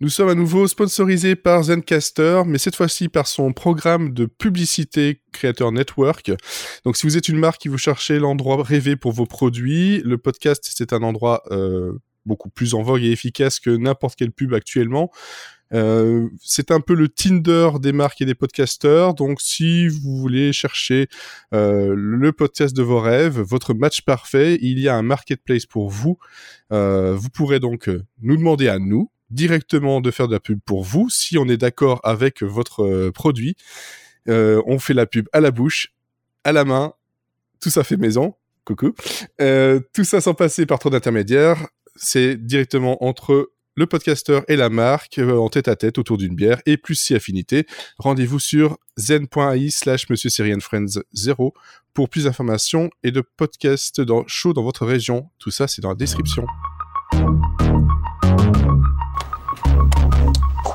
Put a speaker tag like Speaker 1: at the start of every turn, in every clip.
Speaker 1: Nous sommes à nouveau sponsorisés par Zencaster, mais cette fois-ci par son programme de publicité Creator Network. Donc, si vous êtes une marque et vous cherchez l'endroit rêvé pour vos produits, le podcast, c'est un endroit euh, beaucoup plus en vogue et efficace que n'importe quelle pub actuellement. Euh, c'est un peu le Tinder des marques et des podcasteurs. Donc, si vous voulez chercher euh, le podcast de vos rêves, votre match parfait, il y a un marketplace pour vous. Euh, vous pourrez donc nous demander à nous directement de faire de la pub pour vous si on est d'accord avec votre euh, produit. Euh, on fait la pub à la bouche, à la main, tout ça fait maison. Coucou. Euh, tout ça sans passer par trop d'intermédiaires. C'est directement entre le podcasteur et la marque euh, en tête à tête autour d'une bière et plus si affinité. Rendez-vous sur zen.ai slash monsieur Syrian Friends 0 pour plus d'informations et de podcasts dans, chaud dans votre région. Tout ça, c'est dans la description.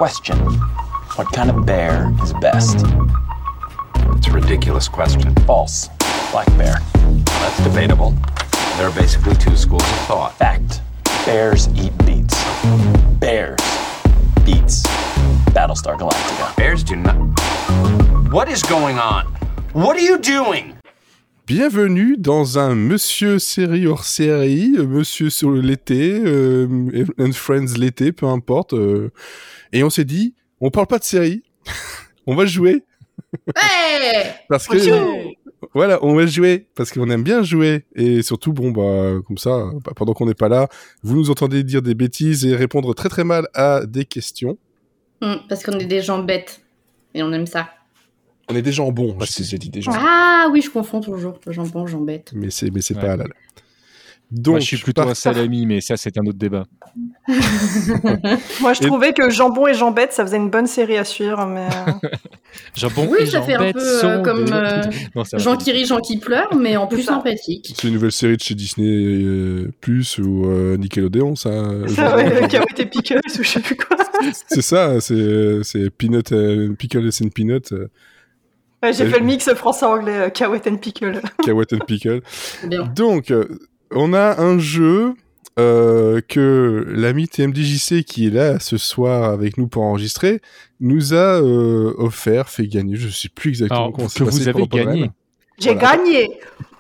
Speaker 2: Question What kind of bear is best? It's a ridiculous question. False. Black bear. That's debatable. There are basically two schools of thought. Fact. Bears eat beets. Bears beats Battlestar Galactica. Bears do not. What is going on? What are you doing?
Speaker 1: Bienvenue dans un Monsieur série hors série, euh, Monsieur sur l'été, euh, and Friends l'été, peu importe. euh, et on s'est dit, on parle pas de série, on va jouer
Speaker 3: Ouais
Speaker 1: parce que Voilà, on va jouer parce qu'on aime bien jouer et surtout bon bah comme ça bah, pendant qu'on n'est pas là, vous nous entendez dire des bêtises et répondre très très mal à des questions.
Speaker 3: Hmm, Parce qu'on est des gens bêtes. Et on aime ça.
Speaker 1: On est des gens bons, je sais, j'ai dit des gens.
Speaker 3: Ah oui, je confonds toujours. Gens bons, gens bêtes.
Speaker 1: Mais c'est mais c'est
Speaker 4: Ouais.
Speaker 1: pas halal. Donc
Speaker 4: Moi, je suis plutôt
Speaker 1: par-
Speaker 4: un salami, mais ça, c'est un autre débat.
Speaker 5: Moi, je
Speaker 1: Et-
Speaker 5: trouvais que Jambon et Jambette, ça faisait une bonne série à suivre, mais euh,
Speaker 4: Jambon
Speaker 3: Oui,
Speaker 4: et
Speaker 3: ça fait un
Speaker 4: jambette
Speaker 3: peu, euh,
Speaker 4: sont
Speaker 3: comme,
Speaker 4: des-
Speaker 3: euh,
Speaker 4: Non, ça va
Speaker 3: Gens
Speaker 4: pas.
Speaker 3: qui rient, gens qui pleurent, mais en plus
Speaker 5: ça.
Speaker 3: sympathique.
Speaker 1: c'est une nouvelle série de chez Disney euh, Plus ou euh, Nickelodeon ça. euh,
Speaker 5: ça,
Speaker 1: genre-
Speaker 5: Ah ouais, Carotte et Pickles ou je sais plus quoi.
Speaker 1: c'est ça, c'est euh, c'est Peanut euh, Pickles and Peanut, euh,
Speaker 5: Ouais, J'ai
Speaker 1: Euh,
Speaker 5: fait le mix français-anglais, euh, Cacahuète and Pickle.
Speaker 1: Kawatt and Pickle.
Speaker 3: C'est bien.
Speaker 1: Donc, euh, on a un jeu euh, que l'ami TMDJC qui est là ce soir avec nous pour enregistrer nous a euh, offert, fait gagner. Je ne sais plus exactement
Speaker 4: Alors,
Speaker 1: comment
Speaker 4: que vous avez gagné.
Speaker 5: J'ai
Speaker 1: Voilà.
Speaker 5: gagné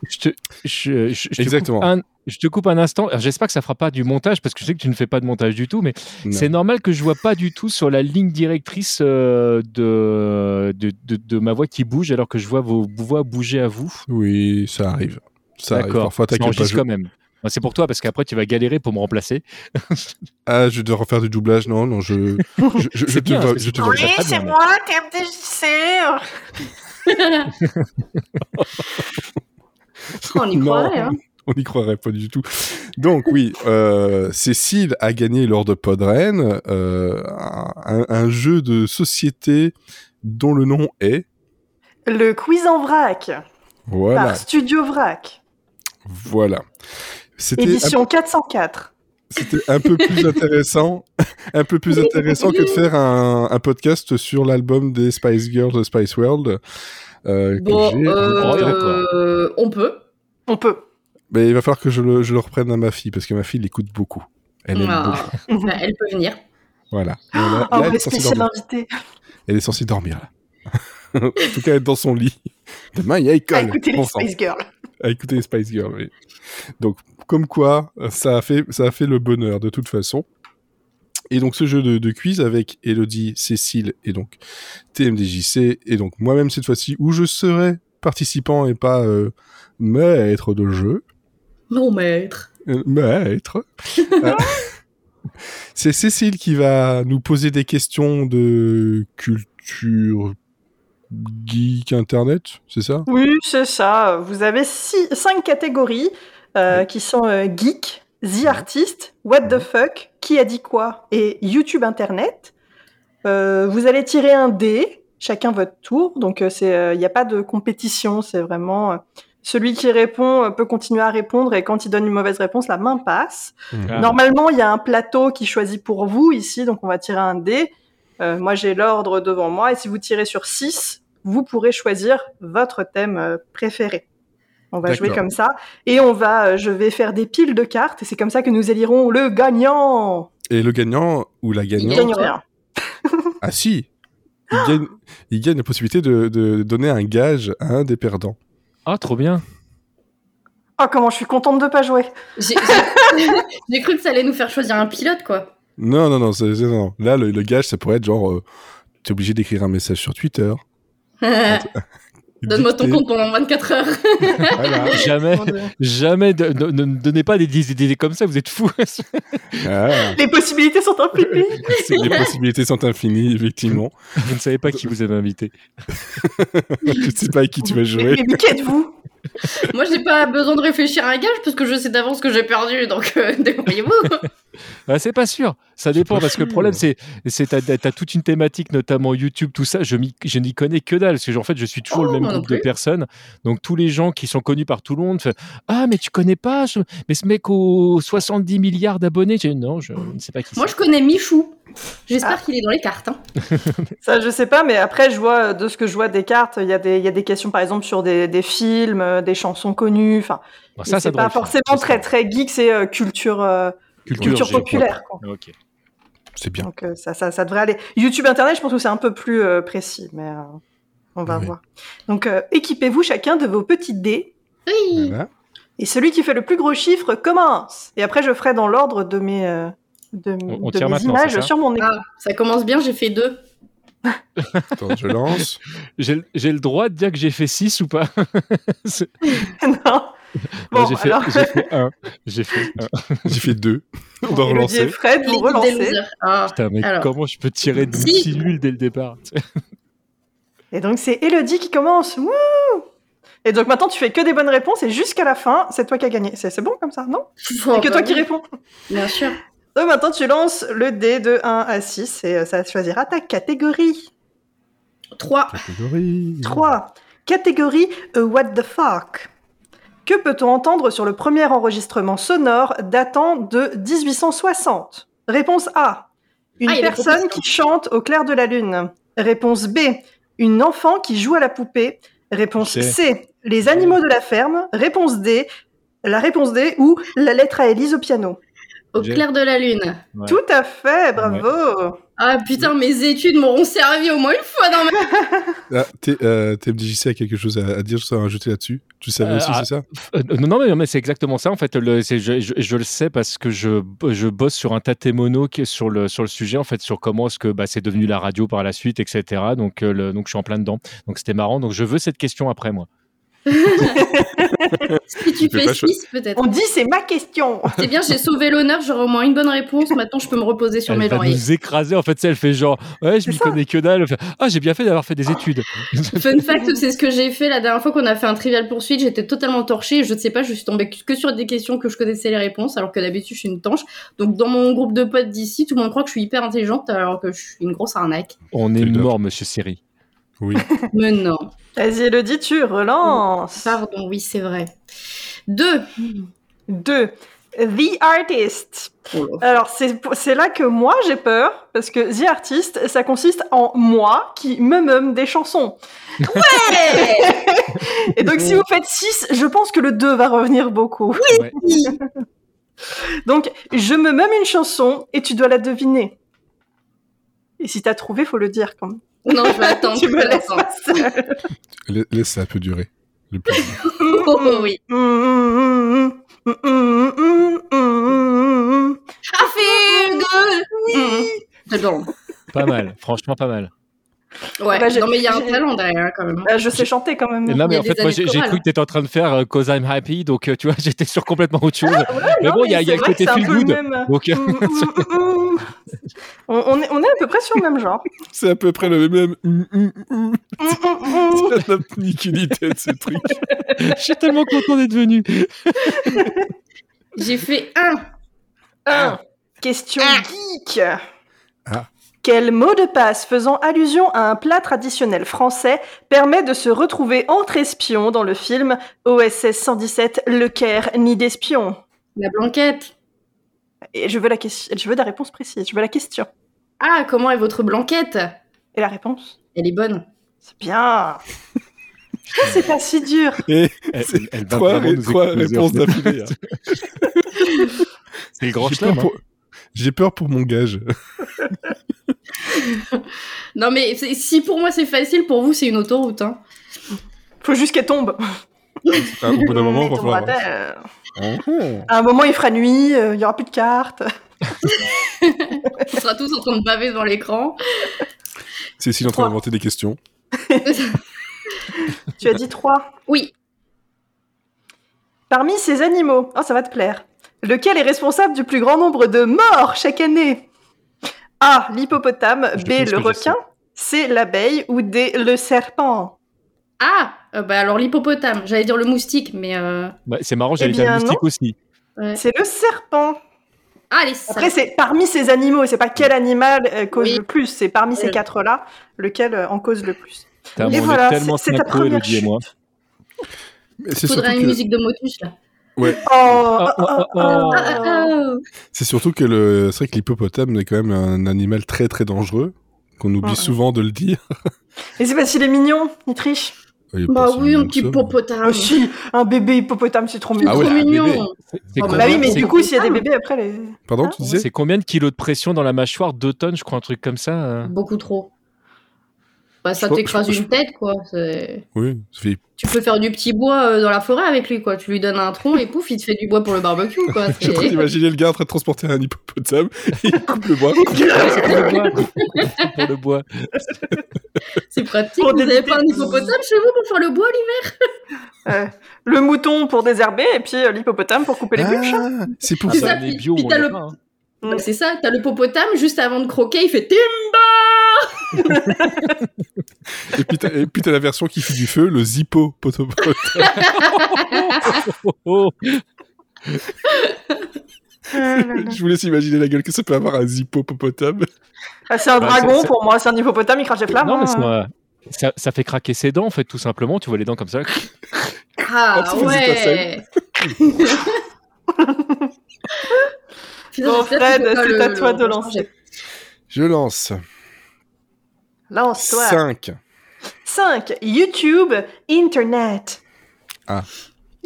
Speaker 4: Je te, je, je- je te coupe
Speaker 1: Exactement.
Speaker 4: un- je te coupe un instant. Alors, J'espère que ça fera pas du montage parce que je sais que tu ne fais pas de montage du tout, mais
Speaker 1: Non.
Speaker 4: c'est normal que je vois pas du tout sur la ligne directrice euh, de, de, de- de ma voix qui bouge alors que je vois vos voix bouger à vous.
Speaker 1: Oui, ça arrive. Ça arrive.
Speaker 4: D'accord.
Speaker 1: Parfois,
Speaker 4: Ça
Speaker 1: t'as que pas
Speaker 4: enregistre
Speaker 1: joué.
Speaker 4: quand même. Enfin, C'est pour toi parce qu'après tu vas galérer pour me remplacer.
Speaker 1: Ah, je dois refaire du doublage. Non, non, je, je, je- je
Speaker 4: C'est
Speaker 1: te
Speaker 4: bien,
Speaker 1: vois.
Speaker 4: parce que
Speaker 1: Je te
Speaker 4: c'est
Speaker 1: vois.
Speaker 4: Oui, très c'est bien, moi,
Speaker 5: TMDJC
Speaker 3: On y
Speaker 1: Non.
Speaker 3: croirait, hein.
Speaker 1: On n'y croirait pas du tout. Donc oui, euh, Cécile a gagné lors de Podren euh, un, un jeu de société dont le nom est
Speaker 5: Le quiz en vrac,
Speaker 1: voilà
Speaker 5: par Studio Vrac,
Speaker 1: voilà. C'était un,
Speaker 5: édition 404.
Speaker 1: c'était un peu plus intéressant, un peu plus intéressant que de faire un, un podcast sur l'album des Spice Girls, de Spice World. euh, que
Speaker 3: Bon,
Speaker 1: j'ai.
Speaker 3: euh, on peut.
Speaker 5: On peut.
Speaker 1: Mais il va falloir que je le, je le reprenne à ma fille parce que ma fille l'écoute beaucoup. Elle aime beaucoup.
Speaker 3: Ah, bah, elle peut venir.
Speaker 1: Voilà. Et là-
Speaker 5: Un
Speaker 1: là, elle
Speaker 5: vrai
Speaker 1: est censée
Speaker 5: spécial
Speaker 1: dormir.
Speaker 5: invité
Speaker 1: Elle est censée dormir là. en tout cas, elle est dans son lit. Demain, il y a
Speaker 5: à
Speaker 1: école.
Speaker 5: écouter Ah, les
Speaker 1: Bon sang.
Speaker 5: Space Girls.
Speaker 1: À écouter les Spice Girls. oui. Donc, comme quoi, euh, ça a fait, ça a fait le bonheur de toute façon. Et donc, ce jeu de, de quiz avec Elodie, Cécile et donc TMDJC et donc moi-même cette fois-ci, où je serai participant et pas euh, maître de jeu.
Speaker 3: Non, maître.
Speaker 1: Euh, maître. Euh, C'est Cécile qui va nous poser des questions de culture geek internet, c'est ça
Speaker 5: Oui, c'est ça. Vous avez six, cinq catégories euh, qui sont euh, geek, the artist, what the fuck, qui a dit quoi et YouTube internet. Euh, vous allez tirer un dé, chacun votre tour. Donc euh, c'est, euh, il n'y a pas de compétition. C'est vraiment euh, celui qui répond euh, peut continuer à répondre et quand il donne une mauvaise réponse, la main passe.
Speaker 4: Ah.
Speaker 5: Normalement, il y a un plateau qui choisit pour vous ici, donc on va tirer un dé. Euh, moi, j'ai l'ordre devant moi, et si vous tirez sur 6, vous pourrez choisir votre thème euh, préféré. On va jouer
Speaker 1: D'accord.
Speaker 5: comme ça, et on va, euh, je vais faire des piles de cartes, et c'est comme ça que nous élirons le gagnant.
Speaker 1: Et le gagnant ou la
Speaker 5: Il
Speaker 1: gagnante.
Speaker 5: gagne rien.
Speaker 1: Ah si il gagne, il gagne la possibilité de, de donner un gage à un des perdants.
Speaker 4: Ah, trop bien.
Speaker 5: Ah, comment je suis contente de pas jouer.
Speaker 3: J'ai j'ai- j'ai cru que ça allait nous faire choisir un pilote, quoi.
Speaker 1: Non, non, non, c'est- c'est- non. Là, le, le gage, ça pourrait être genre, euh, t'es obligé d'écrire un message sur Twitter.
Speaker 3: Donne-moi ton
Speaker 1: Dicter.
Speaker 3: compte pendant 24 heures.
Speaker 1: Voilà.
Speaker 4: Jamais, jamais, de- ne, ne- ne donnez pas des des idées comme ça, vous êtes fous.
Speaker 1: Ah,
Speaker 5: Les possibilités sont infinies.
Speaker 1: c'est- les possibilités sont infinies, effectivement.
Speaker 4: vous ne savez pas qui vous avez invité.
Speaker 1: tu sais pas avec qui tu vas jouer.
Speaker 5: Mais, mais qui êtes-vous
Speaker 3: Moi, j'ai pas besoin de réfléchir à un gage parce que je sais d'avance que j'ai perdu, donc euh, débrouillez-vous.
Speaker 4: Ah, c'est pas sûr, ça dépend,
Speaker 1: pas
Speaker 4: parce que le
Speaker 1: sûr.
Speaker 4: problème, c'est c'est t'as as toute une thématique, notamment YouTube, tout ça, je m'y- je n'y connais que dalle, parce que en fait, je suis toujours
Speaker 3: Oh,
Speaker 4: le même
Speaker 3: moi non
Speaker 4: groupe de
Speaker 3: plus.
Speaker 4: personnes, donc tous les gens qui sont connus par tout le monde, fait, ah, mais tu connais pas, ce- mais ce mec aux 70 milliards d'abonnés, J'ai dit, non, je ne sais pas qui
Speaker 3: Moi,
Speaker 4: c'est.
Speaker 3: je connais Michou. J'espère qu'il est dans les cartes. hein.
Speaker 5: Ça, je sais pas, mais après, je vois, euh, de ce que je vois des cartes, il y, a des- il y a des questions, par exemple, sur des, des films, euh, des chansons connues. Enfin,
Speaker 4: Ah,
Speaker 5: et c'est
Speaker 4: devrait
Speaker 5: pas
Speaker 4: le faire.
Speaker 5: forcément
Speaker 4: Ça,
Speaker 5: très, très geek, c'est euh, culture, euh,
Speaker 4: Culture,
Speaker 5: culture
Speaker 4: j'ai-
Speaker 5: populaire. quoi.
Speaker 4: Ah, ok.
Speaker 1: C'est bien.
Speaker 5: Donc, euh, ça, ça, ça devrait aller. YouTube Internet, je pense que c'est un peu plus euh, précis, mais euh, on va
Speaker 1: Oui.
Speaker 5: voir. Donc, euh, équipez-vous chacun de vos petits dés.
Speaker 3: Oui.
Speaker 1: Voilà.
Speaker 5: Et celui qui fait le plus gros chiffre commence. Et après, je ferai dans l'ordre de mes, euh, de,
Speaker 4: On- on
Speaker 5: de
Speaker 4: tire
Speaker 5: mes
Speaker 4: maintenant, c'est
Speaker 5: images
Speaker 4: ça
Speaker 5: sur mon écran.
Speaker 3: Ah, ça commence bien, j'ai fait deux.
Speaker 1: Attends, je lance.
Speaker 4: J'ai j'ai le droit de dire que j'ai fait 6 ou pas
Speaker 5: non. Bon,
Speaker 4: Ouais, j'ai fait,
Speaker 5: alors,
Speaker 4: j'ai fait un. J'ai fait un.
Speaker 1: J'ai fait deux. On doit
Speaker 5: Elodie et
Speaker 1: relancer.
Speaker 5: Fred
Speaker 3: Les
Speaker 5: vous relancez.
Speaker 3: losers. Ah.
Speaker 4: Putain, mais
Speaker 3: Alors.
Speaker 4: comment je peux tirer de
Speaker 3: Si.
Speaker 4: si nul dès le départ tu sais
Speaker 5: Et donc, c'est Elodie qui commence. Wouh et donc, maintenant, tu fais que des bonnes réponses et jusqu'à la fin, c'est toi qui as gagné. C'est c'est bon comme ça, non
Speaker 3: Oh,
Speaker 5: Et que
Speaker 3: bah
Speaker 5: toi qui
Speaker 3: oui,
Speaker 5: réponds.
Speaker 3: Bien sûr.
Speaker 5: Donc, maintenant, tu lances le dé de 1 à 6 et euh, ça choisira ta catégorie.
Speaker 3: 3. Mmh.
Speaker 1: Catégorie.
Speaker 5: 3. Catégorie euh, What the fuck Que peut-on entendre sur le premier enregistrement sonore datant de 1860 Réponse A. Une
Speaker 3: Ah, il y a des
Speaker 5: personne
Speaker 3: propositions.
Speaker 5: qui chante au clair de la lune. Réponse B. Une enfant qui joue à la poupée. Réponse
Speaker 4: Je sais.
Speaker 5: C. Les animaux de la ferme. Réponse D. La réponse D ou la lettre à Élise au piano.
Speaker 3: Au
Speaker 4: J'ai-
Speaker 3: clair de la lune.
Speaker 4: Ouais.
Speaker 5: Tout à fait, bravo.
Speaker 3: Ah putain, mes études m'auront servi au moins une fois dans ma vie.
Speaker 1: Ah, T- euh, TMDJC a quelque chose à, à dire, ça à rajouter là-dessus. Tu savais
Speaker 4: Euh,
Speaker 1: aussi,
Speaker 4: ah.
Speaker 1: c'est ça
Speaker 4: Euh, non, non, mais, mais c'est exactement ça. En fait, le, c'est- je, je- je le sais parce que je, je bosse sur un tâté mono qui est sur le, sur le sujet, en fait, sur comment est-ce que bah, c'est devenu la radio par la suite, etc. Donc, euh, le- donc je suis en plein dedans. Donc, c'était marrant. Donc, je veux cette question après, moi.
Speaker 3: Si tu
Speaker 1: Tu peux
Speaker 3: fais
Speaker 1: pas cho-
Speaker 3: 6, peut-être.
Speaker 5: On dit c'est ma question.
Speaker 3: C'est bien, j'ai sauvé l'honneur, j'aurai au moins une bonne réponse. Maintenant, je peux me reposer sur
Speaker 4: elle
Speaker 3: mes
Speaker 4: va
Speaker 3: lauriers.
Speaker 4: nous écraser. En fait, tu sais, elle fait genre, ouais, je
Speaker 5: C'est
Speaker 4: m'y
Speaker 5: ça.
Speaker 4: connais que dalle. Elle fait, ah, j'ai bien fait d'avoir fait des études.
Speaker 3: Fun fact, c'est ce que j'ai fait la dernière fois qu'on a fait un trivial poursuite. J'étais totalement torchée. et Je ne sais pas, je suis tombée que sur des questions que je connaissais les réponses, alors que d'habitude, je suis une tanche. Donc, dans mon groupe de potes d'ici, tout le monde croit que je suis hyper intelligente, alors que je suis une grosse arnaque.
Speaker 4: On est
Speaker 1: Tudor.
Speaker 4: mort, monsieur Siri.
Speaker 1: Oui.
Speaker 3: Mais non.
Speaker 5: Vas-y Elodie, tu relances.
Speaker 3: Pardon, oui, c'est vrai. Deux.
Speaker 5: 2. The Artist.
Speaker 3: Oh là.
Speaker 5: Alors, c'est c'est là que moi j'ai peur, parce que The Artist, ça consiste en moi qui me meume des chansons. Et donc, si vous faites 6, je pense que le 2 va revenir beaucoup.
Speaker 4: Ouais.
Speaker 5: Donc, je me meume une chanson et tu dois la deviner. Et si t'as trouvé, faut le dire quand même.
Speaker 3: Non, je vais attendre.
Speaker 5: tu
Speaker 3: je
Speaker 5: me
Speaker 3: vais
Speaker 5: laisses
Speaker 3: attendre.
Speaker 5: pas seule.
Speaker 1: La- Laisse ça un peu durer. Le plus.
Speaker 3: Oh, oh, oui.
Speaker 5: Mm, mm, mm, mm, mm, mm, mm, mm.
Speaker 3: I feel good. Mhm. J'adore.
Speaker 4: Pas mal. Franchement, pas mal.
Speaker 3: Ouais.
Speaker 5: Bah, j'ai-
Speaker 3: non, mais il y a un
Speaker 5: j'ai-
Speaker 3: talent derrière, hein, quand même.
Speaker 5: Bah, je sais chanter quand même.
Speaker 4: Et
Speaker 3: Il
Speaker 4: là,
Speaker 3: y
Speaker 4: mais
Speaker 3: a
Speaker 4: en
Speaker 3: des
Speaker 4: fait, moi,
Speaker 3: années
Speaker 4: j'ai j'ai
Speaker 3: chorales.
Speaker 4: cru que t'étais en train de faire euh, Cause I'm Happy, donc euh, tu vois, j'étais sur complètement autre chose. mais
Speaker 5: Ah Non,
Speaker 4: bon, il y a, il y a
Speaker 5: c'est
Speaker 4: le
Speaker 5: vrai que
Speaker 4: côté
Speaker 5: c'est un
Speaker 4: feel
Speaker 5: peu le
Speaker 4: good.
Speaker 5: même.
Speaker 4: Donc,
Speaker 5: Mm, mm, mm, mm. on, on est, on est à peu près sur le même genre.
Speaker 1: C'est à peu près le même. Hum, hum, hum.
Speaker 5: Mm, mm, mm.
Speaker 1: C'est la niquilité de ce truc.
Speaker 4: je suis tellement content d'être venu.
Speaker 3: J'ai fait un.
Speaker 5: Un. Question geek.
Speaker 1: Ah.
Speaker 5: Quel mot de passe faisant allusion à un plat traditionnel français permet de se retrouver entre espions dans le film OSS 117 Le Caire, nid d'espions
Speaker 3: La blanquette.
Speaker 5: Et je veux, la question, je veux la réponse précise, je veux la question.
Speaker 3: Ah, comment est votre blanquette
Speaker 5: Et la réponse
Speaker 3: Elle est bonne.
Speaker 5: C'est bien C'est pas si dur
Speaker 4: Elle,
Speaker 1: C'est
Speaker 4: elle va
Speaker 1: Trois,
Speaker 4: vraiment
Speaker 1: ré-
Speaker 4: nous
Speaker 1: trois
Speaker 4: exploser.
Speaker 1: réponses d'affilée. hein.
Speaker 4: C'est le grand hein.
Speaker 1: J'ai
Speaker 4: chelem.
Speaker 1: peur pour- J'ai peur pour mon gage.
Speaker 3: non, mais c'est- si pour moi c'est facile, pour vous c'est une autoroute. Hein.
Speaker 5: Faut juste qu'elle tombe.
Speaker 1: Ah, au bout d'un moment, on
Speaker 5: Elle
Speaker 1: va
Speaker 5: tombera
Speaker 1: falloir-
Speaker 5: pas, euh,
Speaker 1: Mhm.
Speaker 5: À un moment, il fera nuit, euh, il y aura plus de cartes.
Speaker 3: On sera tous en train de baver devant l'écran.
Speaker 1: Cécile est en train d'inventer des questions.
Speaker 5: Tu as dit trois.
Speaker 3: Oui,
Speaker 5: Parmi ces animaux, oh, ça va te plaire. Lequel est responsable du plus grand nombre de morts chaque année A. L'hippopotame.
Speaker 4: Je
Speaker 5: B.
Speaker 4: pense que
Speaker 5: Le
Speaker 4: je sais.
Speaker 5: requin. C. L'abeille. Ou D. Le serpent.
Speaker 3: Ah euh, Bah alors l'hippopotame, j'allais dire le moustique, mais... euh,
Speaker 4: Bah, c'est marrant, j'avais
Speaker 5: Eh
Speaker 4: dit un
Speaker 5: bien,
Speaker 4: moustique aussi.
Speaker 3: ouais.
Speaker 5: C'est le serpent.
Speaker 3: Ah les serpents.
Speaker 5: Après, c'est parmi ces animaux, c'est pas quel animal euh, cause
Speaker 3: Oui.
Speaker 5: le plus, c'est parmi ces
Speaker 3: Oui.
Speaker 5: quatre-là, lequel euh, en cause le plus.
Speaker 4: Putain,
Speaker 5: Et
Speaker 4: mais on est
Speaker 5: voilà,
Speaker 4: tellement
Speaker 5: c'est- c'est ta
Speaker 4: synchro,
Speaker 5: première
Speaker 4: Elodie et moi.
Speaker 1: Mais C'est surtout,
Speaker 3: Faudrait une
Speaker 1: que...
Speaker 3: musique de motus là.
Speaker 5: Oh,
Speaker 4: Ah,
Speaker 5: oh,
Speaker 4: ah,
Speaker 5: oh,
Speaker 4: ah,
Speaker 5: oh.
Speaker 3: Ah, ah, ah.
Speaker 1: c'est surtout que le... c'est vrai que l'hippopotame est quand même un animal très très dangereux, qu'on oublie
Speaker 5: Ouais.
Speaker 1: souvent de le dire.
Speaker 5: Et c'est parce qu'il est mignon, il triche.
Speaker 1: Il est
Speaker 3: Bah
Speaker 1: pas si
Speaker 3: oui,
Speaker 1: mignon
Speaker 3: un
Speaker 1: que
Speaker 3: petit
Speaker 1: ça.
Speaker 3: hippopotame.
Speaker 5: Ah si, un bébé hippopotame, c'est trop
Speaker 3: C'est
Speaker 1: Ah
Speaker 5: mignon.
Speaker 1: ouais,
Speaker 3: trop
Speaker 1: un bébé.
Speaker 3: mignon.
Speaker 4: C'est
Speaker 3: Ah
Speaker 5: bah
Speaker 4: combien-
Speaker 5: oui, mais
Speaker 4: c'est-
Speaker 5: du coup, s'il y a des
Speaker 3: Ah.
Speaker 5: bébés après, les...
Speaker 1: Pardon, tu disais
Speaker 4: C'est combien de kilos de pression dans la mâchoire Deux tonnes, je crois, un truc comme ça. euh.
Speaker 3: Beaucoup trop. Bah
Speaker 1: Hein. Je
Speaker 3: ça
Speaker 1: crois-
Speaker 3: t'écrase
Speaker 1: je- je-
Speaker 3: une tête quoi. c'est-
Speaker 1: Oui, ça fait-
Speaker 3: Tu peux faire du petit bois euh, dans la forêt avec lui quoi. Tu lui donnes un tronc et pouf, il te fait du bois pour le barbecue quoi.
Speaker 1: J'ai en train
Speaker 3: C'est-
Speaker 1: d'imaginer le gars en train de transporter un hippopotame, il coupe le bras.
Speaker 4: Pour le bois. Pour le bois. Ah,
Speaker 3: C'est pratique.
Speaker 5: Pour
Speaker 3: Vous avez
Speaker 5: débuter.
Speaker 3: pas un hippopotame chez vous pour faire le bois lui
Speaker 5: euh, le mouton pour désherber et puis euh, l'hippopotame pour couper les bûches.
Speaker 1: Ah, c'est pour
Speaker 4: Ah
Speaker 1: ça.
Speaker 4: bah,
Speaker 3: ça,
Speaker 4: on est
Speaker 3: puis-
Speaker 4: bio,
Speaker 3: puis
Speaker 4: on
Speaker 3: t'as
Speaker 4: l'est
Speaker 3: le-
Speaker 4: pas, hein.
Speaker 5: Mm.
Speaker 3: Bah, C'est ça. T'as le popotame juste avant de croquer, il fait Tim
Speaker 1: Et puis t'as- et puis t'as la version qui fait du feu, le zippo potopotame.
Speaker 4: Oh, oh.
Speaker 1: Je vous laisse imaginer la gueule que ça peut avoir un zippo potopotame.
Speaker 5: Ah, c'est un
Speaker 4: Bah,
Speaker 5: dragon
Speaker 4: c'est-
Speaker 5: pour moi, c'est un hippopotame, il crache des flammes.
Speaker 4: Non, mais
Speaker 5: hein.
Speaker 4: ça, ça- ça fait craquer ses dents, en fait, tout simplement. Tu vois les dents comme ça.
Speaker 1: Ah,
Speaker 3: Ah
Speaker 1: tu fais du
Speaker 3: ouais Putain,
Speaker 5: Bon,
Speaker 3: j'espère que c'est
Speaker 5: Fred,
Speaker 3: pas
Speaker 5: c'est
Speaker 3: le-
Speaker 5: à toi
Speaker 3: le-
Speaker 5: de
Speaker 3: le-
Speaker 5: lancer.
Speaker 1: Je lance.
Speaker 5: Lance-toi.
Speaker 1: 5.
Speaker 5: 5. YouTube, Internet.
Speaker 1: Ah.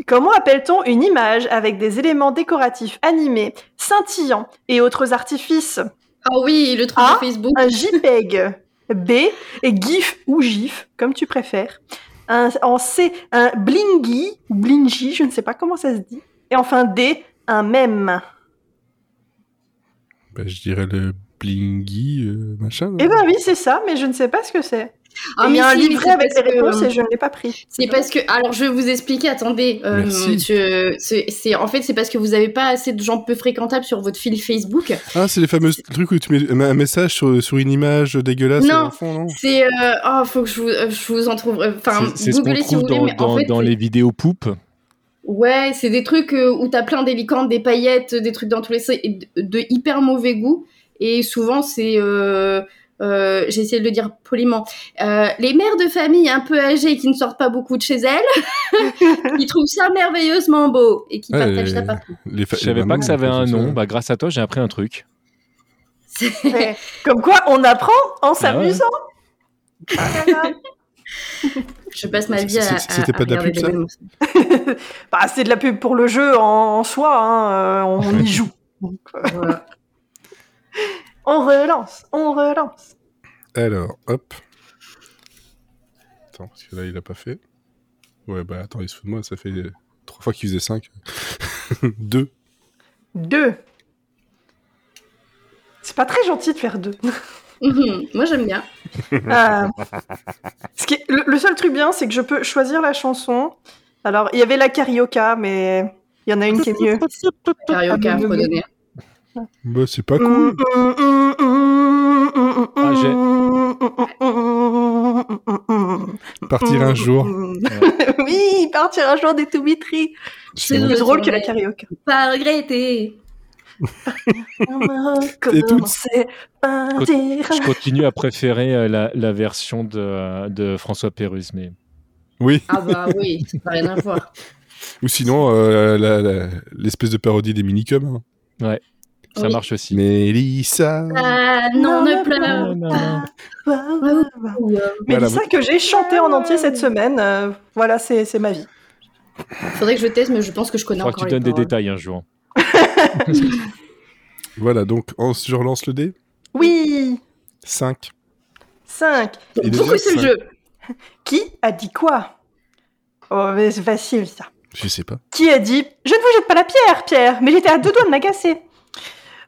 Speaker 5: Comment appelle-t-on une image avec des éléments décoratifs animés, scintillants et autres artifices
Speaker 3: Ah oui, le truc
Speaker 5: Ah.
Speaker 3: de Facebook.
Speaker 5: Un JPEG. B. GIF ou GIF, comme tu préfères. Un- en C. Un blingy ou blingy, je ne sais pas comment ça se dit. Et enfin D. Un mème.
Speaker 1: Bah, je dirais le blingy, euh, machin. là.
Speaker 5: Eh ben oui, c'est ça, mais je ne sais pas ce que c'est.
Speaker 3: Hmm. Ah,
Speaker 5: Et Il
Speaker 3: mais
Speaker 5: y a un
Speaker 3: si, mais
Speaker 5: livret
Speaker 3: c'est
Speaker 5: avec les
Speaker 3: parce que- euh,
Speaker 5: réponses et je ne l'ai pas pris.
Speaker 3: C'est parce que. Alors, je vais vous expliquer. Attendez. euh,
Speaker 1: Merci.
Speaker 3: monsieur, c'est c'est- en fait, c'est parce que vous n'avez pas assez de gens peu fréquentables sur votre fil Facebook.
Speaker 1: Ah, c'est les fameux trucs où tu mets un message sur, sur une image dégueulasse
Speaker 3: Non.
Speaker 1: au fond, non
Speaker 3: C'est. euh, oh, faut que je vous, euh, je vous en trouve. Enfin,
Speaker 4: C'est- c'est ce qu'on
Speaker 3: googlez si vous
Speaker 4: trouve
Speaker 3: voulez.
Speaker 4: dans,
Speaker 3: mais en
Speaker 4: dans-
Speaker 3: fait,
Speaker 4: dans
Speaker 3: c'est-
Speaker 4: les vidéos poupes.
Speaker 3: Ouais, c'est des trucs euh, où t'as plein d'hélicantes, des paillettes, des trucs dans tous les sens, et de, de hyper mauvais goût. Et souvent, c'est. Euh, euh, J'ai essayé de le dire poliment. Euh, les mères de famille un peu âgées qui ne sortent pas beaucoup de chez elles, qui trouvent ça merveilleusement beau et qui
Speaker 1: Ouais,
Speaker 3: partagent ça
Speaker 1: les-
Speaker 3: partout.
Speaker 1: les fa-
Speaker 4: Je savais
Speaker 1: les
Speaker 4: pas que ça avait
Speaker 1: mamans,
Speaker 4: un
Speaker 1: les choses
Speaker 4: nom.
Speaker 1: comme ça.
Speaker 4: Bah, grâce à toi, j'ai appris un truc.
Speaker 3: C'est-
Speaker 5: Mais Comme quoi, on apprend en s'amusant. Ah là là.
Speaker 3: Je passe ma vie à.
Speaker 1: C'est- c'était
Speaker 3: à-
Speaker 1: pas de la
Speaker 3: à regarder
Speaker 1: pub, ça
Speaker 3: des annonces.
Speaker 5: Bah, c'est de la pub pour le jeu en, en soi, hein, euh, on, on y joue. Donc, euh,
Speaker 3: Voilà.
Speaker 5: on relance, on relance.
Speaker 1: Alors, hop. Attends, parce que là, il a pas fait. Ouais, bah attends, il se fout de moi, ça fait euh, trois fois qu'il faisait 5. 2.
Speaker 5: Deux. C'est pas très gentil de faire deux.
Speaker 3: Mhm. Moi, j'aime bien.
Speaker 5: Euh, ce qui est- le, le seul truc bien, c'est que je peux choisir la chanson. Alors, il y avait la carioca, mais il y en a une qui est mieux.
Speaker 3: Carioca,
Speaker 5: mais-
Speaker 3: redonner.
Speaker 1: Bah, c'est pas cool.
Speaker 5: Ah,
Speaker 1: Partir un jour.
Speaker 5: oui, partir un jour des Toumitri.
Speaker 3: C'est
Speaker 5: C'est
Speaker 1: mon-
Speaker 5: plus
Speaker 3: le
Speaker 5: drôle que la
Speaker 3: tournée.
Speaker 5: carioca.
Speaker 3: Pas regretter.
Speaker 5: Commencer par
Speaker 4: Côte-
Speaker 5: dire.
Speaker 4: Je continue à préférer euh, la, la version de, de François Pérus. Mais...
Speaker 1: Oui.
Speaker 3: Ah bah oui, ça n'a rien à voir.
Speaker 1: Ou sinon, euh, la- la- l'espèce de parodie des minicums. Hein.
Speaker 4: Ça
Speaker 3: Oui.
Speaker 4: marche aussi.
Speaker 1: Mélissa.
Speaker 3: Ah non,
Speaker 5: Non,
Speaker 3: ne
Speaker 5: ne
Speaker 3: pleure
Speaker 4: Non, non, non.
Speaker 5: Mais
Speaker 1: Voilà,
Speaker 5: c'est ça que j'ai chanté en entier cette semaine. euh, voilà, c'est c'est ma vie.
Speaker 3: Faudrait que je teste, mais je pense que je connais
Speaker 4: Faudra que
Speaker 3: encore
Speaker 4: tu
Speaker 3: les
Speaker 4: donnes des
Speaker 3: paroles.
Speaker 4: détails un jour.
Speaker 1: Voilà, donc on, je relance le dé.
Speaker 5: Oui
Speaker 1: 5.
Speaker 5: 5.
Speaker 1: Il est
Speaker 3: Pourquoi
Speaker 1: bien,
Speaker 3: ce
Speaker 1: ça.
Speaker 3: jeu
Speaker 5: Qui a dit quoi Oh, mais c'est facile ça.
Speaker 1: Je sais pas.
Speaker 5: Qui a dit Je ne vous jette pas la pierre, Pierre, mais j'étais à deux doigts de m'agacer.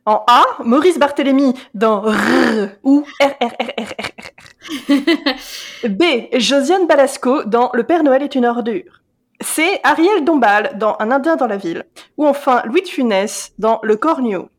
Speaker 5: En A, Maurice Barthélémy dans R ou R, R, R, R, R, R. B, Josiane Balasco dans Le Père Noël est une ordure. C, Ariel Dombal dans Un Indien dans la ville. Ou enfin Louis de Funès dans Le Cornio.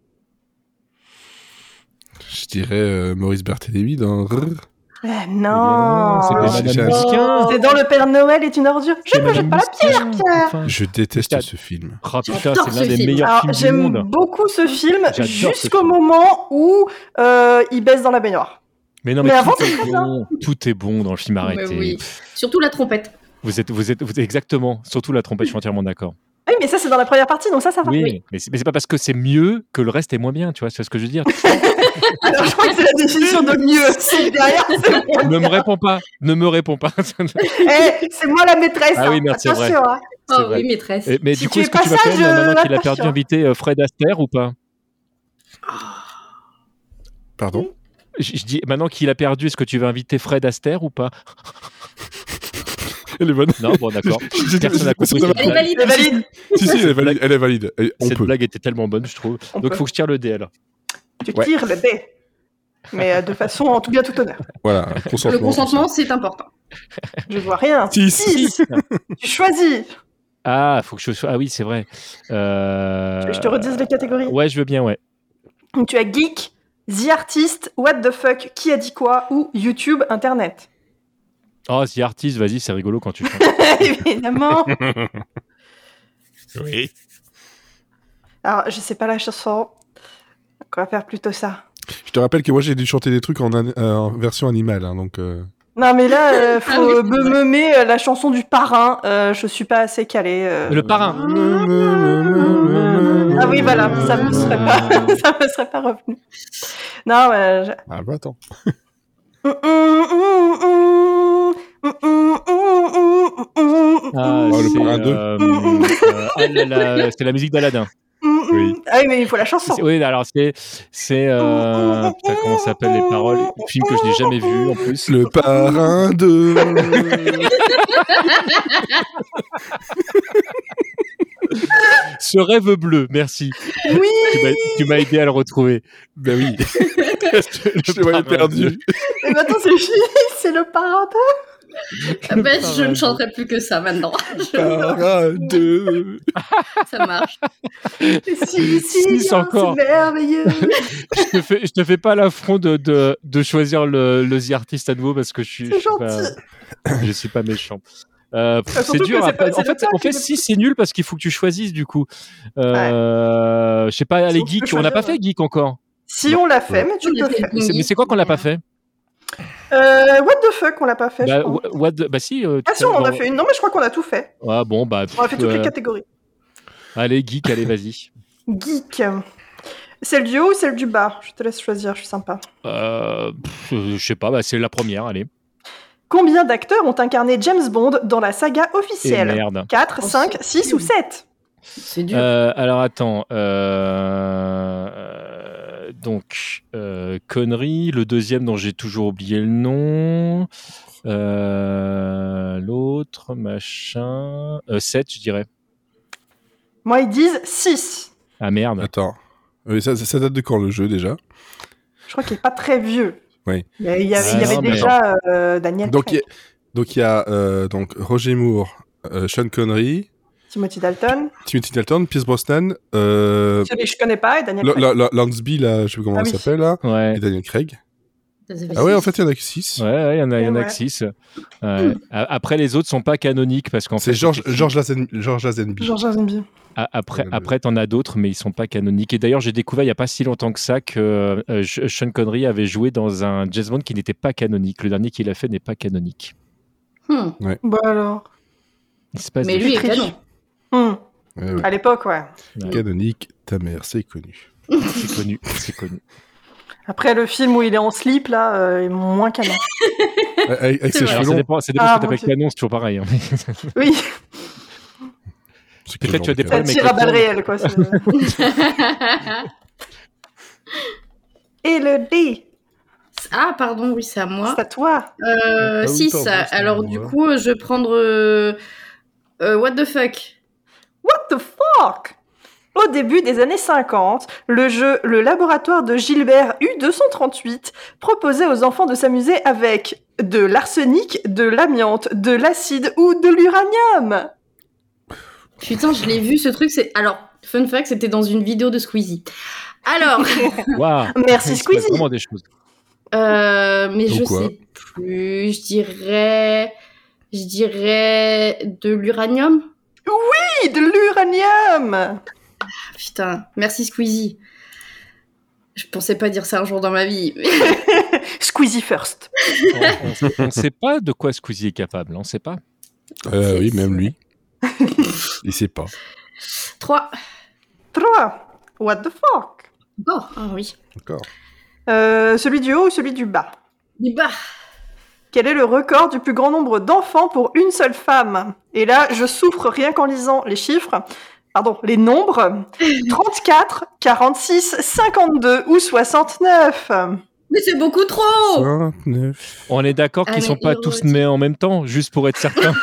Speaker 1: Je dirais euh, Maurice Barthélémy dans Rrr.
Speaker 5: Euh, non,
Speaker 1: pas
Speaker 4: c'est pas
Speaker 1: Madame
Speaker 4: Madame
Speaker 3: Musquin.
Speaker 5: c'est dans Le Père Noël Oh, est une ordure. Je ne vous jette pas la pierre. Pierre.
Speaker 1: Je déteste
Speaker 4: Putain.
Speaker 1: ce film.
Speaker 4: Ah putain,
Speaker 3: J'adore
Speaker 4: c'est
Speaker 3: ce
Speaker 4: l'un des
Speaker 3: film.
Speaker 4: meilleurs
Speaker 5: Alors,
Speaker 4: films du
Speaker 5: j'aime
Speaker 4: monde.
Speaker 5: beaucoup ce film
Speaker 4: J'adore ce
Speaker 5: jusqu'au
Speaker 4: film.
Speaker 5: moment où euh, il baisse dans la baignoire.
Speaker 4: Mais non, mais,
Speaker 5: Mais avant,
Speaker 4: tout, est
Speaker 5: très bien.
Speaker 4: bon, tout est bon dans le film arrêté.
Speaker 3: Mais oui. Surtout la trompette.
Speaker 4: Vous êtes, vous êtes, vous êtes- exactement. Surtout la trompette, je suis entièrement d'accord.
Speaker 5: Ah Oui, mais ça, c'est dans la première partie, donc ça, ça va.
Speaker 4: Oui, mais c'est mais c'est pas parce que c'est mieux que le reste est moins bien, tu vois, c'est ce que je veux dire.
Speaker 5: Alors, je crois que c'est la définition de mieux. C'est derrière, c'est
Speaker 4: ne me réponds pas, ne me réponds pas.
Speaker 5: Eh, c'est moi la maîtresse.
Speaker 4: Ah oui,
Speaker 5: hein.
Speaker 4: merde, c'est
Speaker 5: Attention, hein.
Speaker 4: C'est
Speaker 3: Oh
Speaker 4: vrai.
Speaker 3: oui, maîtresse.
Speaker 4: Et- mais
Speaker 5: Si
Speaker 4: du
Speaker 5: tu
Speaker 4: coup,
Speaker 5: es
Speaker 4: est-ce que
Speaker 5: pas
Speaker 4: tu vas
Speaker 5: ça,
Speaker 4: quand même,
Speaker 5: je
Speaker 4: maintenant qu'il a
Speaker 5: lâche,
Speaker 4: perdu,
Speaker 5: hein.
Speaker 4: inviter euh, Fred Astaire ou pas
Speaker 1: Pardon
Speaker 4: je, je dis, maintenant qu'il a perdu, est-ce que tu vas inviter Fred Astaire ou pas
Speaker 1: Elle est bonne.
Speaker 4: Non, bon, d'accord.
Speaker 1: Je-
Speaker 4: Personne
Speaker 1: je-
Speaker 4: n'a compris
Speaker 1: je-
Speaker 4: cette
Speaker 1: je-
Speaker 3: Elle est
Speaker 4: blague.
Speaker 3: valide.
Speaker 5: Elle est valide.
Speaker 1: Si, si, elle est valide. Elle est valide. Et on
Speaker 4: Cette
Speaker 1: peut.
Speaker 4: blague était tellement bonne, je trouve.
Speaker 5: On
Speaker 4: Donc,
Speaker 5: peut.
Speaker 4: faut que je tire le dé alors.
Speaker 5: Tu
Speaker 1: Ouais.
Speaker 5: tires le dé. Mais euh, de façon en tout bien tout honneur.
Speaker 1: Voilà, consentement.
Speaker 3: Le consentement, c'est important.
Speaker 5: Je vois rien.
Speaker 1: Si, si.
Speaker 5: Six. tu choisis.
Speaker 4: Ah, faut que je. Ah oui, c'est vrai. Euh,
Speaker 5: Je te redise les catégories.
Speaker 4: Ouais, je veux bien, ouais.
Speaker 5: Donc, tu as geek, the artist, what the fuck, qui a dit quoi, ou YouTube, Internet.
Speaker 4: Oh, si artiste, vas-y, c'est rigolo quand tu chantes.
Speaker 5: Évidemment.
Speaker 1: Oui.
Speaker 5: Alors, je sais pas la chanson. Donc, on va faire plutôt ça.
Speaker 1: Je te rappelle que moi, j'ai dû chanter des trucs en, an- euh, en version animale. hein, donc, euh,
Speaker 5: Non, mais là, euh, faut
Speaker 3: Ah oui,
Speaker 5: euh,
Speaker 3: c'est
Speaker 5: me
Speaker 3: vrai.
Speaker 5: me met, euh, la chanson du parrain. Euh, je suis pas assez calée. euh.
Speaker 4: Le parrain.
Speaker 5: Ah oui, voilà, ça me serait pas, ça me serait pas revenu. Non, ouais, je- Mm,
Speaker 1: Ah bah attends.
Speaker 4: Ah,
Speaker 5: mm,
Speaker 1: Oh, le
Speaker 4: c'est,
Speaker 1: parrain deux.
Speaker 4: euh, euh, ah là là, c'est la musique d'Aladin.
Speaker 1: Oui.
Speaker 5: Ah oui, mais il faut la chanson.
Speaker 4: C'est- Oui, alors c'est. c'est euh, putain, comment ça s'appelle les paroles Un film que je n'ai jamais vu en plus.
Speaker 1: Le parrain de.
Speaker 4: Ce rêve bleu, merci.
Speaker 5: Oui,
Speaker 4: Tu m'as- Tu m'as aidé à le retrouver.
Speaker 1: ben oui. Je te
Speaker 4: Le
Speaker 1: voyais
Speaker 4: parrain
Speaker 1: perdu.
Speaker 5: et maintenant Eh ben, c'est fini, c'est le parrain.
Speaker 3: Ah bah, je ne chanterai plus que ça maintenant. Je-
Speaker 1: Parrain de.
Speaker 3: ça marche.
Speaker 5: Si,
Speaker 4: Si,
Speaker 5: si,
Speaker 4: c'est
Speaker 5: bien,
Speaker 4: encore.
Speaker 5: c'est merveilleux.
Speaker 4: Je te fais, je te fais pas l'affront de, de, de choisir le, le The Artist à nouveau parce que je suis, je
Speaker 5: C'est
Speaker 4: suis, pas, je suis pas méchant. Euh, pff,
Speaker 5: Ah, surtout
Speaker 4: c'est dur.
Speaker 5: que
Speaker 4: à
Speaker 5: c'est pas-
Speaker 4: faire. en
Speaker 5: c'est le
Speaker 4: fait,
Speaker 5: père
Speaker 4: en
Speaker 5: qui
Speaker 4: fait,
Speaker 5: le-
Speaker 4: si c'est nul parce qu'il faut que tu choisisses du coup. Euh, Je sais pas, les
Speaker 5: Sinon, tu peux
Speaker 4: geeks, on n'a pas
Speaker 5: choisir,
Speaker 4: fait geek encore.
Speaker 5: Si
Speaker 4: Bah,
Speaker 5: on l'a fait, mais tu le fais.
Speaker 4: C'est- Mais c'est quoi qu'on l'a pas fait
Speaker 5: Euh, what the fuck, on l'a pas fait. je
Speaker 4: bah,
Speaker 5: crois.
Speaker 4: wha- what the- bah si. euh,
Speaker 5: Ah
Speaker 4: tout
Speaker 5: si,
Speaker 4: à
Speaker 5: on en a
Speaker 4: l'heure,
Speaker 5: fait une. Non, mais je crois qu'on a tout fait.
Speaker 4: on- Ah bon, bah. pff,
Speaker 5: On a fait toutes les
Speaker 4: euh,
Speaker 5: catégories.
Speaker 4: Allez, geek, allez, vas-y.
Speaker 5: Geek. Celle du haut ou celle du bas Je te laisse choisir, je suis sympa.
Speaker 4: Euh, pff, euh, je sais pas, bah, c'est la première, allez.
Speaker 5: Combien d'acteurs ont incarné James Bond dans la saga
Speaker 4: Et
Speaker 5: officielle
Speaker 4: Eh, merde.
Speaker 5: 4,
Speaker 3: Oh,
Speaker 5: 5,
Speaker 3: c'est
Speaker 5: 6 ou
Speaker 3: nul.
Speaker 5: 7
Speaker 3: C'est dur.
Speaker 4: Euh, alors attends. euh, euh, Donc, euh, connerie, le deuxième dont j'ai toujours oublié le nom. euh, L'autre, machin. 7, je dirais.
Speaker 5: Moi, ils disent 6.
Speaker 4: Ah merde.
Speaker 1: Attends. Oui, ça, ça- ça date de quand le jeu déjà
Speaker 5: Je crois qu'il n'est pas très vieux.
Speaker 1: Oui.
Speaker 5: Mais il y avait, il y
Speaker 4: Ah,
Speaker 5: avait
Speaker 4: non, mais
Speaker 5: déjà euh, Daniel
Speaker 1: Donc il y
Speaker 5: Craig,
Speaker 1: a, donc, il y a euh, donc, Roger Moore, euh, Sean Connery,
Speaker 5: Timothy Dalton.
Speaker 1: Timothy Dalton, Pierce Brosnan, euh,
Speaker 5: Celui que je connais pas et Daniel
Speaker 1: la,
Speaker 5: Craig.
Speaker 1: la- la- Lance B, là, je sais plus comment
Speaker 5: Ah
Speaker 1: elle
Speaker 5: oui.
Speaker 1: s'appelle, là,
Speaker 4: Ouais.
Speaker 1: et Daniel Craig.
Speaker 3: Ça fait
Speaker 1: Ah ouais,
Speaker 3: six.
Speaker 1: en fait, il y en a que 6.
Speaker 4: Ouais, ouais, il y en a, il y en a
Speaker 5: Ouais.
Speaker 4: que 6. Après, les autres sont pas canoniques parce qu'en fait.
Speaker 1: C'est George,
Speaker 4: effectivement-
Speaker 1: George, Lazen- George Lazenby.
Speaker 5: George Lazenby.
Speaker 4: A- Après,
Speaker 1: Euh,
Speaker 4: après t'en as d'autres, mais ils sont pas canoniques. Et d'ailleurs, j'ai découvert il y a pas si longtemps que ça que euh, Sh- Sean Connery avait joué dans un Jazz Bond qui n'était pas canonique. Le dernier qu'il a fait n'est pas canonique.
Speaker 3: Hmm.
Speaker 5: Bon Bah, alors.
Speaker 4: Il se passe
Speaker 3: Mais
Speaker 4: des
Speaker 3: lui est
Speaker 4: choses.
Speaker 3: canon.
Speaker 5: Hmm.
Speaker 1: Ouais, ouais.
Speaker 5: À l'époque, ouais.
Speaker 4: Ah,
Speaker 1: Canonique, ta mère, c'est connu.
Speaker 4: C'est connu, c'est connu.
Speaker 5: Après le film où il est en slip, là, euh, il est moins canon.
Speaker 1: Ah, avec avec
Speaker 3: C'est
Speaker 1: ses
Speaker 3: vrai.
Speaker 1: cheveux
Speaker 4: Alors, ça
Speaker 1: longs.
Speaker 4: dépend, ça dépend
Speaker 5: Ah,
Speaker 4: ce que
Speaker 5: mon
Speaker 4: t'appelles
Speaker 5: Dieu.
Speaker 4: canon, c'est toujours pareil. hein.
Speaker 5: Oui,
Speaker 1: C'est
Speaker 4: Peut-être
Speaker 1: quel
Speaker 4: tu
Speaker 1: genre
Speaker 4: as des
Speaker 1: de
Speaker 5: ça
Speaker 1: gars
Speaker 4: problèmes. mais quelqu'un-
Speaker 5: tire à balles réelles, quoi. c'est- et le D.
Speaker 3: Ah, pardon, oui, c'est à moi.
Speaker 5: C'est à toi.
Speaker 1: Ah oui,
Speaker 3: 6.
Speaker 1: pardon, c'est à
Speaker 3: Euh, Alors,
Speaker 1: moi.
Speaker 3: du coup, euh, je vais prendre. euh, euh, what the fuck
Speaker 5: What the fuck Au début des années 50, le jeu Le laboratoire de Gilbert U238 proposait aux enfants de s'amuser avec de l'arsenic, de l'amiante, de l'acide ou de l'uranium.
Speaker 3: Putain, je l'ai vu ce truc. C'est alors fun fact, c'était dans une vidéo de Squeezie. Alors,
Speaker 4: Waouh.
Speaker 5: Merci,
Speaker 4: Il se passe
Speaker 5: Squeezie.
Speaker 4: vraiment des choses.
Speaker 3: euh, mais
Speaker 1: Donc
Speaker 3: je
Speaker 1: quoi
Speaker 3: sais plus. Je dirais, je dirais de l'uranium.
Speaker 5: Oui, de l'uranium
Speaker 3: Putain, merci Squeezie. Je pensais pas dire ça un jour dans ma vie.
Speaker 5: Squeezie first.
Speaker 4: On ne sait pas de quoi Squeezie est capable, on ne sait pas.
Speaker 1: Euh, oui, même lui. Il sait pas.
Speaker 3: 3
Speaker 5: 3. What the fuck
Speaker 3: Oh, ah oui.
Speaker 1: D'accord.
Speaker 5: Euh, Celui du haut ou celui du bas
Speaker 3: Du bas.
Speaker 5: Quel est le record du plus grand nombre d'enfants pour une seule femme Et là, je souffre rien qu'en lisant les chiffres. Pardon, les nombres. 34, 46, 52 ou 69
Speaker 3: Mais c'est beaucoup
Speaker 4: Oh.
Speaker 3: trop.
Speaker 1: 29.
Speaker 4: On est d'accord
Speaker 3: Ah,
Speaker 4: qu'ils
Speaker 3: mais
Speaker 4: sont pas
Speaker 3: Hero
Speaker 4: tous
Speaker 3: aussi.
Speaker 4: nés en même temps, juste pour être certain.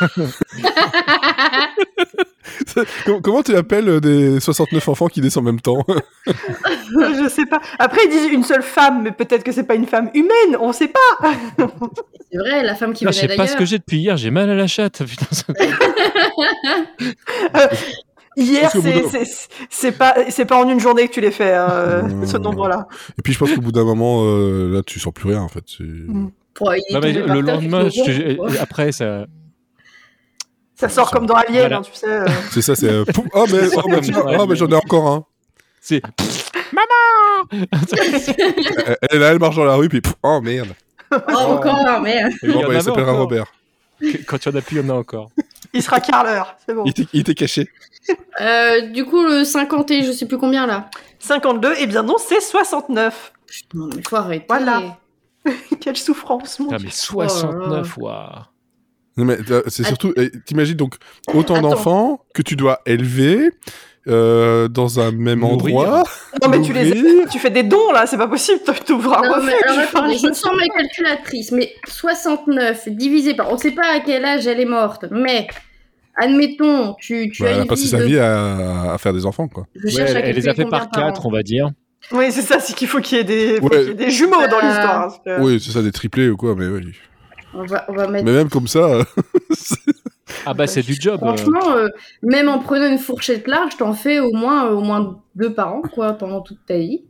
Speaker 1: Com- Comment tu appelles euh, des 69 enfants qui naissent en même temps
Speaker 5: Je sais pas. Après, ils disent une seule femme, mais peut-être que c'est pas une femme humaine, on sait pas.
Speaker 3: C'est vrai, la femme qui
Speaker 4: Putain, je
Speaker 3: venait
Speaker 4: sais pas
Speaker 3: d'ailleurs. Ah,
Speaker 4: ce que j'ai depuis hier, j'ai mal à la chatte. Putain, ça-
Speaker 5: Hier,
Speaker 1: Parce qu'au bout
Speaker 5: c'est-
Speaker 1: d'un-
Speaker 5: c'est- c'est pas, c'est pas en une journée que tu les fais, euh,
Speaker 1: Mmh.
Speaker 5: ce nombre-là.
Speaker 1: Et puis je pense qu'au bout d'un moment, euh, là, tu sens plus rien en fait. C'est-
Speaker 4: Mm.
Speaker 3: Pour- il est
Speaker 4: Non, mais
Speaker 3: tombé par
Speaker 4: le
Speaker 3: terre,
Speaker 4: lendemain,
Speaker 3: je suis
Speaker 4: je-
Speaker 3: mort.
Speaker 4: après, ça.
Speaker 5: Ça sort comme dans Alien,
Speaker 4: Voilà.
Speaker 5: hein, tu sais. euh.
Speaker 1: C'est ça, c'est. euh, pouf, oh, mais, oh, bah, tiens, oh, mais j'en ai encore un.
Speaker 4: C'est.
Speaker 1: Elle, elle est là, elle marche dans la rue, puis pouf, oh merde.
Speaker 3: Oh, encore un, merde.
Speaker 4: Il y
Speaker 1: Bon,
Speaker 4: en
Speaker 1: bah, il
Speaker 4: avait
Speaker 1: s'appellera
Speaker 4: encore.
Speaker 1: Robert.
Speaker 4: Quand tu en as plus, il y en a encore.
Speaker 5: Il sera quart l'heure, c'est bon.
Speaker 1: Il était- il était caché.
Speaker 3: Euh, du coup, le 50 et je sais plus combien là.
Speaker 5: 52, eh bien non, c'est 69.
Speaker 3: Putain, mais faut arrêter.
Speaker 5: Voilà. Quelle souffrance, mon
Speaker 4: Putain, Ah,
Speaker 5: Dieu.
Speaker 4: mais 69, waouh.
Speaker 1: Non, mais euh, c'est
Speaker 3: Att-
Speaker 1: surtout, euh, t'imagines donc autant
Speaker 3: Attends.
Speaker 1: d'enfants que tu dois élever euh, dans un même
Speaker 4: Nourrir.
Speaker 1: endroit.
Speaker 5: Non,
Speaker 1: Bah
Speaker 5: mais tu les
Speaker 1: nourrir.
Speaker 5: tu fais des dons là, c'est pas possible, tu ouvres un
Speaker 3: Non,
Speaker 5: refuge.
Speaker 3: mais alors attendez, je
Speaker 5: Enfin,
Speaker 3: sens ma calculatrice, mais 69 divisé par. On sait pas à quel âge elle est morte, mais admettons, tu, tu
Speaker 1: Bah,
Speaker 3: as
Speaker 1: elle a
Speaker 3: une
Speaker 1: passé
Speaker 3: vie
Speaker 1: sa
Speaker 3: de-
Speaker 1: vie à, à faire des enfants, quoi.
Speaker 3: Je cherche
Speaker 4: Ouais,
Speaker 3: à
Speaker 4: elle les a
Speaker 3: calculer
Speaker 4: fait
Speaker 3: combien
Speaker 4: par 4,
Speaker 3: an.
Speaker 4: on va dire.
Speaker 5: Oui, c'est ça, c'est qu'il faut qu'il y ait des, faut
Speaker 1: Ouais.
Speaker 5: qu'il y ait des jumeaux dans
Speaker 3: Euh,
Speaker 5: l'histoire. parce que-
Speaker 1: Oui, c'est ça, des triplés ou quoi, mais oui.
Speaker 3: On va, on va mettre.
Speaker 1: Mais même comme ça, euh,
Speaker 4: Ah, bah, c'est du job. euh.
Speaker 3: Franchement, euh, même en prenant une fourchette large, t'en fais au moins, euh, au moins deux par an, quoi, pendant toute ta vie.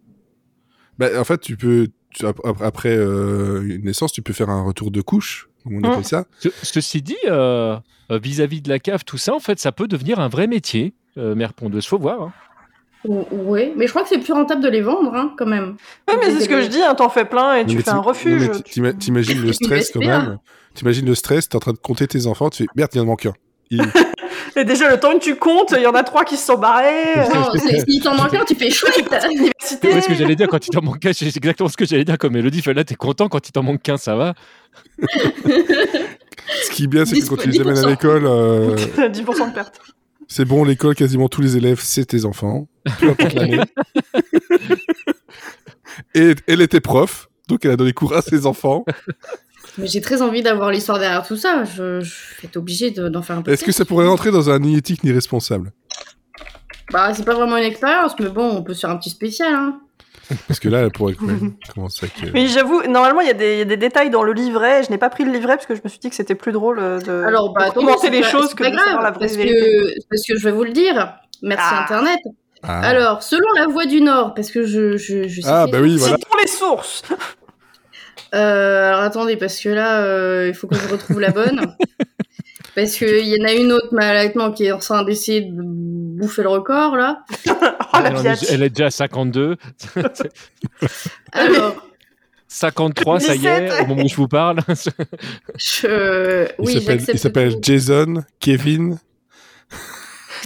Speaker 1: bah, en fait, tu peux, tu- ap- ap- après euh, une naissance, tu peux faire un retour de couche, comme on
Speaker 5: Mm.
Speaker 1: appelle ça.
Speaker 4: Ce- Ceci dit, euh, euh, vis-à-vis de la cave, tout ça, en fait, ça peut devenir un vrai métier, euh, mère pondeuse. Faut voir. hein.
Speaker 3: Ou- Ouais, mais je crois que c'est plus rentable de les vendre, hein, quand même.
Speaker 5: Ouais, mais c'est ce que je dis, hein, t'en fais plein et tu
Speaker 1: Mais
Speaker 5: fais
Speaker 1: t'im-
Speaker 5: un refuge.
Speaker 1: non, mais
Speaker 5: tu-
Speaker 1: t'ima- T'imagines le stress quand
Speaker 3: J'espère.
Speaker 1: même. T'imagines le stress, t'es en train de compter tes enfants, tu fais merde, il en manque un. Il-
Speaker 5: Et déjà, le temps que tu comptes, il y en a trois qui se sont barrés. euh,
Speaker 3: Non, c'est- si t'en manques un, tu fais chouette.
Speaker 5: Université.
Speaker 4: C'est ce que j'allais dire quand il t'en manque un, C'est exactement ce que j'allais dire comme Elodie. Là, t'es content quand il t'en manque qu'un, ça va.
Speaker 1: Ce qui est bien, c'est que quand tu les amènes à
Speaker 3: 10%.
Speaker 1: l'école, euh,
Speaker 5: 10% de perte.
Speaker 1: c'est bon, l'école, quasiment tous les élèves, c'est tes enfants. Peu
Speaker 5: Oh,
Speaker 1: importe l'année. Et elle était prof, donc elle a donné cours à ses enfants.
Speaker 3: Mais j'ai très envie d'avoir l'histoire derrière tout ça. Je, je vais être obligée de- d'en faire un peu.
Speaker 1: Est-ce que ça pourrait rentrer dans un ni éthique ni responsable
Speaker 3: Bah, c'est pas vraiment une expérience, mais bon, on peut se faire un petit spécial. Hein.
Speaker 1: Parce que là, elle pourrait quand même commencer avec. euh,
Speaker 5: Mais j'avoue, normalement, il y, a des- il y a des détails dans le livret. Je n'ai pas pris le livret parce que je me suis dit que c'était plus drôle euh, de,
Speaker 3: Alors, bah,
Speaker 5: de commenter
Speaker 3: attendez,
Speaker 5: les
Speaker 3: c'est pas-
Speaker 5: choses
Speaker 3: c'est
Speaker 5: que
Speaker 3: pas
Speaker 5: de savoir la
Speaker 3: grave,
Speaker 5: vraie
Speaker 3: parce
Speaker 5: vérité.
Speaker 3: que, parce que je vais vous le dire. Merci
Speaker 5: Ah.
Speaker 3: Internet.
Speaker 1: ah.
Speaker 3: Alors, selon la voix du Nord, parce que je, je, je sais
Speaker 1: Ah, bah
Speaker 3: pas-
Speaker 1: oui, voilà.
Speaker 5: Citons les sources.
Speaker 3: Euh, alors attendez, parce que là, euh, il faut que je retrouve la bonne. Parce qu'il y en a une autre malheureusement qui est en train d'essayer de bouffer le record, là.
Speaker 5: Oh, la
Speaker 1: Ah
Speaker 4: elle, en est-
Speaker 5: pièce.
Speaker 4: elle est déjà à 52.
Speaker 1: Ah
Speaker 3: Alors,
Speaker 4: 53, ça y est,
Speaker 5: 17.
Speaker 4: au moment où je vous parle.
Speaker 3: je...
Speaker 1: Il
Speaker 3: oui,
Speaker 1: s'appelle- il
Speaker 3: j'accepte.
Speaker 1: s'appelle
Speaker 3: tout.
Speaker 1: Jason, Kevin.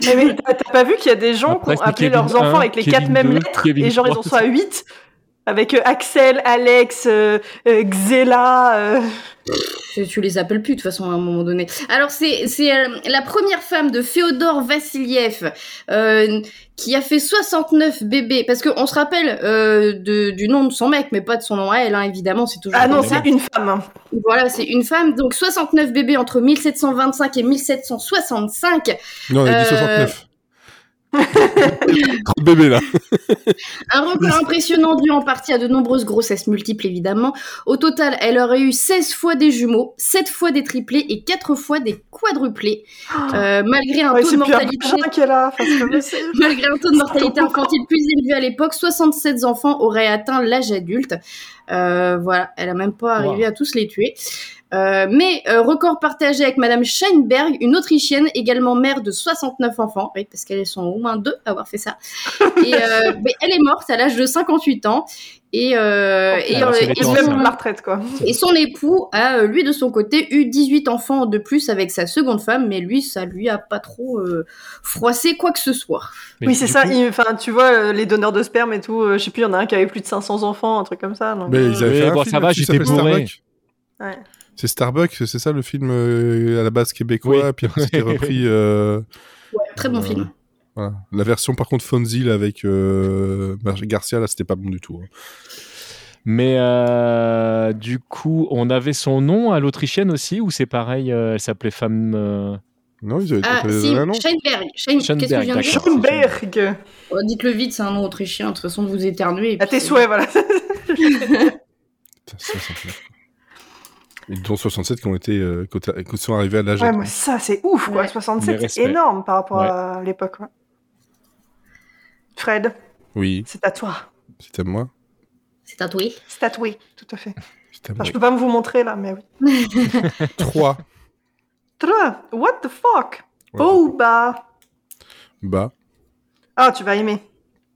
Speaker 5: Mais, mais t'as t'as pas vu qu'il y a des gens qui
Speaker 4: Après,
Speaker 5: ont
Speaker 4: c'est
Speaker 5: appelé
Speaker 4: Kevin
Speaker 5: leurs enfants
Speaker 4: un,
Speaker 5: avec les
Speaker 4: Kevin
Speaker 5: quatre mêmes
Speaker 4: deux,
Speaker 5: lettres
Speaker 4: Kevin
Speaker 5: et genre ils en
Speaker 4: trois.
Speaker 5: sont à 8 avec euh, Axel, Alex, euh, euh, Xela. euh,
Speaker 3: Tu, tu les appelles plus de toute façon à un moment donné. Alors c'est c'est, euh, la première femme de Féodor Vassiliev euh, qui a fait 69 bébés parce qu'on se rappelle euh, de, du nom de son mec mais pas de son nom à elle hein, évidemment c'est toujours
Speaker 5: Ah non,
Speaker 3: comme ça.
Speaker 5: c'est une femme. hein.
Speaker 3: voilà c'est une femme donc 69 bébés entre 1725 et 1765
Speaker 1: Non, on a
Speaker 3: Euh,
Speaker 1: dit 69. Trop de bébés là.
Speaker 3: Un record impressionnant dû en partie à de nombreuses grossesses multiples, évidemment. Au total, elle aurait eu 16 fois des jumeaux, 7 fois des triplés et 4 fois des quadruplés. Euh, malgré, un
Speaker 5: Ah. Ouais,
Speaker 3: taux de
Speaker 5: c'est plus un
Speaker 3: mortalité,
Speaker 5: bouquin qu'elle a. Enfin, c'est pas possible.
Speaker 3: malgré un taux de mortalité
Speaker 5: C'est trop
Speaker 3: infantile plus élevé à l'époque, 67 enfants auraient atteint l'âge adulte. Euh, voilà, elle a même pas arrivé à tous les tuer. Euh, mais euh, record partagé avec Madame Scheinberg, une Autrichienne, également mère de 69 enfants, oui, parce qu'elles sont au moins deux à avoir fait ça. Et, euh, mais elle est morte à l'âge de 58 ans. Et, euh, et,
Speaker 4: Oh, Alors, c'est
Speaker 3: euh, et
Speaker 5: Elle se
Speaker 4: Attends,
Speaker 5: fait
Speaker 4: ça.
Speaker 5: pour
Speaker 3: son,
Speaker 5: la retraite, quoi.
Speaker 3: et son époux a, euh, lui, de son côté, eu 18 enfants de plus avec sa seconde femme, mais lui, ça lui a pas trop euh, froissé quoi que ce soit.
Speaker 4: Mais
Speaker 5: oui, c'est
Speaker 4: du
Speaker 5: ça.
Speaker 4: coup-
Speaker 5: il- Enfin, tu vois, euh, les donneurs de sperme et tout, euh, je sais plus, il y en a un qui avait plus de 500 enfants, un truc comme ça. non
Speaker 1: Mais ils avaient
Speaker 4: Oui,
Speaker 1: fait un
Speaker 4: bon,
Speaker 1: film
Speaker 4: ça va,
Speaker 1: là-dessus,
Speaker 4: j'étais
Speaker 1: s'appelle
Speaker 4: bourré.
Speaker 1: Starbuck.
Speaker 5: Ouais.
Speaker 1: C'est Starbuck, c'est ça le film euh, à la base québécois,
Speaker 4: Oui.
Speaker 1: puis après c'était repris euh,
Speaker 3: Très bon
Speaker 1: Euh,
Speaker 3: film.
Speaker 1: voilà. la version par contre Fonzie là, avec euh, Mar- Garcia là, c'était pas bon du tout. hein.
Speaker 4: Mais euh, du coup, on avait son nom à l'Autrichienne aussi, ou c'est pareil, euh, elle s'appelait femme. euh,
Speaker 1: Non, ils avaient
Speaker 3: Ah,
Speaker 1: ils avaient
Speaker 3: si,
Speaker 1: donné un nom.
Speaker 3: Scheinberg. Schein- Qu'est-ce
Speaker 4: Scheinberg,
Speaker 3: que je viens de dire
Speaker 4: d'accord.
Speaker 5: Schoenberg
Speaker 3: Oh, Dites-le vite, c'est un nom autrichien. De toute façon, vous éternuez. et
Speaker 5: À
Speaker 3: puis
Speaker 5: tes
Speaker 3: c'est-
Speaker 5: souhaits, voilà.
Speaker 1: Putain, 69. Ils dont 67 qui ont été euh, qui ont- qui sont arrivés à l'âge.
Speaker 5: Ouais, mais ça, c'est ouf, quoi.
Speaker 3: Ouais.
Speaker 5: 67,
Speaker 4: Mais
Speaker 5: c'est
Speaker 4: respect.
Speaker 5: énorme par rapport
Speaker 4: Ouais.
Speaker 5: à l'époque. ouais. Fred,
Speaker 1: Oui,
Speaker 5: c'est à toi.
Speaker 1: c'est à moi.
Speaker 3: C'est tatoué.
Speaker 5: C'est à toi, tout à fait.
Speaker 1: C'est à
Speaker 5: Enfin,
Speaker 1: moi.
Speaker 5: je peux pas vous montrer, là, mais oui.
Speaker 1: 3
Speaker 5: Trois, What the fuck
Speaker 1: Ouais.
Speaker 5: Oh, bah...
Speaker 1: bah
Speaker 5: Ah, tu vas aimer.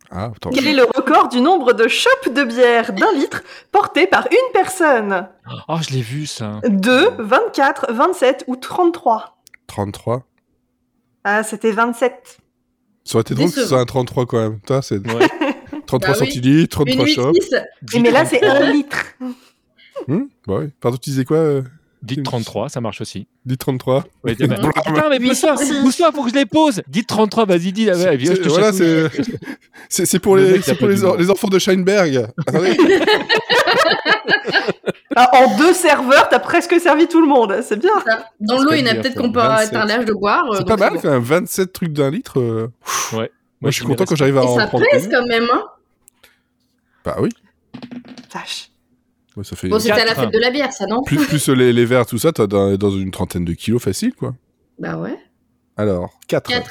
Speaker 1: ah attends.
Speaker 5: Quel est le record du nombre de chopes de bière d'un litre portées par une personne
Speaker 4: Oh, je l'ai vu ça.
Speaker 5: 2, 24, 27 ou 33
Speaker 1: 33.
Speaker 5: Ah, c'était 27.
Speaker 1: Ça aurait été drôle que ce
Speaker 3: Décevant.
Speaker 1: soit un 33 quand même. Toi, c'est
Speaker 4: Ouais.
Speaker 1: 33
Speaker 3: Bah oui.
Speaker 1: centilitres, 33
Speaker 3: Minuit
Speaker 1: chopes.
Speaker 3: 6.
Speaker 5: Et mais là, c'est 1 litre.
Speaker 1: Hmm bah oui. Pardon, tu disais quoi euh,
Speaker 4: Dites 33, ça marche aussi.
Speaker 1: Dis 33.
Speaker 4: Ouais, t'es- Putain, mais pousse-toi,
Speaker 5: Six.
Speaker 4: pousse-toi, faut que je les pose. Dites 33, vas-y, dis. ah ouais, viens, je te
Speaker 1: C'est- voilà, c'est
Speaker 4: chatouille.
Speaker 1: c'est c'est pour
Speaker 4: Le
Speaker 1: les
Speaker 4: mec, il a
Speaker 1: c'est pour
Speaker 4: pas
Speaker 1: les,
Speaker 4: du
Speaker 1: or-
Speaker 4: bon.
Speaker 1: les enfants de Scheinberg. Attendez.
Speaker 5: Ah, en deux serveurs, t'as presque servi tout le monde. C'est bien.
Speaker 3: Dans l'eau, il y en a
Speaker 1: C'est-à-dire,
Speaker 3: peut-être
Speaker 1: euh,
Speaker 3: qu'on peut atteindre
Speaker 1: 27.
Speaker 3: l'âge de boire. euh,
Speaker 1: c'est
Speaker 3: donc
Speaker 1: pas mal
Speaker 3: bon.
Speaker 1: quand même 27 trucs d'un litre. euh. Moi, je suis content quand j'arrive à
Speaker 3: Et
Speaker 1: en
Speaker 3: ça
Speaker 1: prendre.
Speaker 3: pèse
Speaker 1: une.
Speaker 3: quand même. Hein.
Speaker 1: Bah oui.
Speaker 5: Vache.
Speaker 1: Ouais, ça fait
Speaker 3: Bon, c'était à la
Speaker 4: Quatre.
Speaker 3: fête de la bière, ça, non
Speaker 1: plus plus les, les verres tout ça, t'as dans, dans une trentaine de kilos facile quoi.
Speaker 3: Bah ouais.
Speaker 1: Alors 4.
Speaker 3: 4.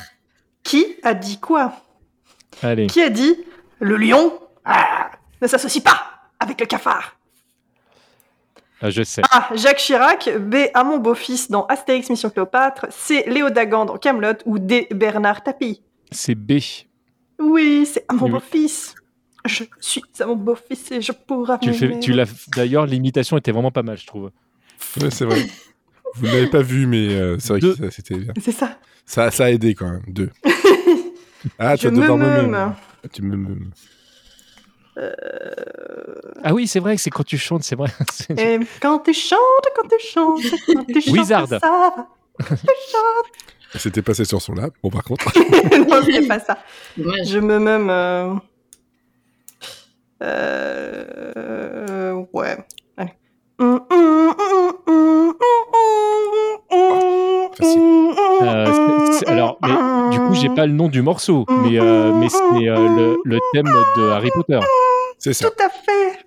Speaker 5: Qui a dit quoi
Speaker 4: Allez.
Speaker 5: Qui a dit le lion ah, ne s'associe pas avec le cafard
Speaker 4: Ah, je sais.
Speaker 5: A. Jacques Chirac. B. Amon Beaufils dans Astérix Mission Cléopâtre. C. Léo Dagan dans Camelot. Ou D. Bernard Tapie.
Speaker 4: C'est B.
Speaker 5: Oui, c'est Amon
Speaker 4: Oui.
Speaker 5: Beaufils. Je suis Amon Beaufils et je pourrai.
Speaker 4: Tu fais,
Speaker 5: m'aimer.
Speaker 4: tu l'as. D'ailleurs, l'imitation était vraiment pas mal, je trouve.
Speaker 1: Ouais, c'est vrai. Vous l'avez pas vu mais euh, c'est vrai
Speaker 4: Deux.
Speaker 1: que ça, c'était bien.
Speaker 5: C'est ça.
Speaker 1: Ça ça a aidé quand même. 2. Ah,
Speaker 5: Je
Speaker 1: toi,
Speaker 5: me
Speaker 1: devoir me
Speaker 5: meume.
Speaker 1: me- Tu me meumes.
Speaker 4: Ah oui, c'est vrai que c'est quand tu chantes, c'est vrai. C'est-
Speaker 5: Et quand tu chantes, quand tu chantes, quand tu chantes,
Speaker 4: Wizard.
Speaker 5: ça va.
Speaker 1: C'était passé sur son lap. Bon, par contre.
Speaker 5: non, c'est pas ça.
Speaker 3: Dommage.
Speaker 5: Je me même. euh, euh, Ouais. Allez.
Speaker 4: Euh, c'est- c'est- alors, mais Du coup, j'ai pas le nom du morceau, mais, euh, mais c'est euh, le, le thème de Harry Potter.
Speaker 1: C'est ça.
Speaker 5: Tout à fait.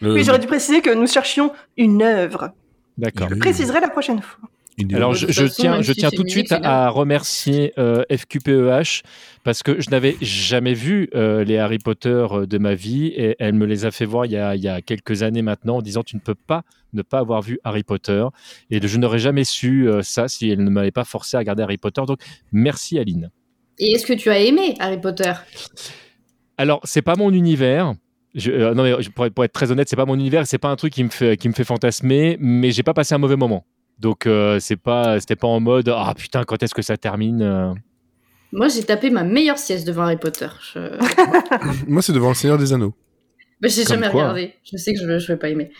Speaker 1: Le-
Speaker 4: Euh,
Speaker 5: Oui, j'aurais dû préciser que nous cherchions une œuvre.
Speaker 4: D'accord.
Speaker 5: Je préciserai la prochaine fois.
Speaker 1: Une-
Speaker 4: Alors,
Speaker 3: De
Speaker 4: je,
Speaker 3: toute
Speaker 4: je
Speaker 3: façon,
Speaker 4: tiens,
Speaker 3: même
Speaker 4: je
Speaker 3: si
Speaker 4: tiens
Speaker 3: c'est
Speaker 4: tout de
Speaker 3: une
Speaker 4: suite
Speaker 3: musique, c'est
Speaker 4: à remercier euh, FQPEH parce que je n'avais jamais vu euh, les Harry Potter euh, de ma vie et elle me les a fait voir il y a, il y a quelques années maintenant en disant tu ne peux pas ne pas avoir vu Harry Potter et je n'aurais jamais su euh, ça si elle ne m'avait pas forcé à regarder Harry Potter. Donc, merci Aline.
Speaker 3: Et est-ce que tu as aimé Harry Potter
Speaker 4: Alors, c'est pas mon univers. Je- euh, non, mais je- pour, être- pour être très honnête, c'est pas mon univers. C'est pas un truc qui me fait, qui me fait fantasmer, mais j'ai pas passé un mauvais moment. Donc, euh, c'est pas, c'était pas en mode ah putain, quand est-ce que ça termine euh.
Speaker 3: Moi, j'ai tapé ma meilleure sieste devant Harry Potter. Je-
Speaker 1: Moi, c'est devant le Seigneur des Anneaux.
Speaker 3: Bah, j'ai
Speaker 1: Comme
Speaker 3: jamais
Speaker 1: quoi.
Speaker 3: regardé. Je sais que je, je vais pas aimer.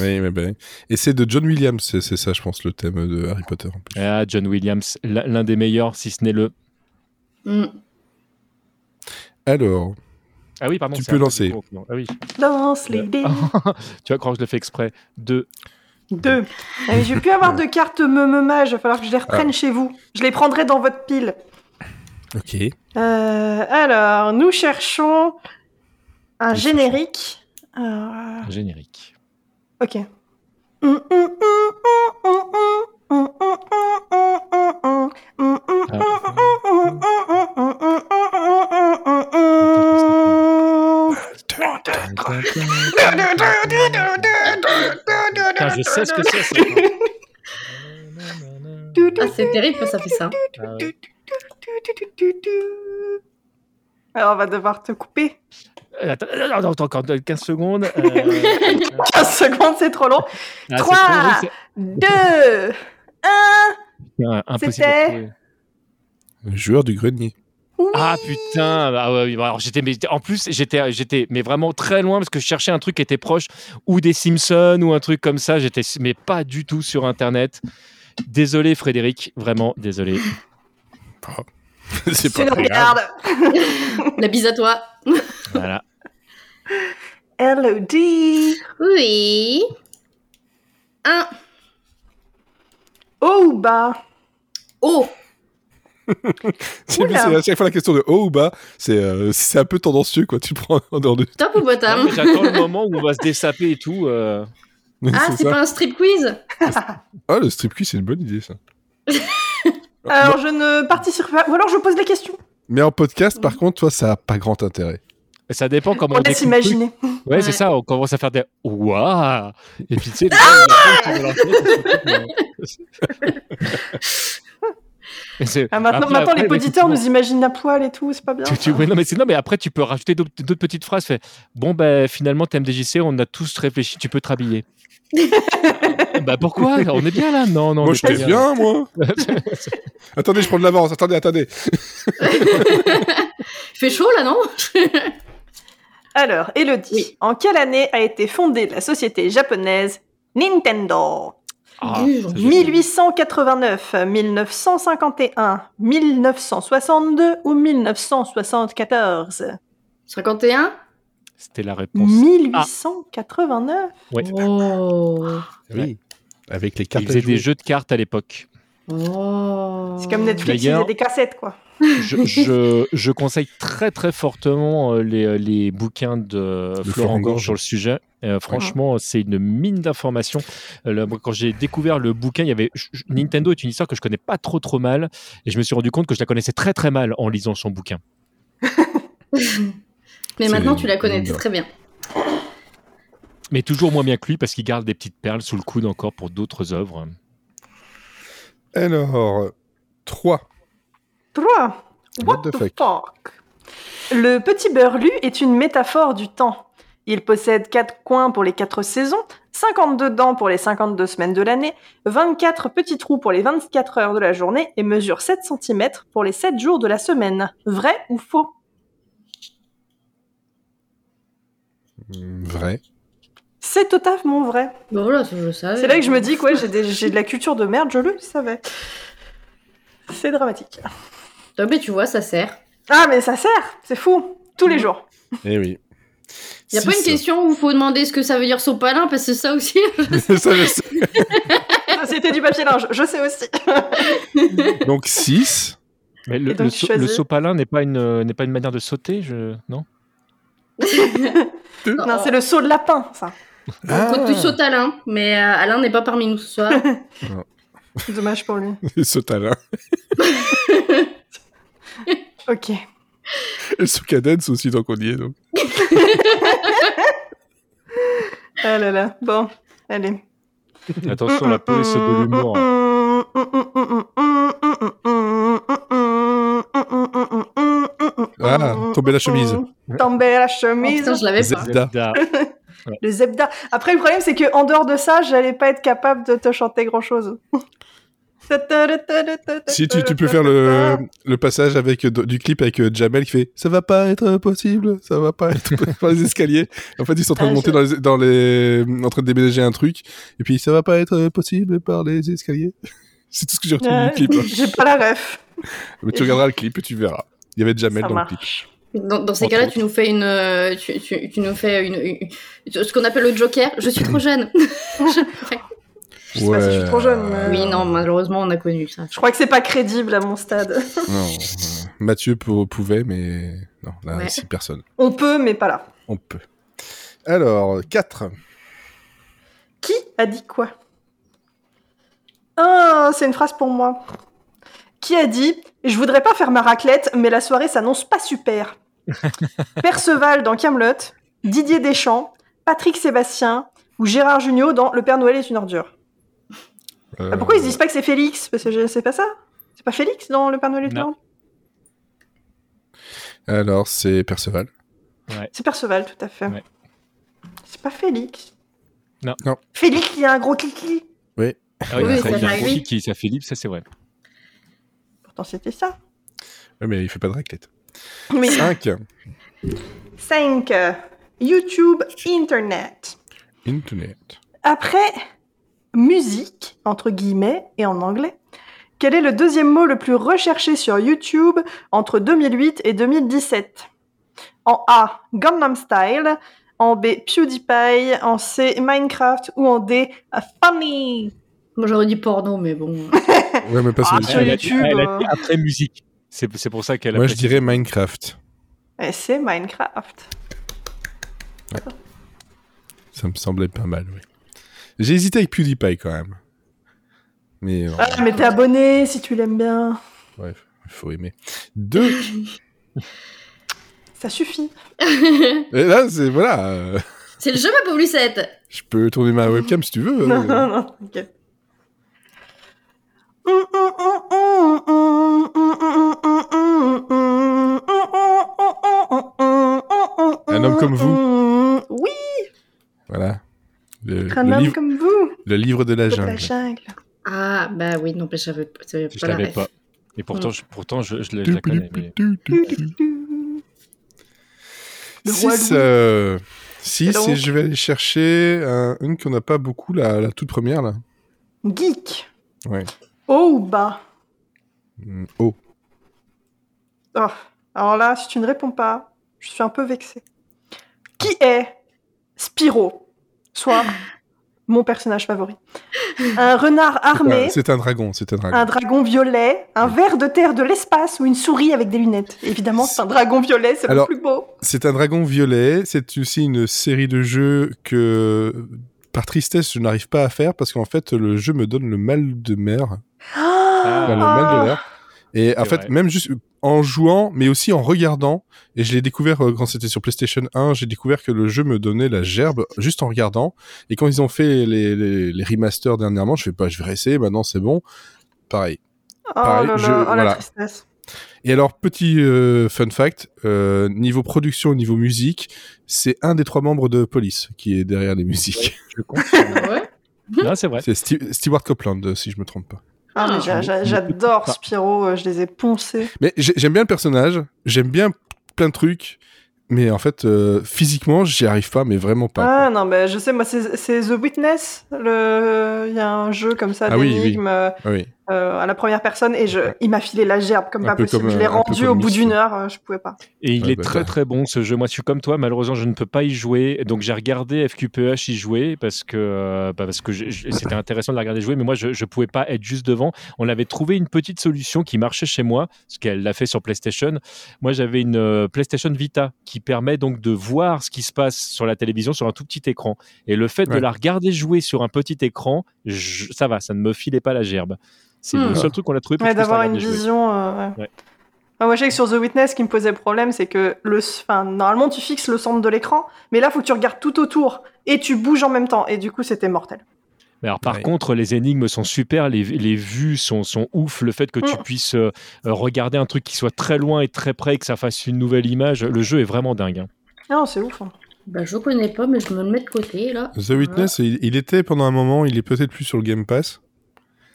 Speaker 1: Oui, mais ben. Et c'est de John Williams, c'est c'est ça, je pense, le thème de Harry Potter. En plus.
Speaker 4: Ah, John Williams, l'un l'un des meilleurs, si ce n'est le.
Speaker 3: Hmm.
Speaker 1: Alors,
Speaker 4: Ah oui, pardon.
Speaker 1: Tu
Speaker 4: c'est
Speaker 1: peux
Speaker 4: un peu
Speaker 1: lancer.
Speaker 4: du gros, non. Ah oui.
Speaker 5: Danse
Speaker 4: Euh,
Speaker 5: les
Speaker 4: oh.
Speaker 5: dés.
Speaker 4: tu vas croire que je le fais exprès. Deux.
Speaker 5: Deux. Ah, mais J'ai pu
Speaker 4: Euh.
Speaker 5: avoir de cartes me me mage. Il va falloir que je les
Speaker 4: Ah.
Speaker 5: reprenne chez vous. Je les prendrai dans votre pile.
Speaker 1: ok.
Speaker 5: Euh, alors, nous cherchons un générique. Euh,
Speaker 4: Générique.
Speaker 5: ok.
Speaker 4: Putain, je sais ce que c'est. ça.
Speaker 3: Ah, c'est terrible que ça fait ça.
Speaker 4: Ah ouais.
Speaker 5: Alors, on va devoir te couper.
Speaker 4: Euh, Attends, attends, attends, encore 15 secondes. Euh,
Speaker 5: 15 secondes, c'est trop long.
Speaker 4: ah, c'est
Speaker 5: Trois.
Speaker 4: trop, oui, c'est-
Speaker 5: 2, 1.
Speaker 4: Putain, impossible.
Speaker 5: C'était-
Speaker 4: à trouver.
Speaker 1: Le joueur du grenier.
Speaker 4: Ah putain, bah ouais, oui, bah alors j'étais, mais j'étais- en plus j'étais, j'étais, mais vraiment très loin parce que je cherchais un truc qui était proche ou des Simpsons ou un truc comme ça. J'étais, mais pas du tout sur Internet. Désolé Frédéric, vraiment désolé.
Speaker 1: c'est
Speaker 5: C'est
Speaker 1: pas
Speaker 5: le
Speaker 1: très grave.
Speaker 5: regarde.
Speaker 3: La bise à toi.
Speaker 4: Voilà.
Speaker 5: Elodie.
Speaker 3: Oui. Un.
Speaker 5: Haut ou bas
Speaker 3: Oh.
Speaker 1: C'est
Speaker 5: Oula.
Speaker 1: c'est à chaque fois la question de haut ou bas, c'est euh, c'est un peu tendancieux quoi. Tu prends en dehors de.
Speaker 3: Top ou
Speaker 5: Hein.
Speaker 4: Non,
Speaker 3: bottom
Speaker 4: Ah, mais J'attends le moment où on va se dessaper et tout. euh.
Speaker 3: Ah, c'est
Speaker 1: ça.
Speaker 3: pas un strip quiz
Speaker 1: Ah, le strip quiz, c'est une bonne idée ça.
Speaker 4: Ah,
Speaker 5: Alors je ne participe pas. Ou alors je pose des questions.
Speaker 1: Mais en podcast, par contre, toi, ça a pas grand intérêt.
Speaker 4: Ça dépend comment
Speaker 5: On
Speaker 4: découpe
Speaker 5: laisse
Speaker 4: le truc.
Speaker 5: imaginer.
Speaker 4: Ouais,
Speaker 3: Ouais.
Speaker 4: c'est ça, on commence à faire des Ouah Et puis tu sais, les gens, ils ont l'impression qu'ils vont leur faire des trucs, euh. Et c'est-
Speaker 5: Ah, maintenant,
Speaker 4: après-
Speaker 5: maintenant,
Speaker 4: après,
Speaker 5: les
Speaker 4: bah, effectivement,
Speaker 5: auditeurs nous hein. imaginent à poil et tout, c'est pas bien.
Speaker 4: tu- tu-
Speaker 5: ça.
Speaker 4: ouais, non, mais c'est- non, mais après, tu peux rajouter d'autres d'autres petites phrases. Fait, bon, ben finalement, TMDJC, on a tous réfléchi, tu peux te rhabiller. bah pourquoi On est bien là Non, non, on
Speaker 1: moi,
Speaker 4: est
Speaker 1: je
Speaker 4: pas
Speaker 1: t'ai bien, moi. attendez, je prends de l'avance. Attendez, attendez.
Speaker 3: Il fait chaud là, non
Speaker 5: Alors, Elodie,
Speaker 3: Oui.
Speaker 5: en quelle année a été fondée la société japonaise Nintendo
Speaker 4: Ah,
Speaker 3: Dur.
Speaker 4: ça, je-
Speaker 5: 1889, 1951, 1962 ou 1974
Speaker 3: 51
Speaker 4: C'était la réponse.
Speaker 5: 1889
Speaker 4: Ouais.
Speaker 3: Oh.
Speaker 1: Oui. Avec les
Speaker 4: Ils faisaient des jeux de cartes à l'époque.
Speaker 3: Oh.
Speaker 5: C'est
Speaker 4: Euh,
Speaker 5: comme Netflix, ils
Speaker 4: D'ailleurs-
Speaker 5: faisaient des cassettes, quoi.
Speaker 4: je, je- je conseille très très fortement euh, les, euh, les bouquins de
Speaker 1: De Florent
Speaker 4: Florent
Speaker 1: Gorge.
Speaker 4: Gorge sur le sujet. Euh, franchement, c'est une mine d'informations. Euh, le- moi, quand j'ai découvert le bouquin, il y avait je- je- Nintendo est une histoire que je connais pas trop trop mal, et je me suis rendu compte que je la connaissais très très mal en lisant son bouquin.
Speaker 3: Mais
Speaker 1: C'est-
Speaker 3: maintenant, tu la connais
Speaker 1: Dur.
Speaker 3: très bien.
Speaker 4: Mais toujours moins bien que lui parce qu'il garde des petites perles sous le coude encore pour d'autres œuvres.
Speaker 1: Alors, 3.
Speaker 5: 3.
Speaker 1: What the fuck
Speaker 5: fuck Le petit beurlu est une métaphore du temps. Il possède 4 coins pour les 4 saisons, 52 dents pour les 52 semaines de l'année, 24 petits trous pour les 24 heures de la journée et mesure 7 cm pour les 7 jours de la semaine. Vrai ou faux
Speaker 1: Hmm, Vrai.
Speaker 5: C'est totalement vrai.
Speaker 3: Bon, Bah voilà, ça, je le savais.
Speaker 5: C'est là que je me dis que ouais, j'ai des- j'ai de la culture de merde, je le savais. C'est dramatique.
Speaker 3: Non, mais tu vois, ça sert.
Speaker 5: Ah mais ça sert, c'est fou, tous les jours.
Speaker 1: Eh oui.
Speaker 3: Y a pas une question où faut demander ce que ça veut dire sopalin parce que ça aussi.
Speaker 1: question Ça, je sais.
Speaker 5: Société du papier linge, je sais aussi.
Speaker 1: Donc 6.
Speaker 4: Mais le,
Speaker 5: Et donc,
Speaker 4: le
Speaker 5: tu
Speaker 4: so-
Speaker 5: choisis-
Speaker 4: le sopalin n'est pas une euh, n'est pas une manière de sauter, je... non
Speaker 5: Non, c'est le saut de lapin, ça.
Speaker 3: On compte
Speaker 1: Ah.
Speaker 3: plus saut Alain, mais euh, Alain n'est pas parmi nous ce soir. Oh,
Speaker 5: Dommage pour lui.
Speaker 1: Ah. ce talent.
Speaker 5: Ok.
Speaker 1: Et ce cadence aussi, tant qu'on y est. Donc.
Speaker 5: Ah là là. Bon, allez.
Speaker 4: Attention, la police de l'humour.
Speaker 1: Ah, tomber la chemise.
Speaker 5: Tomber la
Speaker 3: Oh,
Speaker 5: chemise.
Speaker 3: putain, je l'avais pas.
Speaker 1: Zelda.
Speaker 4: Da.
Speaker 5: Le Zebda. Après, le problème, c'est que en dehors de ça, j'allais pas être capable de te chanter grand chose.
Speaker 1: Si tu, tu peux faire le, le passage avec euh, du clip avec euh, Jamel qui fait ça va pas être possible, ça va pas être possible par les escaliers. En fait, ils sont en train de
Speaker 3: Ah,
Speaker 1: monter dans les, dans les en train de déménager un truc et puis ça va pas être possible par les escaliers. C'est tout ce que j'ai retenu
Speaker 5: Ouais,
Speaker 1: du clip. hein.
Speaker 5: J'ai pas la ref.
Speaker 1: Mais tu regarderas le clip et tu verras. Il y avait Jamel
Speaker 5: Ça
Speaker 1: dans le clip.
Speaker 5: marche.
Speaker 3: Dans, dans ces
Speaker 1: Entre
Speaker 3: cas-là,
Speaker 1: autres.
Speaker 3: tu nous fais une, euh, tu, tu- tu nous fais une, une- une- ce qu'on appelle le Joker. Je suis trop jeune.
Speaker 5: Je sais pas si je suis trop jeune, mais- euh,
Speaker 3: Oui, non, malheureusement, on a connu ça.
Speaker 5: Je crois que c'est pas crédible à mon stade.
Speaker 1: Non, euh, Mathieu pou- pouvait, mais non, là,
Speaker 3: Ouais.
Speaker 1: ici, personne.
Speaker 5: On peut, mais pas là.
Speaker 1: On peut. Alors, 4.
Speaker 5: Qui a dit quoi Ah, c'est une phrase pour moi. Qui a dit Je voudrais pas faire ma raclette, mais la soirée s'annonce pas super. Perceval dans Camelot, Didier Deschamps, Patrick Sébastien ou Gérard Jugnot dans Le Père Noël est une ordure.
Speaker 4: Euh,
Speaker 5: Ah, Pourquoi
Speaker 1: Euh,
Speaker 5: ils se disent pas que c'est Félix Parce que je- c'est pas ça. C'est pas Félix dans Le Père Noël est une
Speaker 4: Non.
Speaker 5: ordure
Speaker 1: Alors, c'est Perceval.
Speaker 5: C'est Perceval, tout à fait.
Speaker 4: Ouais.
Speaker 5: C'est pas Félix.
Speaker 4: Non.
Speaker 1: Non.
Speaker 5: Félix, il y a un gros clic
Speaker 4: Ah oui,
Speaker 3: Oui,
Speaker 4: ça,
Speaker 3: c'est
Speaker 4: il y a un
Speaker 3: vrai,
Speaker 4: gros
Speaker 3: oui.
Speaker 4: kick qui ça Philippe, ça c'est vrai.
Speaker 5: Pourtant, c'était ça.
Speaker 1: Ouais, Ah, mais il fait pas de raclette.
Speaker 5: Mais
Speaker 1: 5.
Speaker 5: 5. euh, YouTube, Internet.
Speaker 1: Internet.
Speaker 5: Après musique, entre guillemets, et en anglais, quel est le deuxième mot le plus recherché sur YouTube entre 2008 et 2017 En A, Gangnam Style, en B, PewDiePie, en C, Minecraft ou en D, Funny
Speaker 3: Moi, j'aurais dit porno, mais bon.
Speaker 1: Ouais, mais pas
Speaker 5: Ah,
Speaker 1: sur
Speaker 5: sur
Speaker 1: YouTube.
Speaker 4: Elle a dit- elle
Speaker 5: YouTube,
Speaker 4: a dit
Speaker 5: euh.
Speaker 4: après musique. C'est c'est pour ça qu'elle a
Speaker 1: Moi, je
Speaker 4: précisé.
Speaker 1: dirais Minecraft.
Speaker 5: Et c'est Minecraft.
Speaker 1: Ça me semblait pas mal, oui. J'ai hésité avec PewDiePie quand même. Mais euh,
Speaker 5: Ah, mais t'es abonné si tu l'aimes bien.
Speaker 1: bref, il faut aimer. 2.
Speaker 5: Ça suffit.
Speaker 1: Et là, c'est voilà. euh,
Speaker 3: C'est le jeu, ma Paulusette.
Speaker 1: je peux tourner ma webcam si tu veux.
Speaker 5: Non,
Speaker 1: euh.
Speaker 5: non, non, t'inquiète. Un
Speaker 1: Un homme comme
Speaker 5: vous Oui,
Speaker 1: Voilà. Le,
Speaker 5: un
Speaker 1: le
Speaker 5: homme
Speaker 1: livre,
Speaker 5: comme vous
Speaker 1: le livre de la
Speaker 5: de la
Speaker 1: jungle.
Speaker 5: jungle.
Speaker 3: Ah, bah oui, non, mais j'avais pas, j'avais
Speaker 4: Je
Speaker 3: pas la
Speaker 4: l'avais
Speaker 3: ref.
Speaker 4: pas. Et pourtant,
Speaker 3: Mm.
Speaker 4: je, pourtant, je, je la je la connais. mais-
Speaker 5: Le roi
Speaker 1: 6,
Speaker 5: Louis. Et
Speaker 1: 6
Speaker 5: donc
Speaker 1: euh, et je vais aller chercher un- une qu'on n'a pas beaucoup, la, la toute première, là.
Speaker 5: Geek. Oh, bah.
Speaker 1: Ouais.
Speaker 5: Haut ou bas
Speaker 1: Mm, Oh.
Speaker 5: Oh, Alors là, si tu ne réponds pas, je suis un peu vexée. Qui est Spiro Soit mon personnage favori. Un renard
Speaker 1: Ah,
Speaker 5: armé,
Speaker 1: C'est un dragon, c'est un
Speaker 5: un
Speaker 1: dragon.
Speaker 5: dragon violet, un ver de terre de l'espace ou une souris avec des lunettes. Évidemment, c'est un dragon violet, c'est le
Speaker 1: Alors-
Speaker 5: plus beau.
Speaker 1: C'est un dragon violet, c'est aussi une série de jeux que, par tristesse, je n'arrive pas à faire parce qu'en fait, le jeu me donne le mal de mer.
Speaker 5: Ah,
Speaker 1: Enfin, le
Speaker 5: ah,
Speaker 1: mal de mer. Et en
Speaker 4: C'est
Speaker 1: fait,
Speaker 4: vrai.
Speaker 1: même juste en jouant, mais aussi en regardant, et je l'ai découvert euh, quand c'était sur PlayStation 1, j'ai découvert que le jeu me donnait la gerbe juste en regardant. Et quand ils ont fait les, les, les remasters dernièrement, je fais pas, je vais réessayer, maintenant c'est bon. Pareil.
Speaker 5: oh
Speaker 1: pareil,
Speaker 5: là là,
Speaker 1: je-
Speaker 5: oh la
Speaker 1: voilà.
Speaker 5: tristesse.
Speaker 1: Et alors, petit euh, fun fact, euh, niveau production, niveau musique, c'est un des trois membres de Police qui est derrière les musiques.
Speaker 3: Ah ouais
Speaker 4: Non, c'est vrai.
Speaker 1: C'est Sti- Stewart Copeland, euh, si je me trompe pas.
Speaker 5: Ah, mais j'a- j'a- J'adore Spiro, euh, je les ai poncés.
Speaker 1: Mais j'ai- j'aime bien le personnage, j'aime bien plein de trucs, mais en fait, euh, physiquement, j'y arrive pas, mais vraiment pas. quoi.
Speaker 5: Ah non, mais je sais, moi, c'est c'est The Witness. le- Il y a un jeu comme ça
Speaker 1: Ah oui, oui.
Speaker 5: d'énigmes. euh,
Speaker 1: Ah oui.
Speaker 5: euh, à la première personne et je, il m'a filé la gerbe comme
Speaker 1: Un
Speaker 5: pas
Speaker 1: peu
Speaker 5: possible.
Speaker 1: comme,
Speaker 5: je l'ai
Speaker 1: euh, un peu
Speaker 5: rendu
Speaker 1: comme
Speaker 5: au bout
Speaker 1: Lucie.
Speaker 5: d'une heure, euh, je pouvais pas.
Speaker 4: Et il
Speaker 1: Ouais,
Speaker 4: est
Speaker 1: bah,
Speaker 4: très
Speaker 1: bah.
Speaker 4: très bon ce jeu. Moi, je suis comme toi. Malheureusement, je ne peux pas y jouer. Donc, j'ai regardé FQPH y jouer parce que euh, bah, parce que je- je- c'était intéressant de la regarder jouer. Mais moi, je ne pouvais pas être juste devant. On avait trouvé une petite solution qui marchait chez moi, ce qu'elle l'a fait sur PlayStation. Moi, j'avais une euh, PlayStation Vita qui permet donc de voir ce qui se passe sur la télévision sur un tout petit écran. Et le fait de
Speaker 1: Ouais.
Speaker 4: la regarder jouer sur un petit écran, je- ça va, ça ne me filait pas la gerbe. C'est
Speaker 3: Hmm.
Speaker 4: le seul truc qu'on a trouvé pour
Speaker 5: Ouais,
Speaker 4: que je puisse la
Speaker 5: d'avoir une
Speaker 4: regarder jouer.
Speaker 5: vision. euh, ouais.
Speaker 4: Ouais.
Speaker 5: Ah, moi, je sais que sur The Witness, ce qui me posait problème, c'est que le, enfin, normalement, tu fixes le centre de l'écran, mais là, faut que tu regardes tout autour et tu bouges en même temps. Et du coup, c'était mortel.
Speaker 4: Mais alors, par
Speaker 1: Ouais.
Speaker 4: contre, les énigmes sont super, les, les vues sont, sont ouf. Le fait que tu
Speaker 5: Mm.
Speaker 4: puisses euh, euh, regarder un truc qui soit très loin et très près et que ça fasse une nouvelle image, le jeu est vraiment dingue. hein.
Speaker 5: Non, c'est ouf. hein.
Speaker 3: Bah, je connais pas, mais je me le mets de côté, là.
Speaker 1: The Witness, il, il était pendant un moment, il est peut-être plus sur le Game Pass.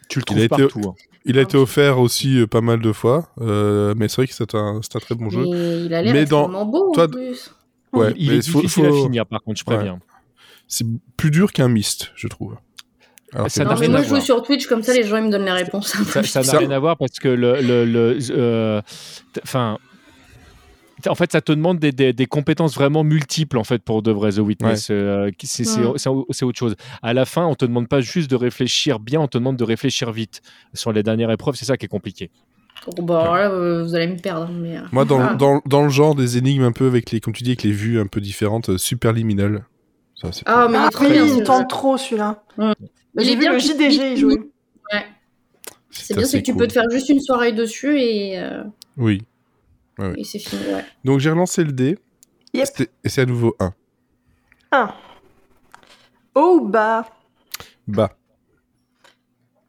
Speaker 4: Tu le trouves
Speaker 1: été-
Speaker 4: partout. hein.
Speaker 1: Il a été offert aussi euh, pas mal de fois, euh, mais c'est vrai que c'est un, c'est un très bon jeu.
Speaker 3: Mais il a l'air
Speaker 1: Mais dans-
Speaker 3: extrêmement beau
Speaker 1: toi,
Speaker 3: en plus.
Speaker 1: Ouais,
Speaker 4: il
Speaker 1: mais
Speaker 4: est
Speaker 1: faut-
Speaker 4: difficile
Speaker 1: faut-
Speaker 4: à finir, par contre, je
Speaker 1: Ouais.
Speaker 4: préviens.
Speaker 1: C'est plus dur qu'un mist, je trouve. Alors
Speaker 4: Ça
Speaker 1: que-
Speaker 4: n'a
Speaker 3: Non, mais
Speaker 4: rien à
Speaker 3: moi je joue
Speaker 4: voir.
Speaker 3: sur Twitch comme ça les hein, gens ils me donnent la réponse.
Speaker 4: Ça- Ça
Speaker 1: Ça-
Speaker 4: n'a rien à voir parce que le. le, le- euh, t- enfin. t- En fait, ça te demande des, des- des compétences vraiment multiples en fait pour de vrai The Witness. euh, qui- c'est c'est-
Speaker 3: Mm.
Speaker 4: c'est au- c'est autre chose. À la fin, on te demande pas juste de réfléchir bien, on te demande de réfléchir vite. Sur les dernières épreuves, c'est ça qui est compliqué.
Speaker 3: Bon, alors là, euh, vous allez me perdre. Mais... euh,
Speaker 1: Moi, dans,
Speaker 3: Ah.
Speaker 1: dans, dans le genre des énigmes un peu avec les, comme tu dis, avec les vues un peu différentes, euh, superliminal. Ça, c'est
Speaker 3: Ah, mais il est
Speaker 5: Ah,
Speaker 3: trop
Speaker 5: oui,
Speaker 3: bien.
Speaker 5: il
Speaker 3: ce
Speaker 5: tente
Speaker 3: jeu.
Speaker 5: trop celui-là.
Speaker 3: Mm.
Speaker 5: Bah,
Speaker 3: Il
Speaker 5: J'ai
Speaker 3: est
Speaker 5: vu
Speaker 3: bien
Speaker 5: le
Speaker 3: qu'il-
Speaker 5: JDG y jouer.
Speaker 3: C'est bien, c'est que tu peux te faire juste une soirée dessus et, euh,
Speaker 1: Oui.
Speaker 3: et c'est fini. Ouais.
Speaker 1: Donc, j'ai relancé le dé.
Speaker 5: Yep.
Speaker 1: C'était- Et c'est à nouveau 1.
Speaker 5: Oh bah
Speaker 1: Bah.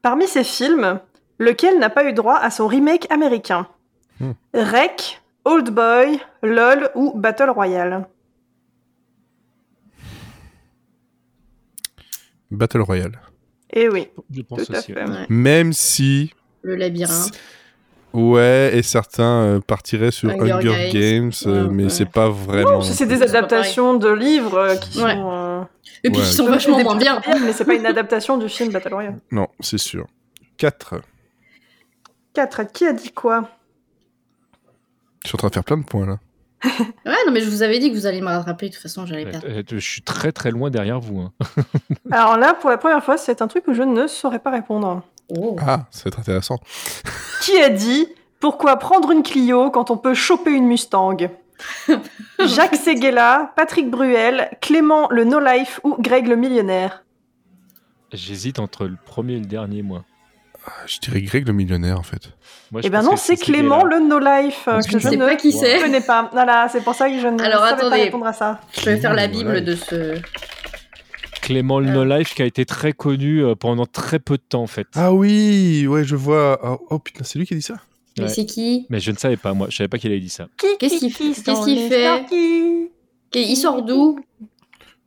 Speaker 5: Parmi ces films, lequel n'a pas eu droit à son remake américain
Speaker 1: Hmm.
Speaker 5: Rec, Old Boy, LOL ou Battle Royale
Speaker 1: Battle Royale.
Speaker 5: Eh oui,
Speaker 4: Je pense
Speaker 5: tout à
Speaker 4: aussi.
Speaker 5: fait.
Speaker 3: ouais.
Speaker 1: Même si,
Speaker 3: Le labyrinthe.
Speaker 1: ouais, et certains euh, partiraient sur Hunger,
Speaker 3: Hunger
Speaker 1: Games,
Speaker 3: Games,
Speaker 1: euh,
Speaker 3: ouais,
Speaker 1: mais
Speaker 3: ouais.
Speaker 1: c'est pas vraiment.
Speaker 5: Parce que c'est
Speaker 3: c'est
Speaker 5: des
Speaker 3: pas pareil.
Speaker 5: adaptations de livres euh, qui
Speaker 3: Ouais.
Speaker 5: sont... euh,
Speaker 3: Et puis
Speaker 1: Ouais.
Speaker 3: ils sont
Speaker 5: des
Speaker 3: vachement moins
Speaker 5: Battle
Speaker 3: bien.
Speaker 5: Royale, Mais c'est pas une adaptation du film Battle Royale.
Speaker 1: Non, c'est sûr. 4.
Speaker 5: 4. Qui a dit quoi
Speaker 1: Je suis en train de faire plein de points là.
Speaker 3: Ouais, non, mais je vous avais dit que vous allez me rattraper. De toute façon, j'allais perdre.
Speaker 4: Euh, euh, Je suis très très loin derrière vous. hein.
Speaker 5: Alors là, pour la première fois, c'est un truc où je ne saurais pas répondre.
Speaker 3: Oh.
Speaker 1: Ah, ça va être intéressant.
Speaker 5: Qui a dit Pourquoi prendre une Clio quand on peut choper une Mustang Jacques Seguela, Patrick Bruel, Clément le No Life ou Greg le Millionnaire
Speaker 4: J'hésite entre le premier et le dernier, moi.
Speaker 1: Ah, Je dirais Greg le millionnaire en fait.
Speaker 4: Moi, je
Speaker 5: Eh ben
Speaker 4: pense
Speaker 5: non,
Speaker 4: que
Speaker 5: c'est Clément
Speaker 4: Cédéla.
Speaker 5: le No Life euh,
Speaker 1: Parce
Speaker 5: que
Speaker 1: que
Speaker 5: je
Speaker 3: Je sais
Speaker 5: ne
Speaker 3: pas qui
Speaker 4: Wow.
Speaker 3: c'est.
Speaker 5: connais pas. Voilà, c'est pour ça que je ne
Speaker 3: Alors,
Speaker 5: savais pas
Speaker 3: attendez.
Speaker 5: répondre à ça.
Speaker 3: Je vais faire la
Speaker 1: Clément,
Speaker 3: Bible
Speaker 1: voilà.
Speaker 3: de ce.
Speaker 4: Clément
Speaker 5: Euh.
Speaker 4: le No Life qui a été très connu euh, pendant très peu de temps en fait.
Speaker 1: Ah oui, ouais, je vois. Ah, Oh, putain, c'est lui qui a dit ça
Speaker 3: Mais
Speaker 4: Ouais.
Speaker 3: c'est qui
Speaker 4: Mais je ne savais pas moi, je savais pas qu'il avait dit ça.
Speaker 5: Qui,
Speaker 3: Qu'est-ce qu'il-
Speaker 5: qui
Speaker 3: qu'est-ce
Speaker 5: dans
Speaker 3: qu'il
Speaker 5: les
Speaker 3: fait
Speaker 5: Snarky
Speaker 3: Et Il sort d'où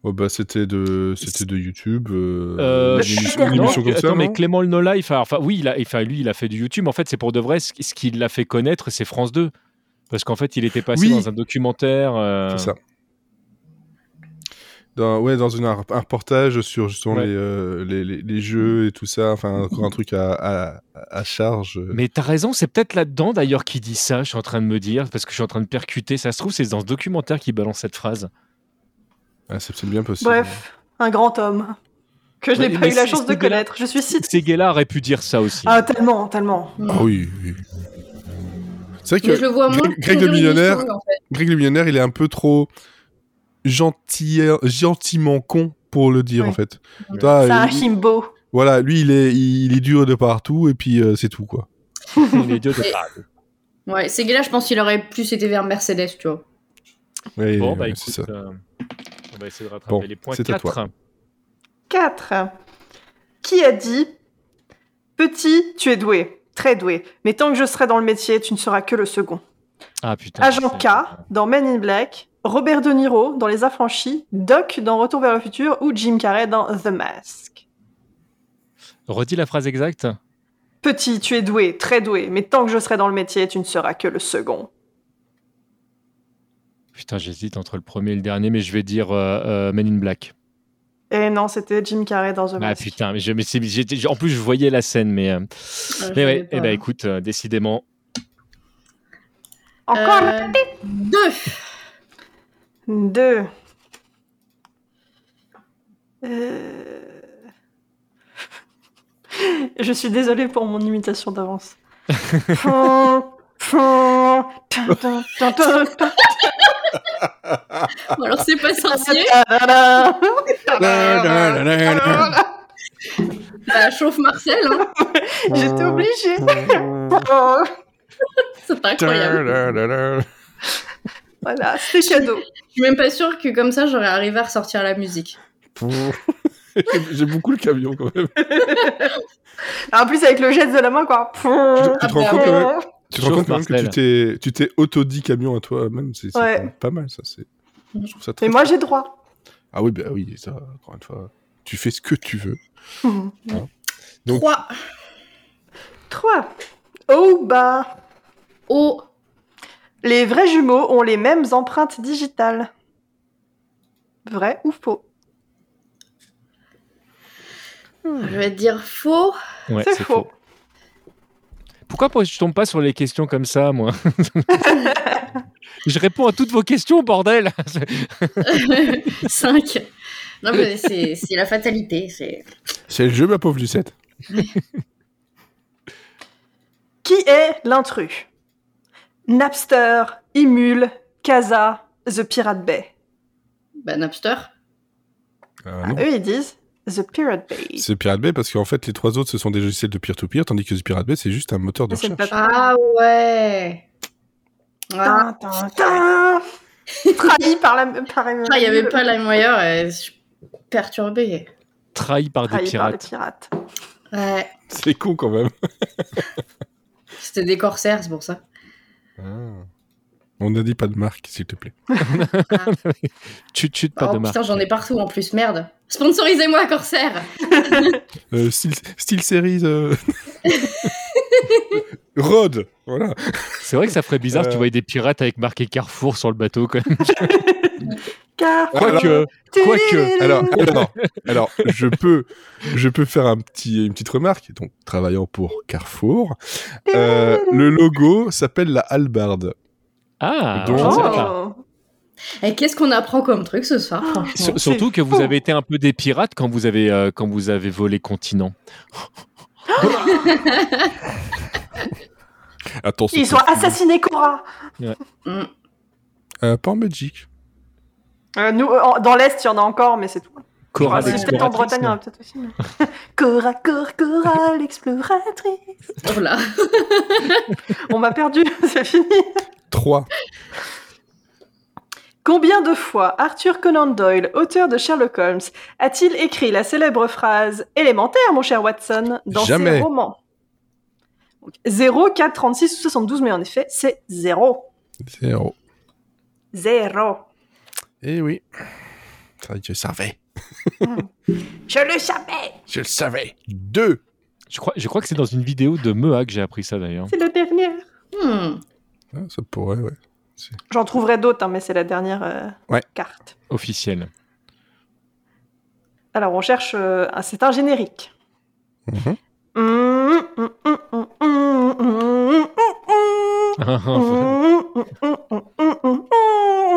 Speaker 1: Oh bah c'était de c'était de YouTube. Euh,
Speaker 4: Euh,
Speaker 5: je-
Speaker 1: une émission-
Speaker 5: non,
Speaker 1: une émission comme
Speaker 4: attends,
Speaker 1: ça,
Speaker 4: mais
Speaker 1: non
Speaker 4: Clément le No Life, alors, enfin oui, il a, enfin, lui il a fait du YouTube, mais en fait c'est pour de vrai, ce ce qui l'a fait connaître c'est France 2. Parce qu'en fait il était passé
Speaker 1: Oui.
Speaker 4: dans un documentaire. euh,
Speaker 1: C'est ça. Dans, ouais, dans une, un un reportage sur justement
Speaker 4: Ouais.
Speaker 1: les, euh, les, les- les jeux et tout ça, enfin encore un truc à, à, à charge.
Speaker 4: Mais t'as raison, c'est peut-être là-dedans d'ailleurs qui dit ça, je suis en train de me dire, parce que je suis en train de percuter, ça se trouve c'est dans ce documentaire qui balance cette phrase.
Speaker 1: Ah, c'est c'est bien possible.
Speaker 5: Bref, un grand homme que je
Speaker 4: Ouais,
Speaker 5: n'ai pas
Speaker 4: mais
Speaker 5: eu la
Speaker 4: c'est-
Speaker 5: chance de
Speaker 4: Seguela-
Speaker 5: connaître. Je suis si.
Speaker 4: Seguela aurait pu dire ça aussi.
Speaker 5: Ah, tellement, tellement.
Speaker 1: Ah oui. oui. C'est vrai
Speaker 3: Mais je
Speaker 1: que
Speaker 3: le vois
Speaker 1: Greg-
Speaker 3: moins.
Speaker 1: Greg le
Speaker 3: Toujours une
Speaker 1: millionnaire.
Speaker 3: histoire, en fait.
Speaker 1: Greg le millionnaire, il est un peu trop gentil, gentiment con pour le dire
Speaker 5: Ouais.
Speaker 1: en fait.
Speaker 4: Ouais.
Speaker 1: Toi,
Speaker 5: C'est un
Speaker 1: il-
Speaker 5: chimbo.
Speaker 1: voilà, lui il est il est dur de partout et puis euh, c'est tout quoi.
Speaker 4: Il est idiot de
Speaker 3: Et-
Speaker 4: parler.
Speaker 3: Ouais, c'est là je pense qu'il aurait plus été vers Mercedes, tu vois.
Speaker 1: Ouais,
Speaker 4: Bon, bah
Speaker 1: ouais,
Speaker 4: écoute,
Speaker 1: c'est ça.
Speaker 4: euh, on va essayer de rattraper
Speaker 1: Bon,
Speaker 4: les points.
Speaker 1: c'est à
Speaker 4: 4.
Speaker 1: toi.
Speaker 5: 4. Qui a dit Petit, tu es doué, très doué, mais tant que je serai dans le métier, tu ne seras que le second.
Speaker 4: Ah putain.
Speaker 5: Agent
Speaker 4: c'est-
Speaker 5: K dans Men in Black, Robert De Niro dans Les Affranchis, Doc dans Retour vers le futur ou Jim Carrey dans The Mask.
Speaker 4: Redis la phrase exacte.
Speaker 5: Petit, tu es doué, très doué, mais tant que je serai dans le métier, tu ne seras que le second.
Speaker 4: Putain, j'hésite entre le premier et le dernier, mais je vais dire euh, euh, Men in Black.
Speaker 5: Et Eh non, c'était Jim Carrey dans The
Speaker 4: Ah
Speaker 5: Mask.
Speaker 4: putain, mais je- mais c'est- j'étais- j'- en plus je voyais la scène, mais.
Speaker 5: Ah,
Speaker 4: euh,
Speaker 3: je
Speaker 4: mais ouais,
Speaker 3: savais pas.
Speaker 4: eh ben écoute, euh, décidément.
Speaker 5: Encore
Speaker 3: Euh, Deux
Speaker 5: Deux. Euh, Je suis désolée pour mon imitation d'avance. C'était
Speaker 3: Bon, Alors c'est pas sorcier. Bah, chauffe Marcel, hein.
Speaker 5: J'étais obligée.
Speaker 3: C'est incroyable.
Speaker 5: voilà, c'était cadeau.
Speaker 3: Je suis même pas sûre que comme ça j'aurais arrivé à ressortir la musique.
Speaker 1: J'ai beaucoup le camion quand même.
Speaker 5: En plus, avec le geste de la main, quoi. Ah,
Speaker 1: Tu te rends compte quand même Tu te rends
Speaker 4: Sauf
Speaker 1: compte quand même que tu
Speaker 4: Marcel.
Speaker 1: t'es, tu t'es autodit camion à toi-même, c'est, c'est
Speaker 5: Ouais.
Speaker 1: quand même pas mal ça. C'est, je trouve ça très.
Speaker 5: Et moi, j'ai droit.
Speaker 1: Ah oui, bah oui, ça, encore une fois, tu fais ce que tu veux. Donc-
Speaker 3: Trois.
Speaker 5: 3. Oh bah
Speaker 3: Oh,
Speaker 5: Les vrais jumeaux ont les mêmes empreintes digitales. Vrai ou faux
Speaker 3: je vais dire faux.
Speaker 4: Ouais,
Speaker 5: C'est faux.
Speaker 4: Pourquoi pas- je tombe pas sur les questions comme ça, moi Je réponds à toutes vos questions, bordel
Speaker 3: 5. Non, mais c'est c'est la fatalité. c'est-
Speaker 1: C'est le jeu, ma pauvre Lucette.
Speaker 5: Qui est l'intrus Napster, Imul, Casa, The Pirate Bay.
Speaker 3: Bah, Napster.
Speaker 1: Ah,
Speaker 5: Ah,
Speaker 1: non.
Speaker 5: eux, ils disent The Pirate Bay.
Speaker 1: C'est Pirate Bay parce qu'en fait, les trois autres, ce sont des logiciels de peer-to-peer, tandis que The Pirate Bay, c'est juste un moteur de
Speaker 5: C'est
Speaker 1: recherche.
Speaker 5: pas-
Speaker 3: Ah ouais. Ah.
Speaker 5: Tin, tin, tin. Trahi par la. Par
Speaker 3: Ah, Il n'y avait pas LimeWire et je suis perturbée.
Speaker 4: Trahi par Ah, des
Speaker 5: Trahi par les
Speaker 4: pirates.
Speaker 5: pirates.
Speaker 3: Ouais,
Speaker 1: C'est con quand même.
Speaker 3: c'était des corsaires, c'est pour ça.
Speaker 1: Ah. On n'a dit pas de marque, s'il te plaît.
Speaker 4: Chut, chut, pas
Speaker 5: Ah,
Speaker 3: oh
Speaker 4: de marque.
Speaker 3: putain, j'en ai partout en plus, merde. Sponsorisez-moi, corsaire
Speaker 1: Euh, Steel, Steel Series. euh, Rhodes Voilà.
Speaker 4: C'est vrai que ça ferait bizarre si tu
Speaker 1: Euh.
Speaker 4: voyais des pirates avec marqué Carrefour sur le bateau. Quoi.
Speaker 5: Car.
Speaker 1: euh.
Speaker 4: Quoique, quoique,
Speaker 1: Alors, alors, alors, je peux, je peux faire un petit, une petite remarque. Donc, travaillant pour Carrefour, euh, le logo s'appelle la halbarde.
Speaker 4: ah,
Speaker 1: Donc-
Speaker 4: je ne savais pas.
Speaker 5: Oh.
Speaker 3: Et qu'est-ce qu'on apprend comme truc ce soir, franchement
Speaker 4: Sur- surtout que vous
Speaker 5: fou.
Speaker 4: avez été un peu des pirates quand vous avez euh, quand vous avez volé continent.
Speaker 1: Attention.
Speaker 5: Ils ont assassiné Cora.
Speaker 3: Mm.
Speaker 1: Euh, pas en Belgique.
Speaker 5: Euh, nous, euh, en- dans l'Est, il y en a encore, mais c'est tout.
Speaker 4: Cora
Speaker 5: Ah, c'est peut-être en
Speaker 4: l'exploratrice.
Speaker 5: Bretagne, il y en a peut-être aussi. mais- Cora, Cora, Cora, l'exploratrice.
Speaker 3: Oh là
Speaker 5: On m'a perdu, c'est fini.
Speaker 1: 3.
Speaker 5: Combien de fois Arthur Conan Doyle, auteur de Sherlock Holmes, a-t-il écrit la célèbre phrase élémentaire, mon cher Watson, dans
Speaker 1: Jamais.
Speaker 5: ses romans Donc, 0, 4, 36 ou 72, mais en effet, c'est 0.
Speaker 1: 0.
Speaker 5: 0.
Speaker 1: Eh oui. Ça, je le savais.
Speaker 5: Je le savais
Speaker 1: Je le savais. 2.
Speaker 4: Je crois, je crois que c'est dans une vidéo de Mea que j'ai appris ça d'ailleurs.
Speaker 5: C'est la dernière.
Speaker 3: Hmm.
Speaker 1: Ah, ça pourrait, ouais.
Speaker 5: J'en trouverai d'autres, hein, mais c'est la dernière euh,
Speaker 1: Ouais.
Speaker 5: carte.
Speaker 4: Officielle.
Speaker 5: Alors, on cherche... euh, ah, c'est un générique.
Speaker 1: Mhm.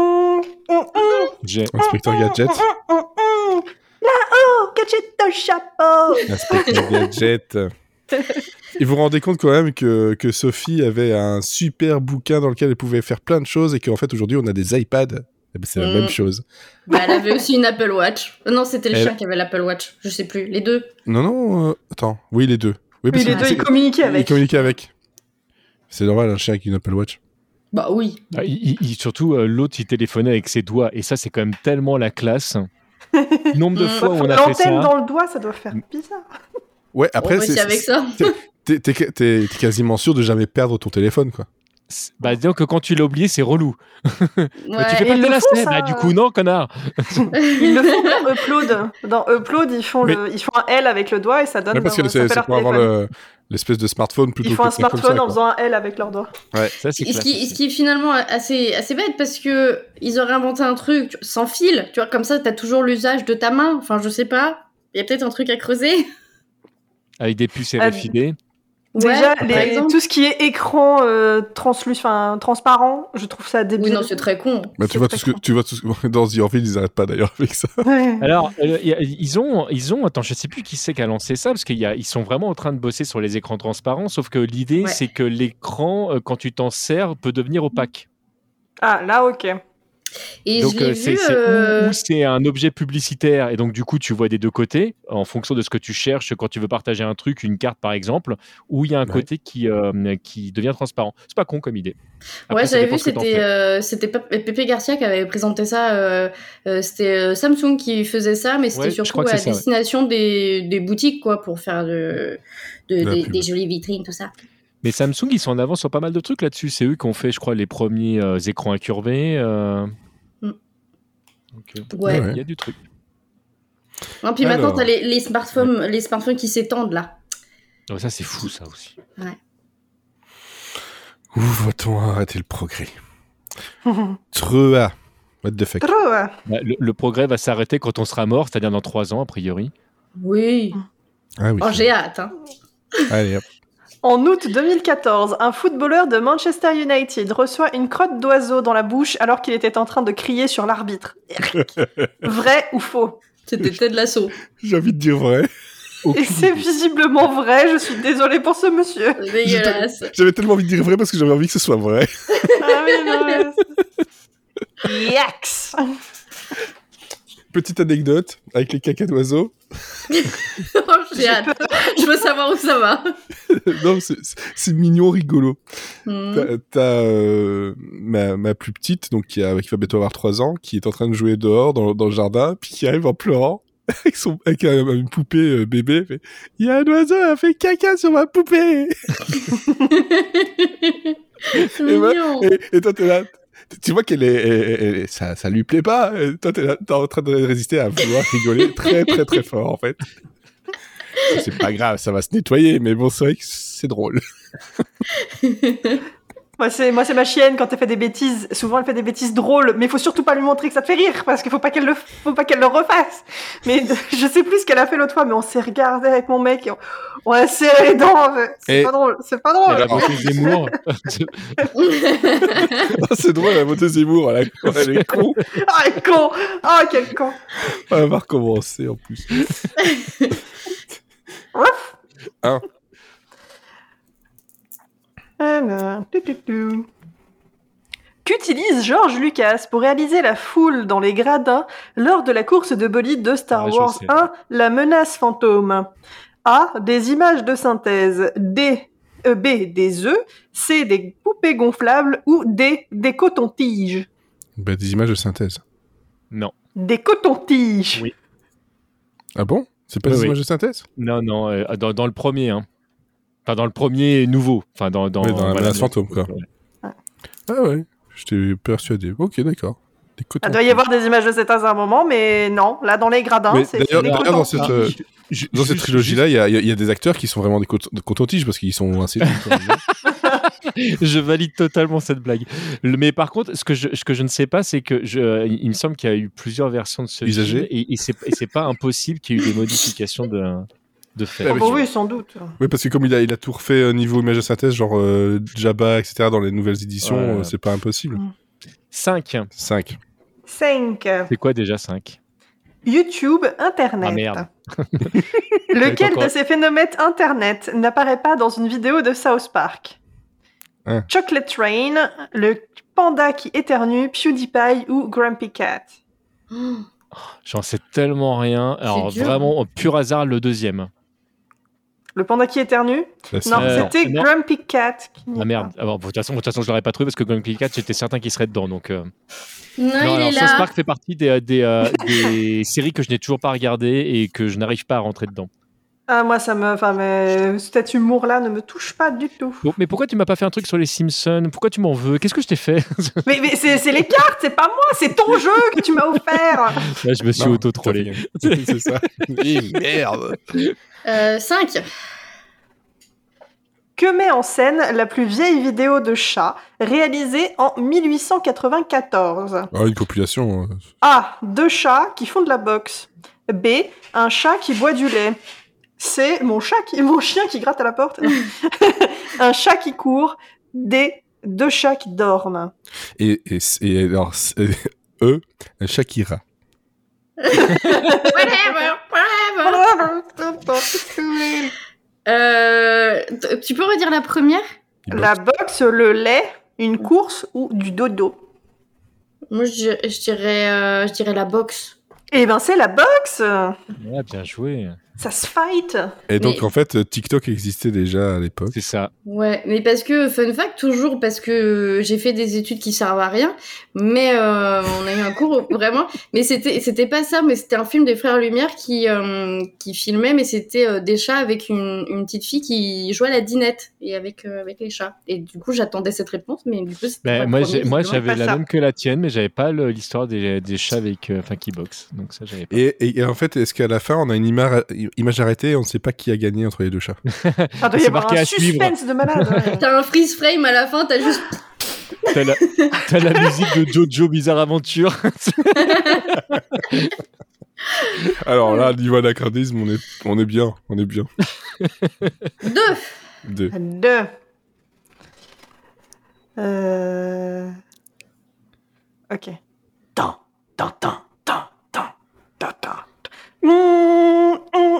Speaker 5: Inspecteur
Speaker 4: J'ai-
Speaker 1: Inspecteur Gadget.
Speaker 5: Là-haut, gadget de chapeau.
Speaker 1: Inspecteur Gadget. Et vous vous rendez compte quand même que, que Sophie avait un super bouquin dans lequel elle pouvait faire plein de choses et qu'en fait aujourd'hui on a des iPads. Eh ben, C'est la
Speaker 3: Mm.
Speaker 1: même chose.
Speaker 3: Bah, elle avait aussi une Apple Watch. Euh, Non, c'était le
Speaker 1: Elle-
Speaker 3: chien qui avait l'Apple Watch, je sais plus, les deux.
Speaker 1: Non, non, euh, attends. Oui, les deux. Oui,
Speaker 5: Oui,
Speaker 1: que
Speaker 5: les deux,
Speaker 1: c'est-
Speaker 5: ils communiquaient
Speaker 1: ils
Speaker 5: avec.
Speaker 1: communiquaient avec. C'est normal, un chien avec une Apple Watch.
Speaker 3: Bah oui.
Speaker 4: Ah, il- il- il- surtout, euh, l'autre, il téléphonait avec ses doigts. Et ça, c'est quand même tellement la classe. Nombre de
Speaker 3: Mm.
Speaker 4: fois où on a fait
Speaker 5: L'antenne
Speaker 4: ça.
Speaker 5: dans le doigt, ça doit faire bizarre.
Speaker 1: Ouais, après,
Speaker 3: on réussit
Speaker 1: c'est-
Speaker 3: avec ça.
Speaker 1: t'es t'es- t'es- t'es quasiment sûr de jamais perdre ton téléphone, quoi.
Speaker 4: C'est- Bah, disons que quand tu l'as oublié, c'est relou. Bah, tu fais
Speaker 3: Ouais.
Speaker 4: pas
Speaker 5: ils
Speaker 4: de
Speaker 5: le
Speaker 4: la
Speaker 5: font,
Speaker 4: scène.
Speaker 5: ça.
Speaker 4: Bah, du coup, non, connard.
Speaker 5: Ils le font dans Upload. Dans Upload, ils font,
Speaker 1: Mais-
Speaker 5: le, ils font un L avec le doigt et ça donne
Speaker 1: Ouais, parce que
Speaker 5: leur, ça
Speaker 1: c'est
Speaker 5: fait
Speaker 1: c'est
Speaker 5: leur
Speaker 1: pour avoir
Speaker 5: téléphone.
Speaker 1: le- l'espèce de smartphone plutôt
Speaker 5: Ils
Speaker 1: que
Speaker 5: font un
Speaker 1: de faire comme
Speaker 5: smartphone
Speaker 1: ça,
Speaker 5: en
Speaker 1: quoi.
Speaker 5: faisant un L avec leur doigt.
Speaker 4: Ça, c'est
Speaker 3: Et ce
Speaker 4: classe
Speaker 3: qui,
Speaker 4: aussi.
Speaker 3: ce qui est finalement assez, assez bête parce que ils auraient inventé un truc tu- sans fil, tu vois, comme ça t'as toujours l'usage de ta main. Enfin, je sais pas, il y a peut-être un truc à creuser.
Speaker 4: Avec des puces
Speaker 5: Euh,
Speaker 4: RFID.
Speaker 5: Déjà,
Speaker 3: par
Speaker 5: les-
Speaker 3: exemple.
Speaker 5: tout ce qui est écran euh, translu- enfin, transparent, je trouve ça débile.
Speaker 3: Oui, non, c'est très con.
Speaker 1: Bah, tu
Speaker 5: C'est
Speaker 1: vois
Speaker 5: très
Speaker 1: tout ce que
Speaker 5: con.
Speaker 1: tu vois tout ce... dans The Orville, ils n'arrêtent pas d'ailleurs avec ça.
Speaker 5: Ouais.
Speaker 4: Alors, euh, y a- ils, ont, ils ont, attends, je sais plus qui c'est qui a lancé ça, parce qu'ils sont vraiment en train de bosser sur les écrans transparents, sauf que l'idée,
Speaker 3: Ouais.
Speaker 4: c'est que l'écran, euh, quand tu t'en sers, peut devenir opaque.
Speaker 5: Ah, là, ok.
Speaker 3: Et
Speaker 4: donc,
Speaker 3: je l'ai
Speaker 4: euh, c'est
Speaker 3: vu.
Speaker 4: c'est-
Speaker 3: euh,
Speaker 4: ou- ou c'est un objet publicitaire, et donc du coup, tu vois des deux côtés, en fonction de ce que tu cherches, quand tu veux partager un truc, une carte par exemple, où il y a un
Speaker 1: Ouais.
Speaker 4: côté qui, euh, qui devient transparent. C'est pas con comme idée. Après,
Speaker 3: ouais,
Speaker 4: ça
Speaker 3: j'avais
Speaker 4: dépend
Speaker 3: vu,
Speaker 4: ce que t'en
Speaker 3: c'était
Speaker 4: fais.
Speaker 3: euh, c'était Pep- Pepe Garcia qui avait présenté ça. euh, euh, c'était euh, Samsung qui faisait ça, mais
Speaker 4: Ouais,
Speaker 3: c'était
Speaker 4: je
Speaker 3: surtout
Speaker 4: crois que
Speaker 3: à
Speaker 4: c'est ça, ouais.
Speaker 3: destination des, des boutiques, quoi, pour faire de, de-
Speaker 1: De la
Speaker 3: des,
Speaker 1: pub.
Speaker 3: des jolies vitrines, tout ça.
Speaker 4: Mais Samsung, ils sont en avance sur pas mal de trucs là-dessus. C'est eux qui ont fait, je crois, les premiers euh, écrans incurvés. euh.
Speaker 3: Mm.
Speaker 4: Donc,
Speaker 3: Ouais.
Speaker 4: euh, Il y a du truc.
Speaker 3: Non, puis
Speaker 1: Alors.
Speaker 3: maintenant, t'as les, les smartphones, les smartphones qui s'étendent là.
Speaker 4: Ouais, ça, c'est fou, ça aussi.
Speaker 1: Où va-t-on arrêter le progrès Trua. What the fuck
Speaker 5: Trop, hein.
Speaker 4: Bah, le, le progrès va s'arrêter quand on sera mort, c'est-à-dire dans trois ans, a priori.
Speaker 3: Oui.
Speaker 1: Ah oui.
Speaker 3: Oh, j'ai hâte. hein.
Speaker 1: Allez, hop.
Speaker 5: En août 2014, un footballeur de Manchester United reçoit une crotte d'oiseau dans la bouche alors qu'il était en train de crier sur l'arbitre. vrai ou faux
Speaker 3: C'était Ted Lasso.
Speaker 1: J'ai envie de dire vrai.
Speaker 5: Et c'est visiblement vrai, je suis désolée pour ce monsieur.
Speaker 3: Dégueulasse.
Speaker 1: J'avais tellement envie de dire vrai parce que j'avais envie que ce soit vrai.
Speaker 5: Ah oui, non, mais- Yaks
Speaker 1: Petite anecdote avec les cacas d'oiseaux.
Speaker 3: Oh, j'ai hâte. Je veux savoir où ça va.
Speaker 1: non, c'est- c'est c'est mignon, rigolo.
Speaker 5: Mm.
Speaker 3: Hmm.
Speaker 1: T'as- T'as euh, ma, ma plus petite, donc qui, a, qui va bientôt avoir 3 ans, qui est en train de jouer dehors dans, dans le jardin, puis qui arrive en pleurant avec, son, avec un- une poupée euh, bébé. elle fait, Il y a un oiseau, elle a fait caca sur ma poupée
Speaker 3: Eh ben, C'est
Speaker 1: Et voilà.
Speaker 3: mignon.
Speaker 1: Et, et toi, t'es là. t- Tu vois qu'elle est, elle- elle- elle- ça, ça lui plaît pas. Et toi, t'es là, t'es en train de résister à vouloir rigoler très, très, très fort, en fait. C'est pas grave, ça va se nettoyer, mais bon, c'est vrai que c'est drôle.
Speaker 5: Moi, c'est moi, c'est ma chienne quand elle fait des bêtises. Souvent, elle fait des bêtises drôles, mais il faut surtout pas lui montrer que ça te fait rire parce qu'il faut pas qu'elle le faut pas qu'elle le refasse. Mais je sais plus ce qu'elle a fait l'autre fois, mais on s'est regardé avec mon mec. Et on, on a serré les dents. mais C'est
Speaker 1: Et-
Speaker 5: pas drôle. C'est pas
Speaker 4: Elle
Speaker 5: drôle.
Speaker 4: a voté Zemmour.
Speaker 1: Ah, c'est drôle, la beauté Zemmour, elle, a- elle est con.
Speaker 5: Ah, le con Ah, quel con
Speaker 1: Elle va recommencer, en plus.
Speaker 5: Alors, tu, tu, tu. Qu'utilise George Lucas pour réaliser la foule dans les gradins lors de la course de bolide de Star
Speaker 4: Ah, je
Speaker 5: Wars
Speaker 4: sais.
Speaker 5: 1, la menace fantôme A. Des images de synthèse. D. euh, B. Des œufs. C. Des poupées gonflables. Ou D. Des cotons-tiges.
Speaker 1: Bah, des images de synthèse.
Speaker 4: Non,
Speaker 5: Des cotons-tiges.
Speaker 4: Oui.
Speaker 1: Ah bon C'est pas
Speaker 4: Oui,
Speaker 1: des
Speaker 4: oui.
Speaker 1: images de synthèse
Speaker 4: non, non, euh, dans, dans le premier, hein. Enfin, dans le premier nouveau. Enfin, dans, dans,
Speaker 1: Oui, dans la menace
Speaker 4: dans-
Speaker 1: fantôme, quoi. Ah ouais, je t'ai persuadé. Ok, d'accord. Des cotons.
Speaker 5: Ah, Il doit y avoir des images de synthèse à un moment, mais non. Là, dans les gradins,
Speaker 1: Mais
Speaker 5: c'est c'est
Speaker 1: d'ailleurs-
Speaker 5: des
Speaker 1: d'ailleurs, dans cette,
Speaker 5: cotons-tiges.
Speaker 1: euh,
Speaker 4: Ju-
Speaker 1: Dans cette
Speaker 4: juste-
Speaker 1: trilogie-là, il y a- il y, a- il y a des acteurs qui sont vraiment des cot- des cotons-tiges parce qu'ils sont assez...
Speaker 4: je valide totalement cette blague. Le- mais par contre, ce que je, ce que je ne sais pas, c'est que je, euh, il me semble qu'il y a eu plusieurs versions de ce
Speaker 1: Usagé.
Speaker 4: film et, et c'est et c'est pas impossible qu'il y ait eu des modifications de, de fait.
Speaker 1: Ah,
Speaker 5: Oh,
Speaker 1: mais
Speaker 5: bah
Speaker 1: tu-
Speaker 5: oui, sans doute.
Speaker 1: Oui, parce que comme il a, il a tout refait au niveau image de synthèse, genre euh, Jabba, etc., dans les nouvelles éditions,
Speaker 4: Ouais.
Speaker 1: euh, c'est pas impossible.
Speaker 4: 5.
Speaker 1: 5.
Speaker 5: 5.
Speaker 4: C'est quoi déjà 5
Speaker 5: YouTube, Internet.
Speaker 4: Ah, merde.
Speaker 5: Lequel
Speaker 4: Encore-
Speaker 5: de ces phénomènes Internet n'apparaît pas dans une vidéo de South Park
Speaker 1: Hein.
Speaker 5: Chocolate Train, le panda qui éternue, PewDiePie ou Grumpy Cat
Speaker 3: eh.
Speaker 4: J'en sais tellement rien. Alors
Speaker 3: dur.
Speaker 4: vraiment, au pur hasard, le deuxième.
Speaker 5: Le panda qui éternue Non,
Speaker 4: Euh, non.
Speaker 5: c'était
Speaker 4: Non.
Speaker 5: Grumpy Cat. qui n'y
Speaker 4: Ah
Speaker 5: est
Speaker 4: merde. Ah bon, de toute façon, de toute façon, je l'aurais pas trouvé parce que Grumpy Cat, j'étais certain qu'il serait dedans. Donc, euh.
Speaker 3: Non,
Speaker 4: Non,
Speaker 3: il
Speaker 4: alors,
Speaker 3: est
Speaker 4: South
Speaker 3: là.
Speaker 4: Park fait partie des, euh, des, euh, des séries que je n'ai toujours pas regardées et que je n'arrive pas à rentrer dedans.
Speaker 5: pas. Ah, moi, ça me. Enfin, mais cet humour-là ne me touche pas du tout.
Speaker 4: Bon, mais pourquoi tu m'as pas fait un truc sur les Simpsons Pourquoi tu m'en veux Qu'est-ce que je t'ai fait
Speaker 5: Mais, mais c'est c'est les cartes, c'est pas moi, c'est ton jeu que tu m'as offert
Speaker 4: Là, je me suis
Speaker 1: Non,
Speaker 4: auto-trollé.
Speaker 1: c'est ça. Eh, merde
Speaker 3: Euh, 5.
Speaker 5: Que met en scène la plus vieille vidéo de chat réalisée en 1894
Speaker 1: Ah, une population. euh,
Speaker 5: A. Deux chats qui font de la boxe. B. Un chat qui boit du lait. C. Mon chat qui, mon chien qui gratte à la porte. Non. un chat qui court. D. Deux chats qui dorment.
Speaker 1: Et, et, et alors, c'est- eux, Shakira.
Speaker 3: Whatever, whatever. Euh, t- tu peux redire la première
Speaker 1: Il
Speaker 5: La boxe, le lait, une course ou du dodo.
Speaker 3: Moi, je, dir- je dirais, euh, je dirais la boxe.
Speaker 5: Eh ben c'est la boxe.
Speaker 4: Ouais, bien joué.
Speaker 5: Ça se fight. Ah,
Speaker 1: Et donc,
Speaker 3: Mais-
Speaker 1: en fait, euh, TikTok existait déjà à l'époque.
Speaker 4: C'est ça.
Speaker 3: Ouais, mais parce que, fun fact, toujours parce que j'ai fait des études qui servent à rien, mais euh, on a eu un cours où- vraiment, mais c'était c'était pas ça, mais c'était un film des Frères Lumière qui, euh, qui filmait, mais c'était euh, des chats avec une, une petite fille qui jouait à la dinette et avec, euh, avec les chats. Et du coup, j'attendais cette réponse, mais du coup, c'était
Speaker 4: Ben,
Speaker 3: pas le
Speaker 4: moi,
Speaker 3: premier,
Speaker 4: j'ai- moi,
Speaker 3: visiblement.
Speaker 4: j'avais
Speaker 5: pas
Speaker 4: la
Speaker 5: ça.
Speaker 4: même que la tienne, mais j'avais pas le- l'histoire des, des chats avec, euh, enfin, qui boxent. Donc ça, j'avais pas.
Speaker 1: Et, et- et en fait, est-ce qu'à la fin, on a une, imar- image arrêtée, on ne sait pas qui a gagné entre les deux chats.
Speaker 5: Ah, doit y
Speaker 4: C'est
Speaker 5: avoir
Speaker 4: marqué
Speaker 5: un
Speaker 4: à suivre.
Speaker 5: suspense de malade. ouais.
Speaker 3: T'as un freeze frame à la fin, t'as juste.
Speaker 4: T'as la, t'as la musique de Jojo Bizarre Aventure.
Speaker 1: Alors là, niveau anachronisme, on est, on est bien, on est bien.
Speaker 3: Deux
Speaker 1: Deux.
Speaker 5: Deux. Euh... Ok. Tan, tan, tan, tan, tan, tan, tan. Mm, mm,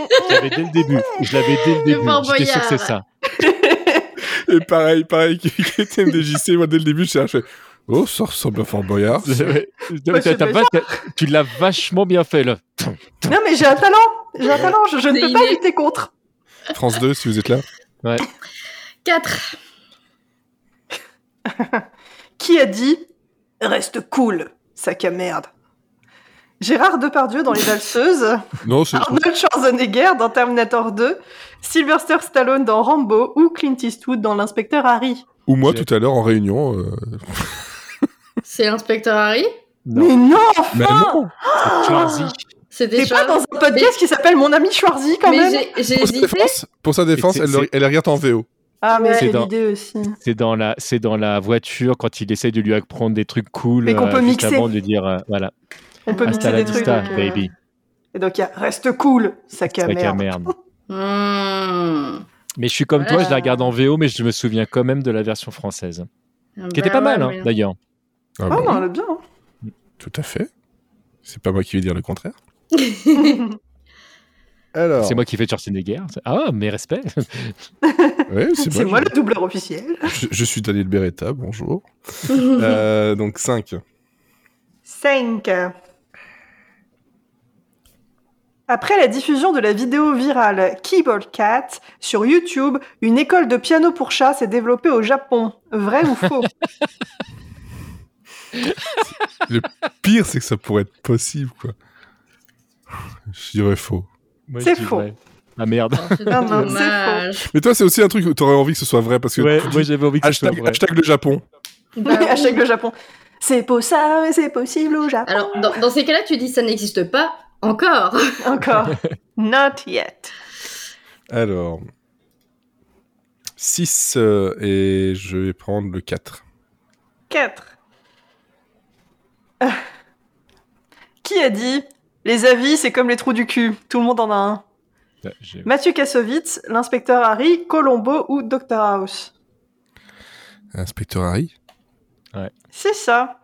Speaker 4: Je l'avais dès le début. Je l'avais dès le début.
Speaker 3: Fort
Speaker 4: J'étais sûr que c'est
Speaker 3: Boyard.
Speaker 4: ça.
Speaker 1: Et pareil, pareil, Chrétien DJC, moi dès le début, je cherchais. Oh, ça ressemble à Fort
Speaker 4: Oh,
Speaker 1: Boyard.
Speaker 4: T'as-
Speaker 5: c'est
Speaker 4: t'as
Speaker 5: déjà-
Speaker 4: pas- t'as- tu l'as vachement bien fait là.
Speaker 5: mm. Non mais j'ai un talent, j'ai un talent, je, je ne
Speaker 3: C'est
Speaker 5: peux pas
Speaker 3: inné.
Speaker 5: lutter contre.
Speaker 1: France 2, si vous êtes là.
Speaker 3: Quatre
Speaker 5: Qui a dit reste cool, sac à merde. Gérard Depardieu dans Les Valseuses,
Speaker 1: Non, c'est.
Speaker 5: Arnold Schwarzenegger dans Terminator 2, Sylvester Stallone dans Rambo ou Clint Eastwood dans L'inspecteur Harry.
Speaker 1: Ou moi,
Speaker 4: J'ai-
Speaker 1: tout à l'heure, en réunion. euh,
Speaker 3: C'est l'inspecteur Harry
Speaker 4: Non.
Speaker 5: Mais non, enfin
Speaker 1: Bah non.
Speaker 4: Schwarzy.
Speaker 5: Ah.
Speaker 3: C'était
Speaker 5: T'es pas
Speaker 3: Charles.
Speaker 5: dans un podcast qui s'appelle Mon ami Schwarzy quand
Speaker 3: Mais
Speaker 5: même
Speaker 3: j'ai- j'ai
Speaker 1: Pour sa
Speaker 3: hésité.
Speaker 1: défense, pour sa défense
Speaker 4: Et c'est-
Speaker 1: elle, le-
Speaker 4: c'est-
Speaker 1: elle la regarde en VO.
Speaker 5: Ah mais
Speaker 3: Ouais.
Speaker 5: c'est
Speaker 4: C'est dans-
Speaker 5: l'idée aussi.
Speaker 4: C'est dans la, c'est dans la voiture quand il essaie de lui apprendre des trucs cool.
Speaker 5: Mais qu'on peut
Speaker 4: juste
Speaker 5: mixer.
Speaker 4: Avant de lui dire, euh, voilà,
Speaker 5: On peut
Speaker 3: Ah,
Speaker 5: mixer
Speaker 4: hasta
Speaker 5: des
Speaker 4: la
Speaker 5: trucs.
Speaker 4: vista,
Speaker 3: donc, euh,
Speaker 4: baby.
Speaker 5: Et donc il y a reste cool, sac à
Speaker 4: Sac à
Speaker 5: merde.
Speaker 4: merde.
Speaker 3: Mmh.
Speaker 4: Mais je suis comme toi,
Speaker 3: Voilà.
Speaker 4: je la regarde
Speaker 5: Ah.
Speaker 4: en VO, mais je me souviens quand même de la version française, qui était
Speaker 3: Bah
Speaker 4: pas mal
Speaker 3: ouais,
Speaker 4: hein,
Speaker 3: ouais.
Speaker 4: d'ailleurs.
Speaker 1: Ah
Speaker 5: Ah
Speaker 1: bah,
Speaker 5: non, elle est bien. hein.
Speaker 1: Tout à fait. C'est pas moi qui vais dire le contraire. Alors.
Speaker 4: C'est moi qui fais Schwarzenegger. C'est- Ah, mes respects.
Speaker 1: Ouais, c'est
Speaker 5: C'est
Speaker 1: moi,
Speaker 5: moi le doubleur officiel.
Speaker 1: Je, je suis Daniel Beretta, bonjour. Euh, donc 5.
Speaker 5: 5. Après la diffusion de la vidéo virale Keyboard Cat sur YouTube, une école de piano pour chat s'est développée au Japon. Vrai ou faux
Speaker 1: Pire, c'est que ça pourrait être possible, quoi. Je dirais faux.
Speaker 4: Moi,
Speaker 5: C'est
Speaker 4: je dis
Speaker 5: faux.
Speaker 4: vrai. Ah merde.
Speaker 3: C'est
Speaker 5: Ah, non,
Speaker 3: dommage.
Speaker 1: Mais toi, c'est aussi un truc où t'aurais envie que ce soit vrai parce que.
Speaker 4: Ouais, moi j'avais envie que ce soit
Speaker 1: Hashtag,
Speaker 4: vrai.
Speaker 1: hashtag le Japon.
Speaker 3: Bah oui.
Speaker 5: Hashtag le Japon. C'est pour ça, mais c'est possible au Japon.
Speaker 3: Alors, dans, dans ces cas-là, tu dis ça n'existe pas encore.
Speaker 5: Encore. Not yet.
Speaker 1: Alors. 6 et je vais prendre le 4.
Speaker 5: 4. Ah. Qui a dit Les avis, c'est comme les trous du cul. Tout le monde en a un.
Speaker 4: Ouais, j'ai-
Speaker 5: Mathieu Kassovitz, l'inspecteur Harry, Colombo ou Dr House.
Speaker 1: Inspecteur Harry.
Speaker 5: C'est ça.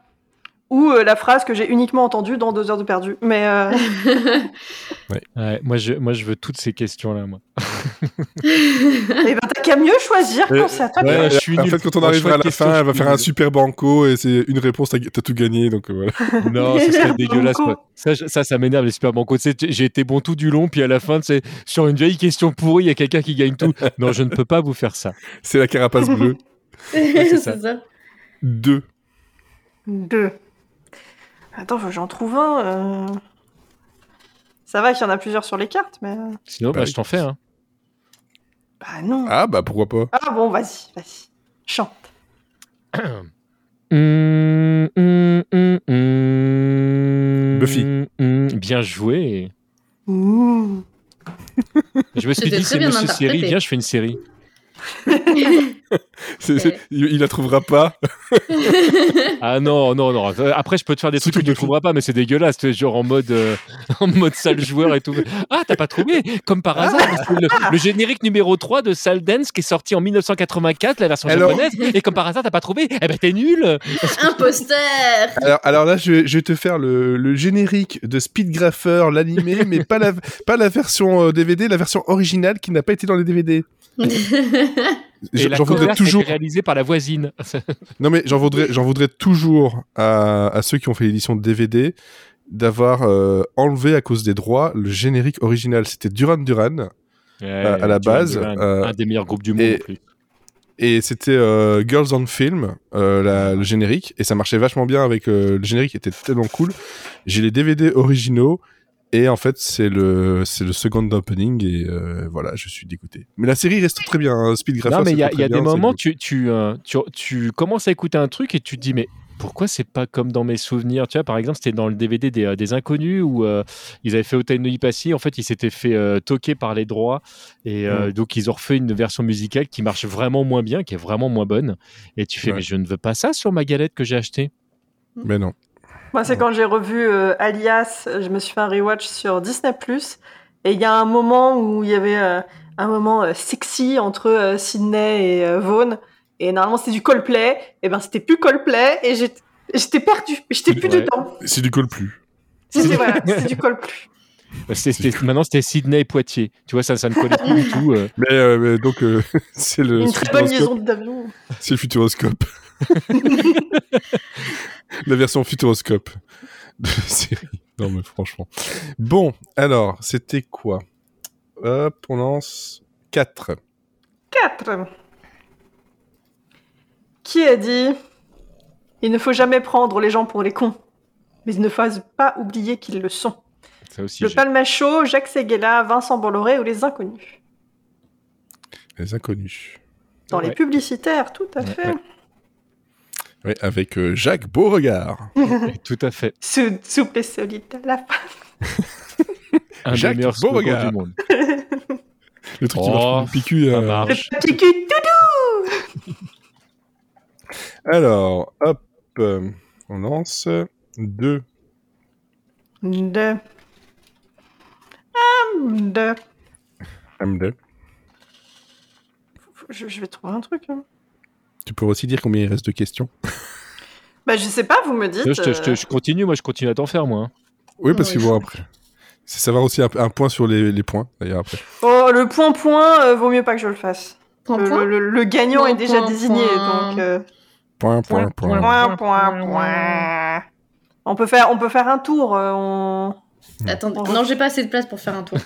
Speaker 5: Ou euh, la phrase que j'ai uniquement entendue dans Deux heures de perdu. Mais euh,
Speaker 4: Ouais, moi, je, moi je veux toutes ces questions-là. Moi.
Speaker 5: eh ben, t'as qu'à mieux choisir quand c'est à toi de
Speaker 4: ouais,
Speaker 5: choisir.
Speaker 4: je suis
Speaker 1: en
Speaker 4: nul.
Speaker 1: fait, quand on
Speaker 4: Moi, je
Speaker 1: arrivera à la
Speaker 4: vois une question,
Speaker 1: fin,
Speaker 4: je
Speaker 1: elle va
Speaker 4: suis
Speaker 1: faire un
Speaker 4: nul.
Speaker 1: super banco et c'est une réponse, t'as t'as tout gagné. Donc euh, voilà.
Speaker 4: Non, ça serait
Speaker 5: Banco.
Speaker 4: dégueulasse. quoi. Ça, je- ça, ça m'énerve, les super bancos. Tu sais, t- J'ai été bon tout du long, puis à la fin, c'est sur une vieille question pourrie, il y a quelqu'un qui gagne tout. Non, je ne peux pas vous faire ça.
Speaker 1: C'est la carapace bleue.
Speaker 3: c'est
Speaker 4: ça.
Speaker 3: ça.
Speaker 1: 2.
Speaker 5: Deux. Attends, faut que j'en trouve un. euh. Ça va qu'il y en a plusieurs sur les cartes, mais. euh,
Speaker 4: Sinon,
Speaker 1: Bah
Speaker 4: bah,
Speaker 1: oui.
Speaker 4: je t'en fais. Hein.
Speaker 5: Bah non.
Speaker 1: Ah bah pourquoi pas.
Speaker 5: Ah bon, vas-y, vas-y. Chante.
Speaker 4: Hum, hum, hum, hum,
Speaker 1: Buffy.
Speaker 4: hum, Bien joué.
Speaker 5: Ouh.
Speaker 4: Je me suis
Speaker 3: C'était très
Speaker 4: dit, c'est
Speaker 3: bien
Speaker 4: Monsieur Série.
Speaker 3: interprété.
Speaker 4: Viens, je fais une série.
Speaker 1: C'est- c'est-
Speaker 3: Ouais.
Speaker 4: Eh.
Speaker 1: il, il la trouvera pas.
Speaker 4: Ah non, non, non. Euh, Après, je peux te faire des trucs
Speaker 1: Surtout
Speaker 4: que tu ne
Speaker 1: Buffy.
Speaker 4: trouveras pas, mais c'est dégueulasse. tu sais, Genre en mode, euh, en mode sale joueur et tout. Ah, t'as pas trouvé Comme par hasard. parce que le, le générique numéro 3 de Sal Dance qui est sorti en 1984, la version
Speaker 1: Alors-
Speaker 4: japonaise. Et comme par hasard, t'as pas trouvé Eh ben, t'es nul
Speaker 3: Imposteur
Speaker 1: Alors, alors là, je vais, je vais te faire le, le générique de Speedgrapher, l'animé, mais pas la, pas la version euh, DVD, la version originale qui n'a pas été dans les DVD.
Speaker 4: Et
Speaker 1: Je-
Speaker 4: la
Speaker 1: J'en voudrais
Speaker 4: cover toujours...
Speaker 1: toujours.
Speaker 4: été réalisée par la voisine.
Speaker 1: Non mais j'en voudrais, j'en voudrais toujours à, à ceux qui ont fait l'édition de DVD d'avoir euh, enlevé à cause des droits le générique original. C'était Duran Duran à la base, euh,
Speaker 4: un des meilleurs groupes du monde.
Speaker 1: et-
Speaker 4: en plus.
Speaker 1: et c'était euh, Girls on Film, euh, la- le générique, et ça marchait vachement bien avec euh, le générique, qui était tellement cool. J'ai les DVD originaux, et en fait, c'est le, c'est le second opening, et euh, voilà, je suis dégoûté. Mais la série reste très bien, hein, Speed Grapher,
Speaker 4: Non, mais
Speaker 1: c'est
Speaker 4: il y a,
Speaker 1: très
Speaker 4: il y a
Speaker 1: bien,
Speaker 4: des
Speaker 1: c'est
Speaker 4: moments,
Speaker 1: cool.
Speaker 4: tu, tu, euh, tu, tu commences à écouter un truc et tu te dis, mais pourquoi c'est pas comme dans mes souvenirs Tu vois, par exemple, c'était dans le DVD des, euh, des Inconnus où euh, ils avaient fait Hotel Nui En fait, ils s'étaient fait euh, toquer par les droits. Et euh, donc, ils ont refait une version musicale qui marche vraiment moins bien, qui est vraiment moins bonne. Et tu fais,
Speaker 1: Ouais.
Speaker 4: mais je ne veux pas ça sur ma galette que j'ai achetée.
Speaker 1: Mais non.
Speaker 5: Moi, c'est quand j'ai revu euh, Alias, je me suis fait un rewatch sur Disney+. Et il y a un moment où il y avait euh, un moment euh, sexy entre euh, Sydney et euh, Vaughn. Et normalement, c'était du Coldplay. Et ben, c'était plus Coldplay. Et j'étais- j'étais perdue. J'étais plus
Speaker 4: Ouais.
Speaker 5: dedans.
Speaker 1: C'est du col plus.
Speaker 5: C'était voilà, c'était du Coldplay.
Speaker 4: C'était- c'était- Euh, maintenant, c'était Sydney et Poitiers. Tu vois, ça, ça ne collait plus du tout. euh.
Speaker 1: Mais, euh, mais donc, euh, c'est le.
Speaker 5: Une très bonne
Speaker 1: futuroscope.
Speaker 5: liaison d'avion.
Speaker 1: C'est le futuroscope. La version futuroscope de la série. Non, mais franchement. Bon, alors, c'était quoi Hop, on lance 4.
Speaker 5: 4. Qui a dit Il ne faut jamais prendre les gens pour les cons, mais il ne faut pas oublier qu'ils le sont.
Speaker 4: Ça aussi,
Speaker 5: Le
Speaker 4: j'ai-
Speaker 5: Palmachot, Jacques Seguela, Vincent Bolloré ou les inconnus.
Speaker 1: Les inconnus.
Speaker 5: Dans les
Speaker 4: Ouais.
Speaker 5: publicitaires, tout à
Speaker 4: Ouais,
Speaker 5: fait.
Speaker 4: ouais.
Speaker 1: Oui, avec euh, Jacques Beauregard.
Speaker 4: tout à fait.
Speaker 5: Sou- Souple et solide à la fin.
Speaker 4: Un
Speaker 1: Jacques
Speaker 4: des meilleurs slogans
Speaker 1: Beauregard.
Speaker 4: du monde.
Speaker 1: Le truc qui
Speaker 4: Oh,
Speaker 1: marche comme une piqûre,
Speaker 4: ça
Speaker 1: euh.
Speaker 4: marche.
Speaker 5: Le papier cul, tout
Speaker 1: Alors, hop, euh, on lance 2.
Speaker 5: Deux. Un, deux.
Speaker 1: M2.
Speaker 5: Je, je vais trouver un truc. hein.
Speaker 1: Tu peux aussi dire combien il reste de questions
Speaker 5: Bah, je sais pas, vous me dites.
Speaker 4: Je, te- je te-
Speaker 5: euh,
Speaker 4: je continue, moi, je continue à t'en faire, moi. hein.
Speaker 1: Oh, Oui, parce que
Speaker 3: Ouais.
Speaker 1: bon, après. C'est savoir aussi un, un point sur les, les points, d'ailleurs, après.
Speaker 5: Oh, le point-point, euh, vaut mieux pas que je le fasse.
Speaker 3: Point,
Speaker 5: Le,
Speaker 3: point.
Speaker 5: le- le- le gagnant
Speaker 3: Point,
Speaker 5: est déjà
Speaker 3: point,
Speaker 5: désigné,
Speaker 3: point.
Speaker 5: donc. euh,
Speaker 1: Point, point, point.
Speaker 5: Point, point, point. On peut faire, on peut faire un tour. euh, on...
Speaker 3: Attendez,
Speaker 5: On-
Speaker 3: non, j'ai pas assez de place pour faire un tour.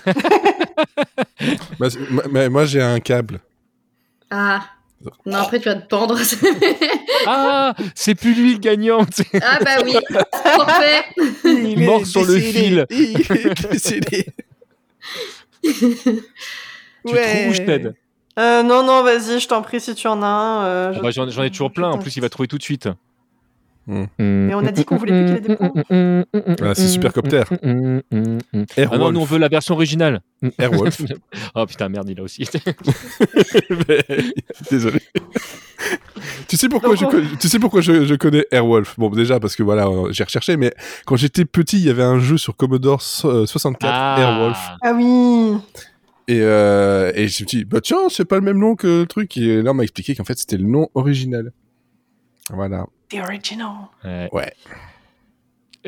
Speaker 1: Bah, c'est- moi- mais moi, j'ai un câble.
Speaker 3: Ah. Non, après tu vas te pendre.
Speaker 4: Ah, c'est plus lui le gagnant. tu sais.
Speaker 3: ah bah oui, parfait.
Speaker 1: Il
Speaker 4: Mort sur le fil.
Speaker 1: Il est décédé.
Speaker 4: Tu trouves où je t'aide
Speaker 5: Euh, non, non, vas-y, je t'en prie si tu en as un. euh, je-
Speaker 4: Ah bah, J'en j'en ai toujours plein. En plus, il va trouver tout de suite.
Speaker 1: Hmm.
Speaker 4: Mais
Speaker 5: on a dit qu'on voulait plus qu'il ait des
Speaker 4: Mm,
Speaker 5: points.
Speaker 4: Hmm,
Speaker 1: Ah, c'est Supercopter.
Speaker 4: Ah non, nous on veut la version originale.
Speaker 1: Airwolf.
Speaker 4: Ah putain, merde, il a aussi.
Speaker 1: Désolé. tu sais pourquoi,
Speaker 5: Donc,
Speaker 1: je,
Speaker 5: on-
Speaker 1: connais- tu sais pourquoi je, je connais Airwolf Bon, déjà, parce que voilà, euh, j'ai recherché, mais quand j'étais petit, il y avait un jeu sur Commodore so- euh, 64, Airwolf.
Speaker 5: Ah oui.
Speaker 1: Et, euh, et je me suis dit, bah tiens, c'est pas le même nom que le truc. Et là, on m'a expliqué qu'en fait, c'était le nom original. Voilà.
Speaker 5: The original.
Speaker 4: Ouais.
Speaker 1: Ouais.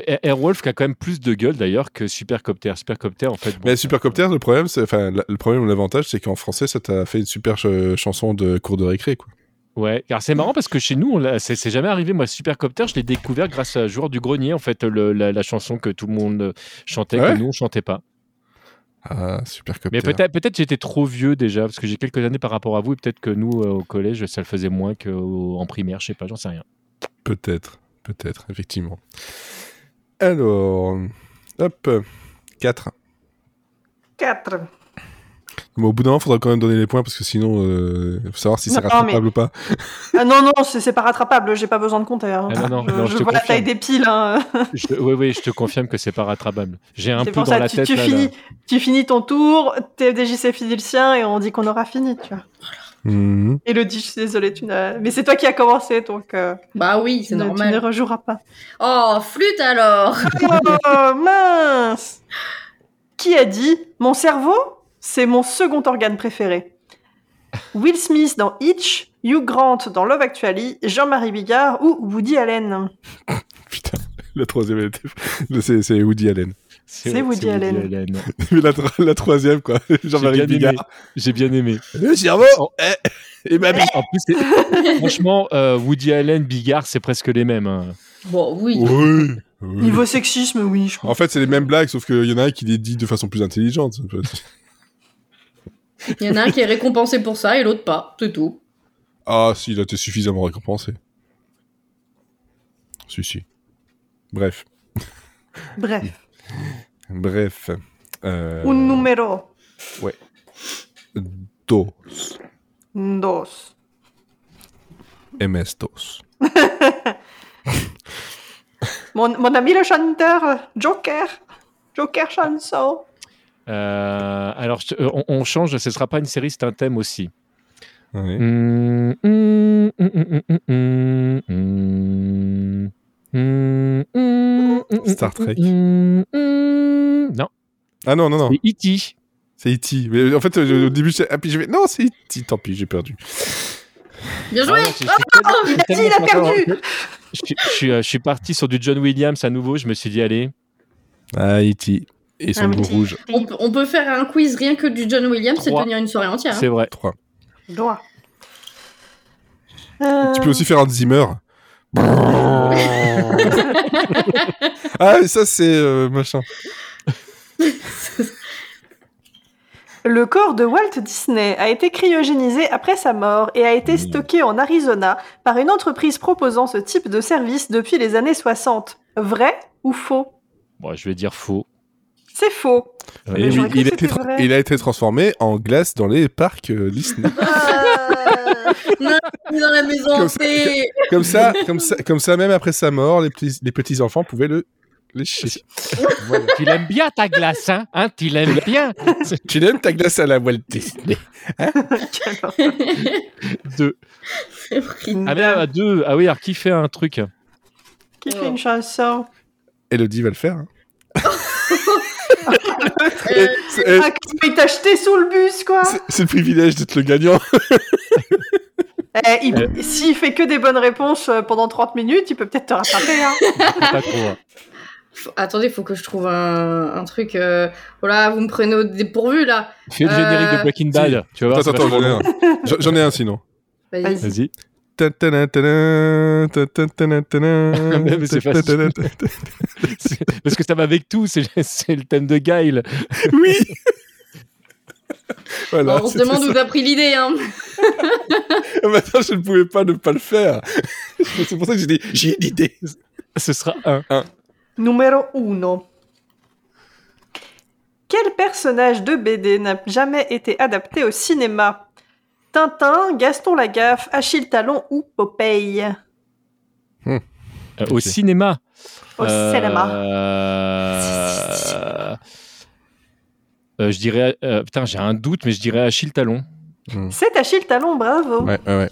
Speaker 4: Air- Airwolf qui a quand même plus de gueule d'ailleurs que Supercopter. Supercopter en fait. bon,
Speaker 1: Mais Supercopter, le problème, c'est, enfin, la- le problème ou l'avantage, c'est qu'en français, ça t'a fait une super ch- chanson de cours de récré, quoi.
Speaker 4: Ouais, car c'est marrant parce que chez nous, on l'a- c'est c'est jamais arrivé. Moi, Supercopter, je l'ai découvert grâce à Joueur du Grenier, en fait, le- la, la chanson que tout le monde euh, chantait,
Speaker 1: Ah ouais
Speaker 4: que nous, on chantait pas.
Speaker 1: Ah, Supercopter.
Speaker 4: Mais peut-être peut j'étais trop vieux déjà, parce que j'ai quelques années par rapport à vous, et peut-être que nous, euh, au collège, ça le faisait moins qu'en primaire, je sais pas, j'en sais rien.
Speaker 1: Peut-être, peut-être, effectivement. Alors, hop, 4.
Speaker 5: 4.
Speaker 1: Mais au bout d'un moment, faudra quand même donner les points parce que sinon, euh, faut savoir si c'est
Speaker 5: Non,
Speaker 1: rattrapable
Speaker 5: mais-
Speaker 1: ou pas.
Speaker 5: Ah non, non, c'est c'est pas rattrapable, j'ai pas besoin de compter. hein.
Speaker 4: Ah non, non,
Speaker 5: je,
Speaker 4: non, je
Speaker 5: je
Speaker 4: te
Speaker 5: vois la
Speaker 4: confirme.
Speaker 5: taille des piles. hein.
Speaker 4: Je- Oui, oui, je te confirme que c'est pas rattrapable. J'ai un
Speaker 5: C'est
Speaker 4: peu
Speaker 5: pour
Speaker 4: dans
Speaker 5: ça,
Speaker 4: la
Speaker 5: tu,
Speaker 4: tête.
Speaker 5: tu
Speaker 4: là,
Speaker 5: finis,
Speaker 4: là.
Speaker 5: tu finis ton tour, TFDJC finit le sien et on dit qu'on aura fini, tu vois.
Speaker 1: Mhm.
Speaker 5: Elodie, je suis désolée, tu n'as... mais c'est toi qui as commencé, donc euh,
Speaker 3: Bah oui,
Speaker 5: tu,
Speaker 3: c'est
Speaker 5: ne, tu ne
Speaker 3: normal.
Speaker 5: rejoueras pas.
Speaker 3: Oh, flûte alors.
Speaker 5: Oh mince Qui a dit Mon cerveau, c'est mon second organe préféré Will Smith dans Hitch, Hugh Grant dans Love Actually, Jean-Marie Bigard ou Woody Allen
Speaker 1: Putain, la troisième, elle était- c'est, c'est Woody Allen.
Speaker 5: C'est Woody Allen.
Speaker 1: Mais la, tro- la troisième, quoi.
Speaker 4: J'ai
Speaker 1: Jean-Marie
Speaker 4: bien aimé.
Speaker 1: Bigard.
Speaker 4: J'ai bien aimé.
Speaker 1: Le cerveau
Speaker 4: Oh.
Speaker 1: eh, Et ma bite
Speaker 4: En plus, c'est- franchement, euh, Woody Allen, Bigard, c'est presque les mêmes. hein.
Speaker 3: Bon, oui.
Speaker 1: Oui, oui.
Speaker 5: Niveau sexisme, oui, je crois.
Speaker 1: En fait, c'est les mêmes blagues, sauf qu'il y en a un qui les dit de façon plus intelligente.
Speaker 3: Il y en a un qui est récompensé pour ça et l'autre pas. C'est tout.
Speaker 1: Ah, si, il a été suffisamment récompensé. Si, si. Bref. Oh.
Speaker 5: Bref,
Speaker 1: Bref. Euh,
Speaker 5: un numero
Speaker 1: dos.
Speaker 5: dos.
Speaker 1: MS dos.
Speaker 5: mon, mon ami le chanteur, Joker. Joker chanson.
Speaker 4: Euh, alors, je- euh, on, on change, ce ne sera pas une série, c'est un thème aussi.
Speaker 1: Ouais.
Speaker 4: Mm, mm, mm, mm, mm, mm, mm, mm, mm, mm,
Speaker 1: Star
Speaker 4: mm,
Speaker 1: Trek.
Speaker 4: mm, mm, Non,
Speaker 1: Ah non, non, non.
Speaker 4: c'est E E.T.
Speaker 1: C'est E.T. Mais en fait, euh, au début, c'est... Ah, puis je vais... Non, c'est E.T. Tant pis, j'ai perdu.
Speaker 3: Bien
Speaker 4: Ah
Speaker 3: joué
Speaker 4: non, c'est- c'est tellement-
Speaker 5: Il a
Speaker 4: c'est
Speaker 5: dit, il a
Speaker 4: tellement-
Speaker 5: perdu.
Speaker 4: Je suis- je suis, euh, je suis parti sur du John Williams à nouveau, je me suis dit, allez.
Speaker 1: Ah, E.T. Et son
Speaker 5: Ah,
Speaker 1: bout
Speaker 5: E.T.
Speaker 1: rouge.
Speaker 3: on, peut- on peut faire un quiz rien que du John Williams et
Speaker 4: Trois.
Speaker 3: tenir une soirée
Speaker 5: Ah.
Speaker 3: entière. hein.
Speaker 4: C'est vrai.
Speaker 1: 3.
Speaker 5: Droit.
Speaker 1: Tu peux aussi faire un Zimmer. ah, mais ça, c'est euh, machin.
Speaker 5: Le corps de Walt Disney a été cryogénisé après sa mort et a été stocké en Arizona par une entreprise proposant ce type de service depuis les années 60. Vrai ou faux
Speaker 4: Bon, je vais dire faux.
Speaker 5: C'est faux.
Speaker 4: Euh,
Speaker 1: Et
Speaker 5: Mais
Speaker 1: oui,
Speaker 5: j'aurais cru
Speaker 1: il a,
Speaker 5: que
Speaker 1: été
Speaker 5: c'était
Speaker 1: tra-
Speaker 5: vrai.
Speaker 1: il a été transformé en glace dans les parcs euh, Disney.
Speaker 3: Dans la maison
Speaker 1: Comme ça-
Speaker 3: hantée.
Speaker 1: comme, ça, comme, ça, comme ça, même après sa mort, les, petits- les petits-enfants pouvaient le lécher. Voilà.
Speaker 4: Tu l'aimes bien ta glace, hein, hein Tu l'aimes bien
Speaker 1: tu donnes ta glace à la Walt Disney.
Speaker 4: Deux. Ah, mais à deux. Ah oui, alors qui fait un truc
Speaker 5: Qui fait une chanson
Speaker 1: Elodie va le faire. hein.
Speaker 3: Euh,
Speaker 1: Et c'est- et
Speaker 5: Ah, que il t'a jeté sous le bus, quoi
Speaker 1: c'est- c'est le privilège d'être le gagnant.
Speaker 5: Eh, il- S'il fait que des bonnes réponses euh, pendant 30 minutes, il peut peut-être te rattraper. Hein.
Speaker 4: Pas trop, hein.
Speaker 3: faut- Attendez, faut que je trouve un, un truc. euh, Voilà, vous me prenez au dépourvu là.
Speaker 4: Fais le générique de
Speaker 3: Euh,
Speaker 4: Breaking Bad. Tu vas voir,
Speaker 1: Attends,
Speaker 4: c'est
Speaker 1: attends,
Speaker 4: vachement
Speaker 1: j'en ai un. J'en- J'en ai un sinon.
Speaker 3: Vas-y.
Speaker 5: Vas-y.
Speaker 4: drôle. Vas-y.
Speaker 1: Ta-ta-na, ta-na, ta-ta-na, ta-na,
Speaker 4: Mais- mais c'est facile.
Speaker 1: ta-ta-na, ta-
Speaker 4: C'est- Parce que ça va avec tout, c'est c'est le thème de Guile.
Speaker 1: Oui Voilà,
Speaker 3: Bon, on se
Speaker 1: c'était
Speaker 3: demande où t'as pris l'idée. Hein.
Speaker 1: ça. Mais attends, je ne pouvais pas ne pas le faire. c'est pour ça que j'ai dit, j'ai une idée.
Speaker 4: Ce sera un.
Speaker 5: Numéro 1. Quel personnage de BD n'a jamais été adapté au cinéma Tintin, Gaston Lagaffe, Achille Talon ou Popeye
Speaker 4: Euh, au
Speaker 1: Ok.
Speaker 4: cinéma.
Speaker 5: Au
Speaker 4: Euh,
Speaker 5: cinéma.
Speaker 4: euh, euh, je dirais. euh, putain, j'ai un doute, mais je dirais Achille Talon.
Speaker 5: C'est Achille Talon, bravo.
Speaker 1: Ouais, ouais, ouais.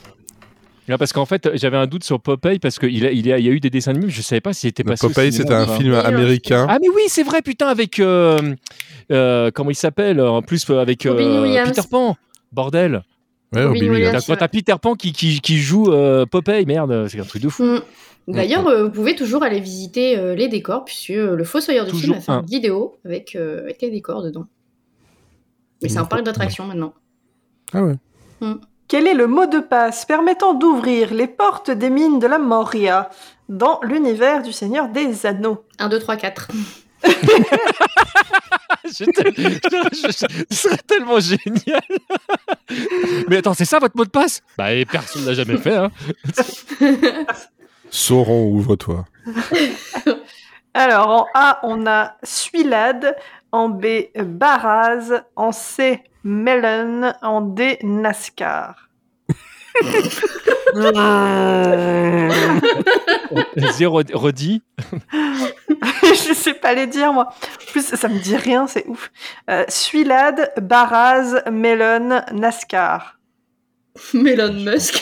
Speaker 4: Là, parce qu'en fait, j'avais un doute sur Popeye parce qu'il a, il y a, il y a eu des dessins animés, je savais pas s'il était
Speaker 1: Donc,
Speaker 4: passé. au
Speaker 1: Popeye,
Speaker 4: cinéma
Speaker 1: c'est un
Speaker 4: ou pas.
Speaker 1: film hein. américain.
Speaker 4: Ah, mais oui, c'est vrai, putain, avec. euh, euh, comment il s'appelle En plus, euh, avec euh,
Speaker 3: Robin Williams.
Speaker 4: Peter Pan. Bordel.
Speaker 1: Ouais,
Speaker 3: Robin
Speaker 1: Robin Williams.
Speaker 3: Williams.
Speaker 4: T'as- Quand t'as Peter Pan qui, qui, qui joue euh, Popeye, merde, c'est un truc de fou.
Speaker 3: Hmm. D'ailleurs, euh, vous pouvez toujours aller visiter euh, les décors, puisque euh, le Fossoyeur du film
Speaker 4: Toujours
Speaker 3: a fait une
Speaker 4: un.
Speaker 3: vidéo avec, euh, avec les décors dedans. Mais c'est un parc d'attractions maintenant.
Speaker 1: Ah ouais.
Speaker 5: Quel est le mot de passe permettant d'ouvrir les portes des mines de la Moria dans l'univers du Seigneur des Anneaux
Speaker 3: 1, 2, 3, 4.
Speaker 4: Ah, Je te- je- je- Ce serait tellement génial. Mais attends, c'est ça votre mot de passe Bah, et personne l'a jamais fait. Hein.
Speaker 1: Sauron, ouvre-toi.
Speaker 5: Alors, en A, on a Suilade, en B, Baraz, en C, Melon, en D, Nascar.
Speaker 4: Vas-y, re- redis.
Speaker 5: Je sais pas les dire, moi. En plus, ça me dit rien, c'est ouf. Euh, Suilade, Baraz, Melon, Nascar.
Speaker 3: Elon Musk.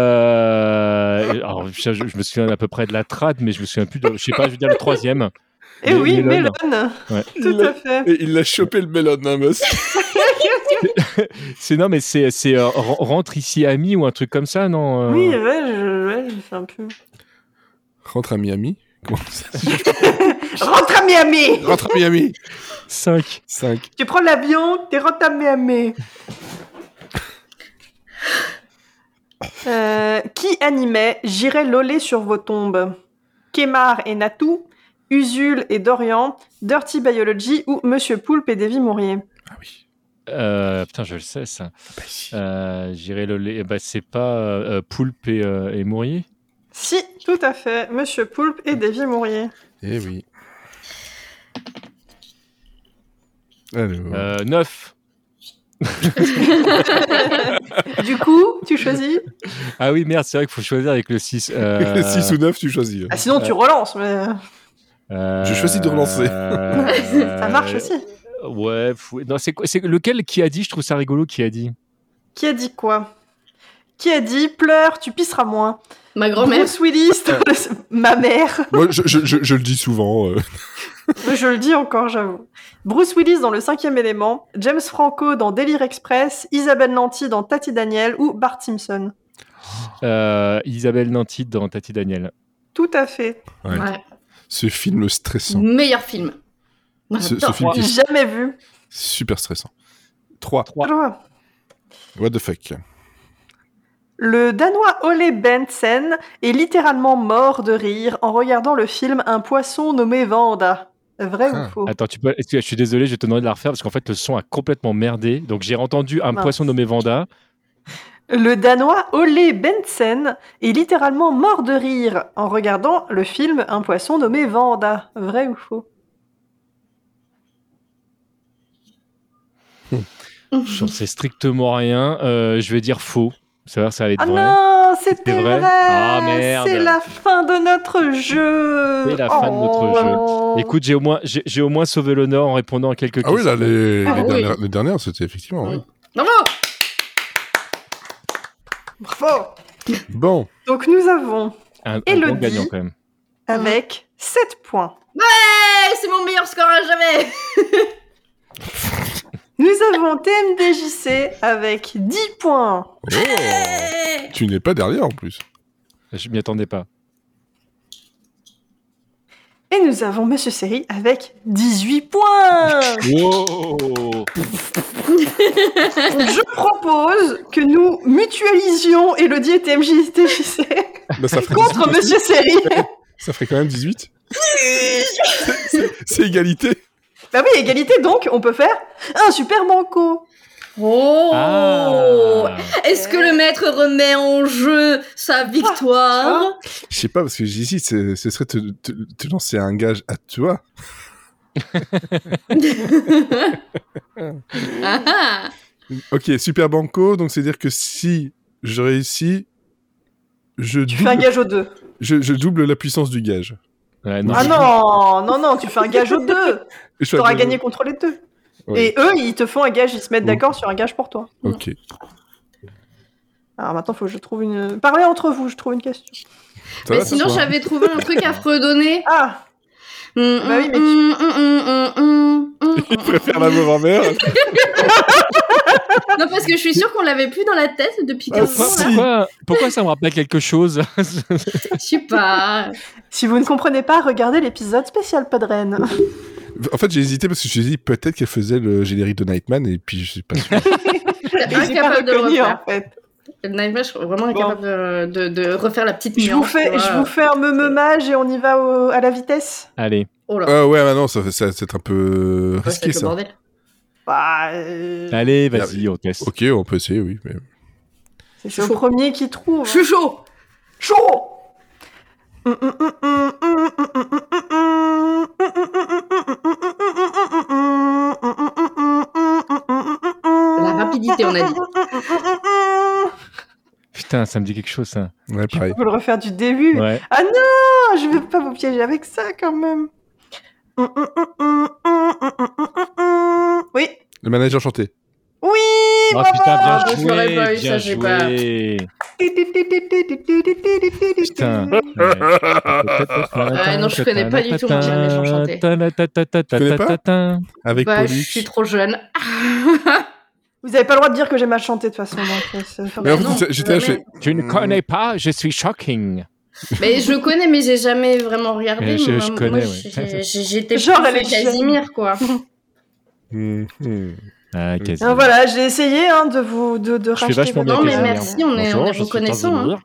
Speaker 4: Euh, alors, je, je me souviens à peu près de la trad, mais je me souviens plus de. Je sais pas, je veux dire le troisième.
Speaker 5: Eh
Speaker 4: Me-
Speaker 5: oui,
Speaker 4: Melon.
Speaker 5: Melon.
Speaker 4: Ouais.
Speaker 5: Tout à fait.
Speaker 1: Et il l'a chopé le melon, hein, boss.
Speaker 4: C'est non, mais c'est c'est euh, ren- rentre ici ami ou un truc comme ça, non euh,
Speaker 5: Oui, ouais, je, ouais, je sais un peu.
Speaker 1: Rentre à Miami. Comment ça se-
Speaker 5: Rentre à Miami
Speaker 1: Rentre à Miami.
Speaker 4: Cinq.
Speaker 1: 5.
Speaker 5: Tu prends l'avion, t'es rentre à Miami. Euh, qui animait J'irai loler sur vos tombes Kemar et Natou, Usul et Dorian, Dirty Biology ou Monsieur Poulpe et Davy Mourier
Speaker 1: Ah oui.
Speaker 4: Euh, putain, je le sais ça.
Speaker 1: Bah, si.
Speaker 4: Euh, J'irai le lait. Bah, c'est pas euh, Poulpe et, euh, et Mourier
Speaker 5: Si, tout à fait, Monsieur Poulpe et Davy Mourier.
Speaker 1: Eh oui. Alors,
Speaker 4: euh, Neuf.
Speaker 5: du coup, tu choisis
Speaker 4: Ah oui, merde, c'est vrai qu'il faut choisir avec le 6. Euh...
Speaker 1: 6 ou 9, tu choisis. hein.
Speaker 5: ah, Sinon, tu relances. Mais...
Speaker 4: euh,
Speaker 1: Je choisis de relancer.
Speaker 4: euh,
Speaker 5: Ça marche aussi.
Speaker 4: Ouais, fou- non, c'est quoi- c'est lequel qui a dit Je trouve ça rigolo qui a dit.
Speaker 5: Qui a dit quoi Qui a dit pleure, tu pisseras moins
Speaker 3: Ma grand-mère.
Speaker 5: Bruce Willis, dans le- ma mère.
Speaker 1: Moi, je, je- je- je le dis souvent. euh.
Speaker 5: Je le dis encore, j'avoue. Bruce Willis dans Le Cinquième Élément, James Franco dans Délire Express, Isabelle Nanty dans Tati Daniel ou Bart Simpson.
Speaker 4: Euh, Isabelle Nanty dans Tati Daniel.
Speaker 5: Tout à fait.
Speaker 1: Ouais.
Speaker 3: Ouais.
Speaker 1: Ce film
Speaker 5: Mm.
Speaker 1: stressant.
Speaker 3: Meilleur film.
Speaker 1: Ce, ce
Speaker 3: Attends,
Speaker 1: film qui est
Speaker 5: Jamais vu.
Speaker 1: super stressant. 3.
Speaker 5: Alors,
Speaker 1: What the fuck
Speaker 5: Le Danois Ole Bensen est littéralement mort de rire en regardant le film Un poisson nommé Vanda. Vrai
Speaker 1: Ah,
Speaker 5: ou faux
Speaker 4: Attends, tu peux... est-ce que- je suis désolé, je vais te demander de la refaire parce qu'en fait le son a complètement merdé. Donc j'ai entendu un
Speaker 5: Mince.
Speaker 4: poisson nommé Vanda.
Speaker 5: Le Danois Ole Bensen est littéralement mort de rire en regardant le film Un poisson nommé Vanda. Vrai ou faux
Speaker 4: J'en sais strictement rien. Euh, je vais dire faux. Ça va, ça allait être
Speaker 5: Ah
Speaker 4: vrai.
Speaker 5: non, c'était
Speaker 4: C'est
Speaker 5: vrai,
Speaker 4: vrai Ah, merde.
Speaker 5: C'est la fin de notre jeu Oh.
Speaker 4: C'est la fin de notre Écoute, j'ai au moins j'ai j'ai au moins sauvé l'honneur en répondant à quelques
Speaker 1: Ah oui, là, les,
Speaker 3: Ah
Speaker 1: les
Speaker 3: oui.
Speaker 1: dernières, les dernières, c'était effectivement. oui.
Speaker 3: Bravo
Speaker 5: Bravo
Speaker 1: Bon,
Speaker 5: Donc nous avons,
Speaker 4: Un, un
Speaker 5: Élodie.
Speaker 4: bon gagnant quand même.
Speaker 5: avec 7 points,
Speaker 3: Eh, C'est mon meilleur score à jamais
Speaker 5: nous avons TMDJC avec 10 points.
Speaker 3: Eh.
Speaker 1: tu n'es pas derrière en plus.
Speaker 4: Je m'y attendais pas.
Speaker 5: Et nous avons Monsieur Seri avec 18 points
Speaker 4: Wow
Speaker 5: Je propose que nous mutualisions Elodie et TMDJC
Speaker 1: Bah, ça, ferait 18
Speaker 5: contre
Speaker 1: aussi.
Speaker 5: Monsieur Seri.
Speaker 1: ça ferait quand même 18. C'est égalité.
Speaker 5: bah oui, égalité donc, on peut faire un super banco.
Speaker 3: Oh
Speaker 4: Ah.
Speaker 3: Est-ce que le maître remet en jeu
Speaker 1: Ah,
Speaker 3: sa victoire
Speaker 1: Je sais pas, parce que j'hésite, c'est- ce serait te, te, te lancer un gage à toi.
Speaker 3: Ah, ah.
Speaker 1: Ok, super banco, donc c'est-à-dire que si je réussis, je
Speaker 5: Tu fais un
Speaker 1: double,
Speaker 5: gage aux deux.
Speaker 1: je, je double la puissance du gage.
Speaker 4: Ouais, non,
Speaker 5: Ah
Speaker 4: je-
Speaker 5: non, non, non, tu fais un gage aux deux.
Speaker 1: Et je fais
Speaker 5: T'auras
Speaker 1: un-
Speaker 5: gagné contre les deux.
Speaker 1: Ouais.
Speaker 5: Et eux, ils te font un gage, ils se mettent
Speaker 1: Oui.
Speaker 5: d'accord sur un gage pour toi.
Speaker 1: Ok.
Speaker 5: Alors maintenant, faut que je trouve une. Parlez entre vous, je trouve une question.
Speaker 1: Ça
Speaker 3: Mais
Speaker 1: va, ça
Speaker 3: sinon,
Speaker 1: se voit.
Speaker 3: j'avais trouvé un truc à Mm, redonner.
Speaker 5: Ah, Bah oui, mais tu-
Speaker 3: mm,
Speaker 1: Il préfère la grand-mère.
Speaker 3: Non, parce que je suis sûre qu'on l'avait plus dans la tête depuis
Speaker 1: Ah,
Speaker 3: 15
Speaker 1: ça,
Speaker 3: ans. là.
Speaker 1: si.
Speaker 4: pourquoi, pourquoi ça me rappelle quelque chose
Speaker 3: Je sais pas.
Speaker 5: si vous ne comprenez pas, regardez l'épisode spécial Podren.
Speaker 1: En fait, j'ai hésité parce que je me suis dit peut-être qu'elle faisait le générique de Nightman et puis je suis pas sûr.
Speaker 5: J'ai pas
Speaker 3: Incapable de
Speaker 1: hein.
Speaker 3: le
Speaker 5: reconnu,
Speaker 3: refaire.
Speaker 5: en fait.
Speaker 3: Nightmare, je suis vraiment incapable de, de- de refaire la petite
Speaker 5: Je vous
Speaker 3: nuance. tu
Speaker 5: fais,
Speaker 3: vois.
Speaker 5: je vous fais un meumage et on y va au- à la vitesse.
Speaker 4: Allez,
Speaker 3: Oh là.
Speaker 1: Ah ouais, bah non, ça, ça- c'est un peu
Speaker 3: Ouais, c'est
Speaker 1: risqué
Speaker 3: le
Speaker 1: ça.
Speaker 3: bordel.
Speaker 5: Bah, euh,
Speaker 4: allez, vas-y, on teste.
Speaker 1: Ok, on peut essayer, oui. mais-
Speaker 5: c'est le premier qui trouve.
Speaker 3: Je suis chaud.
Speaker 5: Chaud
Speaker 3: La rapidité, on a dit.
Speaker 4: Putain, ça me dit quelque chose, ça.
Speaker 1: Ouais, pareil.
Speaker 5: Je peux le refaire du début.
Speaker 4: Ouais.
Speaker 5: Ah, je vais pas vous piéger avec ça quand même. Oui,
Speaker 1: Le manager chanté.
Speaker 5: oui,
Speaker 4: Oh
Speaker 5: bravo.
Speaker 4: putain, bien
Speaker 3: Je l'aurais pas
Speaker 4: joué,
Speaker 3: eu, ça,
Speaker 4: bien
Speaker 3: j'ai pas.
Speaker 4: joué. Putain.
Speaker 3: Ah, non, je connais pas du tout, moi, j'ai jamais chanté.
Speaker 1: connais pas
Speaker 4: Putain,
Speaker 1: Avec
Speaker 3: Bah, je
Speaker 1: Pollux.
Speaker 3: suis trop jeune.
Speaker 5: Vous avez pas le droit de dire que j'ai mal chanté de toute façon. donc, euh, c'est- c'est-
Speaker 1: Mais en
Speaker 3: Bah non,
Speaker 1: fait, j'étais là, je
Speaker 3: jamais.
Speaker 1: fais-
Speaker 4: Tu ne
Speaker 1: Hmm.
Speaker 4: connais pas, je suis shocking.
Speaker 3: Mais je connais, mais j'ai jamais vraiment regardé.
Speaker 4: Mais je-
Speaker 3: Moi,
Speaker 4: je
Speaker 3: moi,
Speaker 4: connais,
Speaker 3: j'ai-
Speaker 4: ouais.
Speaker 3: j'ai- J'étais
Speaker 5: Genre,
Speaker 3: plus
Speaker 5: elle est jeune.
Speaker 3: Casimir, quoi.
Speaker 1: Hmm, hmm.
Speaker 4: Ah, quasi.
Speaker 5: Alors voilà, j'ai essayé hein, de vous de, de
Speaker 4: Je fais
Speaker 5: racheter
Speaker 4: vachement
Speaker 5: votre-
Speaker 4: bien.
Speaker 3: Non, mais merci,
Speaker 4: Casimir.
Speaker 3: on est- on
Speaker 4: Bonjour,
Speaker 3: est
Speaker 4: je suis
Speaker 3: reconnaissant, hein.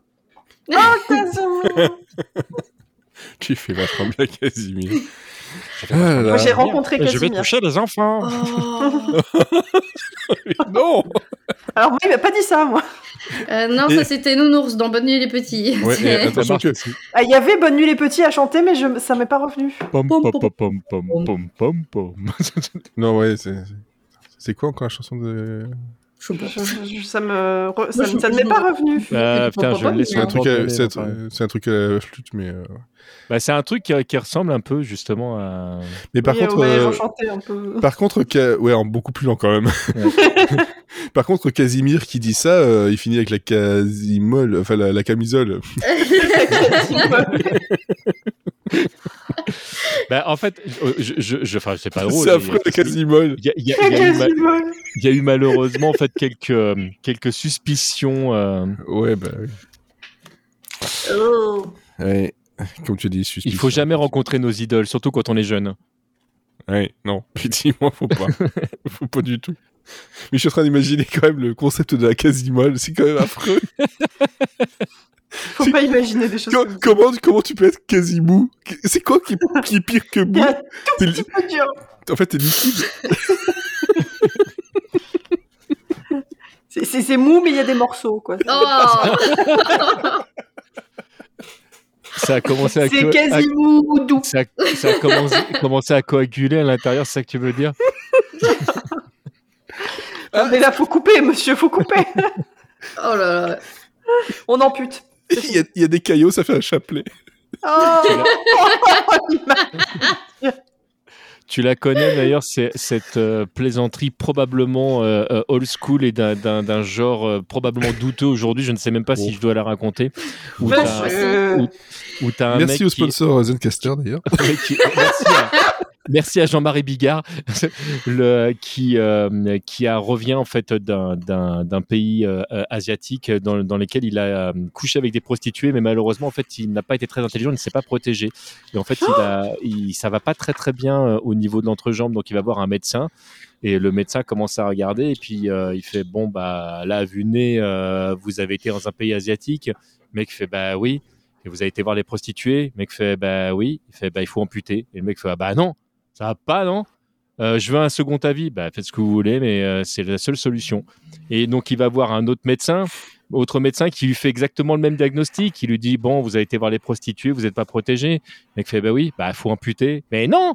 Speaker 4: Tanzanir.
Speaker 5: Oh,
Speaker 1: Tu fais vachement bien, Casimir.
Speaker 4: Je fais vachement
Speaker 1: Ah là
Speaker 4: bien.
Speaker 5: Moi, j'ai
Speaker 1: là.
Speaker 5: rencontré
Speaker 4: Je vais
Speaker 5: Casimir.
Speaker 4: toucher les enfants.
Speaker 3: Oh.
Speaker 1: Non
Speaker 5: Alors moi, il m'a pas dit ça, moi.
Speaker 3: Euh, non,
Speaker 1: Et-
Speaker 3: ça c'était Nounours dans Bonne Nuit les Petits.
Speaker 1: Ouais, et
Speaker 3: C'est-
Speaker 1: attention que.
Speaker 5: Ah, Il y avait Bonne nuit les petits à chanter, mais je... ça m'est pas revenu.
Speaker 4: Pom,
Speaker 3: Pom,
Speaker 4: pom, pom, pom, pom, pom, pom, pom.
Speaker 1: Non, ouais, c'est. c'est- C'est quoi encore la chanson de.
Speaker 3: Je sais pas.
Speaker 5: Je- je- ça me, re- ça,
Speaker 3: Moi, je-
Speaker 5: me- ça ne m'est
Speaker 3: je-
Speaker 5: pas revenu.
Speaker 4: Ah,
Speaker 3: Je
Speaker 4: putain,
Speaker 3: comprends
Speaker 4: je
Speaker 3: pas,
Speaker 4: le laisse
Speaker 1: C'est
Speaker 3: mais-
Speaker 1: un, truc à-
Speaker 4: Franck
Speaker 1: c'est un
Speaker 4: Lalanne,
Speaker 1: truc- c'est un truc à la flûte, mais. euh,
Speaker 4: Bah, c'est un truc qui, qui ressemble un peu justement à.
Speaker 1: Mais par
Speaker 5: Oui,
Speaker 1: contre.
Speaker 5: on va les
Speaker 1: euh,
Speaker 5: enchanter un peu.
Speaker 1: Par contre, Ca- ouais, en beaucoup plus lent quand même. Par contre, Casimir qui dit ça, euh, il finit avec la casimole, enfin la, la camisole.
Speaker 4: Bah, en fait, je, je, je- enfin, c'est pas Ah, drôle.
Speaker 1: C'est affreux la
Speaker 4: Il y a-
Speaker 1: casimole.
Speaker 4: il y a- il y a- il y a eu ma-
Speaker 5: Quasiment.
Speaker 4: il y a eu malheureusement en fait quelques euh, quelques suspicions. euh,
Speaker 1: Ouais, bah oui.
Speaker 5: Oh.
Speaker 1: Ouais. Comme tu dis, suspicion.
Speaker 4: Il faut jamais rencontrer nos idoles, surtout quand on est jeune.
Speaker 1: Ouais, non, effectivement, faut pas. faut pas du tout. Mais je suis en train d'imaginer quand même le concept de la casimole, c'est quand même affreux.
Speaker 5: Faut pas imaginer des choses
Speaker 1: Co-
Speaker 5: comme ça.
Speaker 1: comment, comment tu peux être quasi mou C'est quoi qui, qui est pire que mou
Speaker 5: Il y a un
Speaker 1: T'es
Speaker 5: petit peu dur.
Speaker 1: li- En fait, t'es liquide.
Speaker 5: C'est- C'est c'est mou, mais il y a des morceaux, quoi.
Speaker 3: Oh,
Speaker 4: Ça a commencé à,
Speaker 5: C'est
Speaker 4: co- à-
Speaker 5: quasi mou doux.
Speaker 4: ça a- ça a commencé, commencé à coaguler à l'intérieur, c'est ça que tu veux dire
Speaker 5: Non, mais là, faut couper, monsieur, faut couper.
Speaker 3: oh là là.
Speaker 5: On ampute.
Speaker 1: Il y, a, il y a des caillots, ça fait un chapelet.
Speaker 5: Oh,
Speaker 4: Tu la connais d'ailleurs, c'est cette euh, plaisanterie probablement euh, euh, old school et d'un- d'un d'un genre euh, probablement douteux aujourd'hui. Je ne sais même pas si je dois la raconter. Où
Speaker 3: Vas-y.
Speaker 4: t'as-
Speaker 5: Euh,
Speaker 4: Ou- où t'as un mec
Speaker 1: Merci au
Speaker 4: qui-
Speaker 1: sponsor euh, Zencaster d'ailleurs.
Speaker 4: Ouais, qui- merci à, merci à Jean-Marie Bigard, le, qui, euh, qui a, revient en fait d'un- d'un d'un pays euh, euh, asiatique dans, dans lequel il a euh, couché avec des prostituées, mais malheureusement en fait il n'a pas été très intelligent, il ne s'est pas protégé. Et en fait il a, il, ça va pas très très bien euh, au niveau de l'entrejambe, donc il va voir un médecin. Et le médecin commence à regarder et puis euh, il fait bon bah là vu le nez euh, vous avez été dans un pays asiatique. Le mec fait bah oui. Et vous avez été voir les prostituées. Le mec fait bah oui. Il fait bah il faut amputer. Et le mec fait ah, bah non, ça va pas non. Euh, je veux un second avis. Bah faites ce que vous voulez, mais euh, c'est la seule solution. Et donc il va voir un autre médecin, autre médecin qui lui fait exactement le même diagnostic. Il lui dit bon vous avez été voir les prostituées, vous n'êtes pas protégé. Le mec fait bah oui, bah faut amputer. Mais non.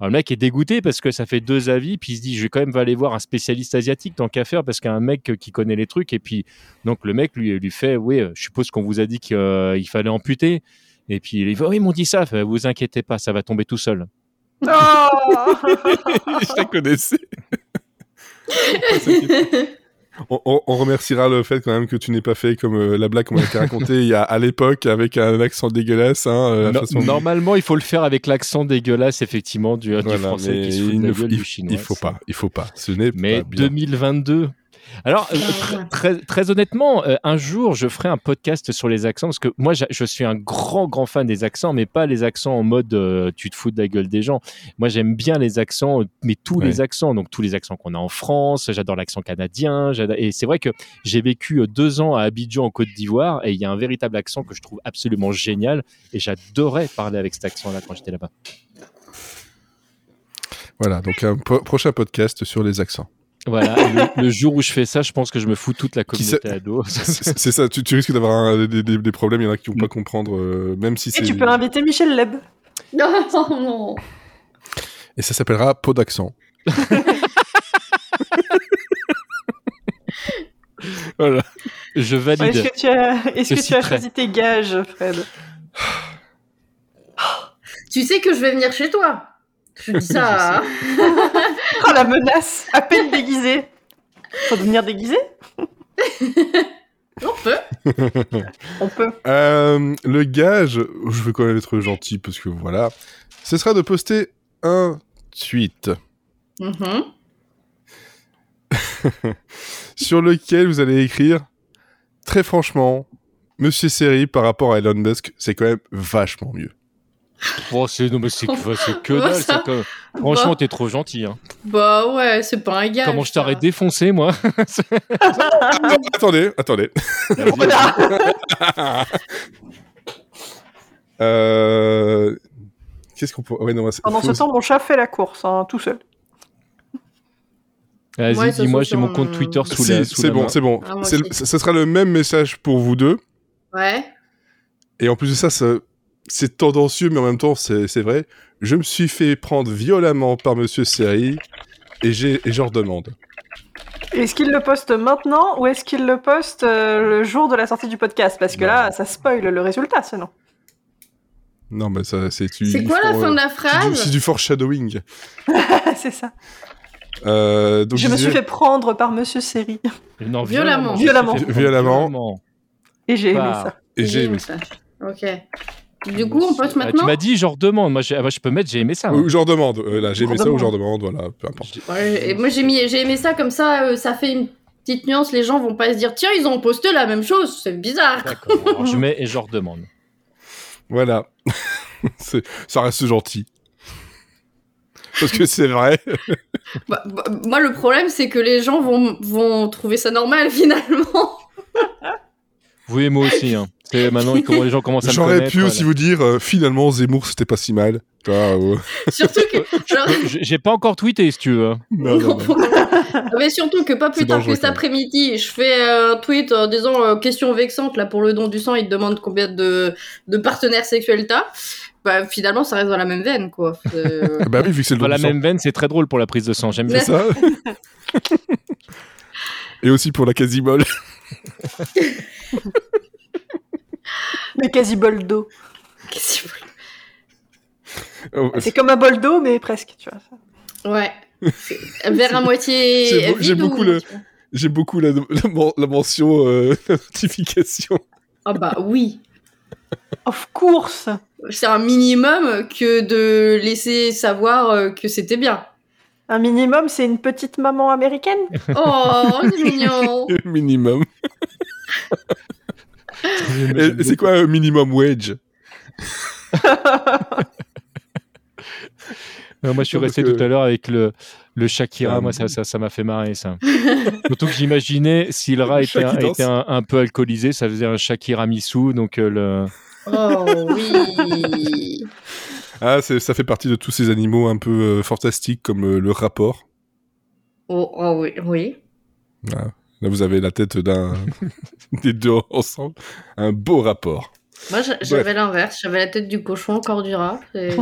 Speaker 4: Alors, le mec est dégoûté parce que ça fait deux avis, puis il se dit je vais quand même va aller voir un spécialiste asiatique tant qu'à faire parce qu'un mec qui connaît les trucs et puis donc le mec lui, lui fait oui, euh, je suppose qu'on vous a dit qu'il euh, il fallait amputer. Et puis il dit oui, ils m'ont dit ça. Fait, vous inquiétez pas, ça va tomber tout seul.
Speaker 5: oh.
Speaker 1: je la connaissais. On, on- on remerciera le fait quand même que tu n'aies pas fait comme euh, la blague qu'on a été racontée il y a, à l'époque avec un accent dégueulasse. Hein, euh, la
Speaker 4: No-
Speaker 1: façon-
Speaker 4: Normalement, il faut le faire avec l'accent dégueulasse effectivement du, du
Speaker 1: Voilà,
Speaker 4: français
Speaker 1: mais
Speaker 4: qui se fout
Speaker 1: il
Speaker 4: de
Speaker 1: ne
Speaker 4: la
Speaker 1: faut-
Speaker 4: gueule
Speaker 1: il-
Speaker 4: du chinois.
Speaker 1: il faut pas, il faut pas. Ce n'est
Speaker 4: Mais
Speaker 1: pas bien.
Speaker 4: 2022. Alors, euh,
Speaker 3: Ah ouais.
Speaker 4: très, très honnêtement, euh, un jour, je ferai un podcast sur les accents parce que moi, j'a- je suis un grand, grand fan des accents, mais pas les accents en mode euh, tu te fous de la gueule des gens. Moi, j'aime bien les accents, euh, mais tous les accents, donc tous les accents qu'on a en France. J'adore l'accent canadien. j'adore- Et c'est vrai que j'ai vécu euh, deux ans à Abidjan, en Côte d'Ivoire, et il y a un véritable accent que je trouve absolument génial. Et j'adorais parler avec cet accent-là quand j'étais là-bas.
Speaker 1: Voilà, donc un po- prochain podcast sur les accents.
Speaker 4: Voilà. Et le, le jour où je fais ça, je pense que je me fous toute la
Speaker 1: Qui ça-
Speaker 4: communauté à dos.
Speaker 1: C'est c'est ça, tu, tu risques d'avoir un- des, des- des problèmes, il y en a qui vont pas comprendre, euh, même si
Speaker 5: Et
Speaker 1: c'est...
Speaker 5: tu peux inviter Michel Leb.
Speaker 3: Non, non.
Speaker 1: Et ça s'appellera Peau d'accent. voilà.
Speaker 4: Je valide.
Speaker 5: Est-ce que tu as,
Speaker 4: Je
Speaker 5: est-ce que tu as
Speaker 4: citerai.
Speaker 5: choisi tes gages, Fred
Speaker 3: Tu sais que je vais venir chez toi. Je dis ça. hein.
Speaker 5: Oh la menace, à peine déguisée. Faut devenir déguisé
Speaker 3: On peut.
Speaker 5: On peut.
Speaker 1: Euh, le gage, je veux quand même être gentil parce que voilà, ce sera de poster un tweet
Speaker 3: Mhm.
Speaker 1: sur lequel vous allez écrire très franchement, Monsieur Seri par rapport à Elon Musk, c'est quand même vachement mieux.
Speaker 4: Oh, c'est non, mais c'est que, c'est que
Speaker 3: Comment
Speaker 4: dalle,
Speaker 3: ça
Speaker 4: ça, quand même. Franchement,
Speaker 3: Bah.
Speaker 4: t'es trop gentil. hein.
Speaker 3: Bah ouais, c'est pas un gars.
Speaker 4: Comment je
Speaker 3: ça.
Speaker 4: t'aurais défoncé, moi
Speaker 3: Ah.
Speaker 1: attendez, attendez.
Speaker 5: Voilà.
Speaker 1: Euh, Qu'est-ce qu'on peut Ouais, non, c'est-
Speaker 5: Pendant ce
Speaker 1: faut-
Speaker 5: temps, mon chat fait la course, hein, tout seul.
Speaker 4: Vas-y,
Speaker 3: Ouais, ça
Speaker 4: dis-moi,
Speaker 3: se
Speaker 4: j'ai mon
Speaker 3: sent,
Speaker 4: compte
Speaker 3: euh,
Speaker 4: Twitter sous
Speaker 1: Si,
Speaker 4: la. sous
Speaker 1: c'est
Speaker 4: la
Speaker 1: bon,
Speaker 4: main.
Speaker 1: c'est bon.
Speaker 3: Ah, moi
Speaker 1: C'est-
Speaker 3: aussi.
Speaker 1: Ce ce sera le même message pour vous deux.
Speaker 3: Ouais.
Speaker 1: Et en plus de ça, ça- c'est tendancieux, mais en même temps, c'est c'est vrai. Je me suis fait prendre violemment par Monsieur Seri et j'ai- et j'en redemande.
Speaker 5: Est-ce qu'il le poste maintenant ou est-ce qu'il le poste euh, le jour de la sortie du podcast Parce que là, ça spoil le résultat, sinon.
Speaker 1: Non, mais ça, c'est du.
Speaker 3: C'est quoi la
Speaker 1: for-
Speaker 3: fin de
Speaker 4: euh,
Speaker 3: la
Speaker 1: c'est du-
Speaker 3: phrase
Speaker 1: C'est du foreshadowing.
Speaker 5: c'est ça.
Speaker 1: Euh, donc,
Speaker 5: Je me suis
Speaker 1: disais-
Speaker 5: fait prendre par Monsieur Seri.
Speaker 4: Non,
Speaker 3: Violemment.
Speaker 5: Violemment.
Speaker 1: Violemment.
Speaker 5: Et j'ai aimé
Speaker 4: Par-
Speaker 5: ça.
Speaker 1: Et j'ai aimé.
Speaker 3: ça. Ok. Du coup, on poste
Speaker 4: Ah, tu
Speaker 3: maintenant
Speaker 4: m'as dit, genre demande. Moi, j'ai- ah, bah, je peux mettre, j'ai aimé ça. hein.
Speaker 1: Ou j'en demande. Euh, là, j'ai aimé ça ou
Speaker 5: Redemande.
Speaker 1: j'en demande, voilà, peu importe.
Speaker 3: Ouais, et Moi, j'ai mis, j'ai aimé ça comme ça, euh, ça fait une petite nuance. Les gens vont pas se dire tiens, ils ont posté la même chose, c'est bizarre.
Speaker 4: D'accord. Alors, je mets et genre demande.
Speaker 1: Voilà. C'est- ça reste gentil. Parce que c'est vrai.
Speaker 3: Bah, bah, moi, le problème, c'est que les gens vont, vont trouver ça normal finalement.
Speaker 4: Vous et moi aussi. Hein. C'est maintenant ils commencent- les gens commencent à me
Speaker 1: J'aurais
Speaker 4: connaître,
Speaker 1: pu
Speaker 4: voilà.
Speaker 1: aussi vous dire, euh, finalement, Zemmour, c'était pas si mal. Tu vois, euh,
Speaker 3: Surtout que. genre,
Speaker 4: J- J'ai pas encore tweeté si tu veux. hein.
Speaker 1: non, non, non.
Speaker 3: Mais surtout que pas
Speaker 1: C'est
Speaker 3: plus tard
Speaker 1: dangereux,
Speaker 3: que cet
Speaker 1: quand même.
Speaker 3: après-midi, je fais euh, un tweet en disant euh, question vexante là pour le don du sang, il te demande combien de, de partenaires sexuels t'as. Bah finalement, ça reste dans la même veine quoi. Euh,
Speaker 1: Bah oui, vu que c'est le
Speaker 4: Dans
Speaker 1: don
Speaker 4: la
Speaker 1: du sang.
Speaker 4: même veine, c'est très drôle pour la prise de sang. J'aime bien.
Speaker 1: C'est ça. Et aussi pour la quasi-molle.
Speaker 5: Mais quasi bol d'eau.
Speaker 3: qu'est-ce que
Speaker 4: Ah
Speaker 1: Oh,
Speaker 5: C'est comme un bol d'eau, mais presque, tu vois.
Speaker 3: vous- ouais. Vers à moitié.
Speaker 1: C'est beau-
Speaker 3: vide
Speaker 1: j'aime
Speaker 3: ou-
Speaker 1: beaucoup le- J'ai beaucoup la, la men- la mention euh, notification.
Speaker 3: Ah bah oui.
Speaker 5: Of course
Speaker 3: C'est un minimum que de laisser savoir euh, que c'était bien.
Speaker 5: Un minimum, c'est une petite maman américaine
Speaker 3: Oh, c'est mignon.
Speaker 1: Minimum. Et
Speaker 4: J'aime
Speaker 1: C'est quoi euh, minimum wage
Speaker 4: Non, Euh, moi, je suis
Speaker 1: Parce
Speaker 4: resté
Speaker 1: que-
Speaker 4: tout à l'heure avec le, le Shakira.
Speaker 1: Ah,
Speaker 4: moi, ça, ça, ça m'a fait marrer, ça. Surtout que j'imaginais si le rat
Speaker 1: Le
Speaker 4: était,
Speaker 1: chat qui
Speaker 4: un,
Speaker 1: danse.
Speaker 4: était un- un peu alcoolisé, ça faisait un Shakira Missou. Donc, euh, le...
Speaker 3: Oh oui.
Speaker 1: Ah, c'est- ça fait partie de tous ces animaux un peu euh, fantastiques comme euh, le rapport.
Speaker 3: Oh, oh oui, oui.
Speaker 1: Là, vous avez la tête d'un des deux ensemble. Un beau rapport.
Speaker 3: Moi, j'a- j'avais l'inverse. J'avais la tête du cochon, le corps du rat. C'est-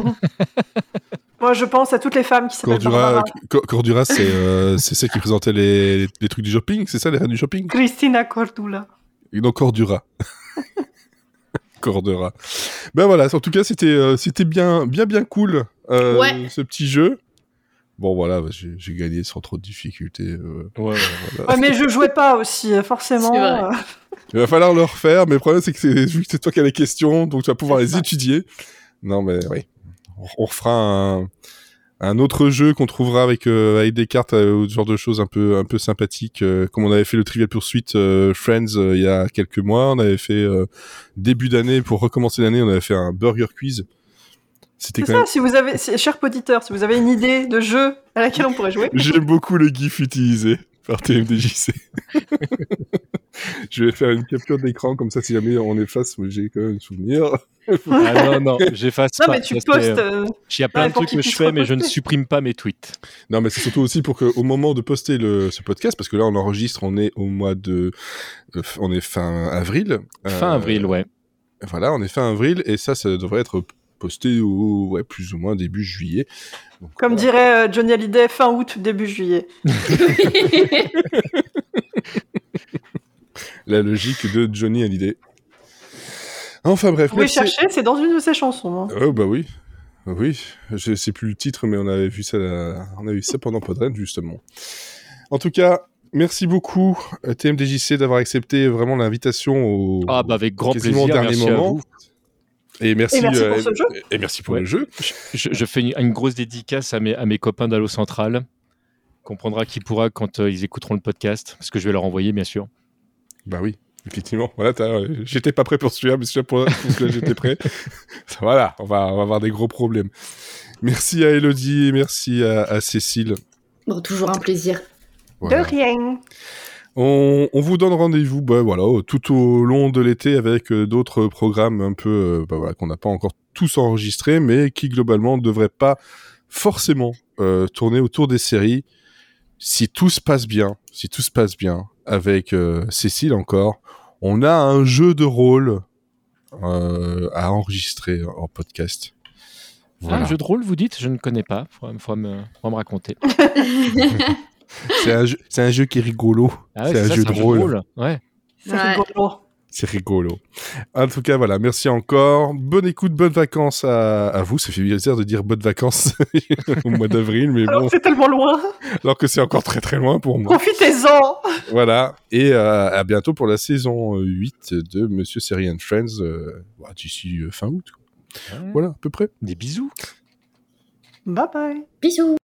Speaker 5: Moi, je pense à toutes les femmes qui s'appellent
Speaker 1: Cordura,
Speaker 5: Barbara.
Speaker 1: Co- Cordura c'est euh, c'est celle qui présentait les, les, trucs du shopping, c'est ça, les reines du shopping
Speaker 5: Christina Cordula.
Speaker 1: Et Non, Cordura. Cordura. Ben voilà, en tout cas, c'était euh, c'était bien, bien, bien cool, euh,
Speaker 3: Ouais.
Speaker 1: ce petit jeu. Bon, voilà, bah, j'ai j'ai gagné sans trop de difficultés. euh,
Speaker 4: ouais, ouais.
Speaker 1: voilà.
Speaker 5: Ouais, mais je jouais pas aussi, euh, forcément.
Speaker 3: C'est vrai.
Speaker 5: Euh,
Speaker 1: Il va falloir le refaire, mais le problème, c'est que c'est- vu que c'est toi qui as les questions, donc tu vas pouvoir les étudier. Non, mais oui. On- On refera un, un autre jeu qu'on trouvera avec, euh, avec des cartes, euh, ou ce genre de choses un peu, un peu sympathiques, euh, comme on avait fait le Trivial Pursuit euh, Friends euh, il y a quelques mois. On avait fait euh, début d'année, pour recommencer l'année, on avait fait un Burger Quiz. C'était
Speaker 5: C'est
Speaker 1: quand
Speaker 5: ça, si vous avez, si- cher auditeur, si vous avez une idée de jeu à laquelle on pourrait jouer,
Speaker 1: J'aime beaucoup le gif utilisé par TMDJC. Je vais faire une capture d'écran, comme ça, si jamais on efface, moi, j'ai quand même le souvenir.
Speaker 4: Ah, non, non, j'efface
Speaker 5: non,
Speaker 4: pas.
Speaker 5: mais tu
Speaker 4: Ça, c'est,
Speaker 5: postes.
Speaker 4: euh,
Speaker 5: euh,
Speaker 4: Il y a plein
Speaker 5: ouais,
Speaker 4: de
Speaker 5: pour
Speaker 4: trucs
Speaker 5: qu'ils
Speaker 4: que je
Speaker 5: puissent
Speaker 4: fais, mais je ne
Speaker 5: reposter.
Speaker 4: supprime pas mes tweets.
Speaker 1: Non, mais c'est surtout aussi pour qu'au moment de poster le, ce podcast, parce que là, on enregistre, on est au mois de. euh, On est fin avril. Euh,
Speaker 4: Fin avril, ouais.
Speaker 1: Voilà, on est fin avril, et ça, ça devrait être posté au, ouais, plus ou moins début juillet. Donc,
Speaker 5: Comme
Speaker 1: voilà.
Speaker 5: dirait euh, Johnny Hallyday, fin août, début juillet.
Speaker 1: La logique de Johnny Hallyday. Enfin bref.
Speaker 5: Vous pouvez
Speaker 1: merci.
Speaker 5: chercher, c'est dans une de ses chansons. hein.
Speaker 1: Oh, bah oui. Oui, je sais plus le titre, mais on avait vu ça, là- on a eu ça pendant Podren, justement. En tout cas, merci beaucoup, euh, TMDJC, d'avoir accepté vraiment l'invitation au.
Speaker 4: Ah, bah, avec grand
Speaker 1: quasiment
Speaker 4: plaisir.
Speaker 1: au dernier
Speaker 4: merci à
Speaker 1: moment.
Speaker 4: vous.
Speaker 1: Et merci,
Speaker 5: Et merci
Speaker 1: euh,
Speaker 5: pour ce jeu.
Speaker 1: et merci pour
Speaker 4: Ouais.
Speaker 1: le jeu.
Speaker 4: Je, je fais une, une grosse dédicace à mes, à mes copains d'Allo Central. Comprendra qui pourra quand euh, ils écouteront le podcast, parce que je vais leur envoyer, bien sûr.
Speaker 1: Bah oui, effectivement. Voilà, t'as- euh, j'étais pas prêt pour celui-là, mais celui-là, pour pour celui-là, j'étais prêt. voilà, on va, on va avoir des gros problèmes. Merci à Elodie et merci à, à Cécile.
Speaker 3: bon, toujours un plaisir.
Speaker 1: Voilà.
Speaker 5: De rien.
Speaker 1: On, on vous donne rendez-vous bah, voilà, au- tout au long de l'été avec euh, d'autres programmes un peu euh, bah, voilà, qu'on n'a pas encore tous enregistrés, mais qui globalement ne devraient pas forcément euh, tourner autour des séries. Si tout se passe bien, si tout se passe bien, avec euh, Cécile encore, on a un jeu de rôle euh, à enregistrer en podcast.
Speaker 4: Ah,
Speaker 1: Voilà.
Speaker 4: un jeu de rôle, vous dites Je ne connais pas. Il faudra, me- faudra me raconter.
Speaker 1: C'est un, jeu- c'est un jeu qui est rigolo.
Speaker 4: Ah ouais,
Speaker 1: c'est un
Speaker 4: ça,
Speaker 1: jeu drôle.
Speaker 4: Ouais.
Speaker 5: C'est
Speaker 3: Ouais.
Speaker 5: rigolo.
Speaker 1: C'est rigolo. En tout cas, voilà, merci encore. Bonne écoute, bonnes vacances à, à vous. Ça fait plaisir de dire bonnes vacances au mois d'avril, mais
Speaker 5: Alors
Speaker 1: bon,
Speaker 5: c'est tellement loin.
Speaker 1: alors que c'est encore très très loin pour moi.
Speaker 5: Profitez-en.
Speaker 1: Voilà. Et euh, à bientôt pour la saison euh, 8 de Monsieur Série and Friends, euh, bah, d'ici euh, fin août. quoi. Voilà, à peu près.
Speaker 4: Des bisous.
Speaker 5: Bye bye.
Speaker 3: Bisous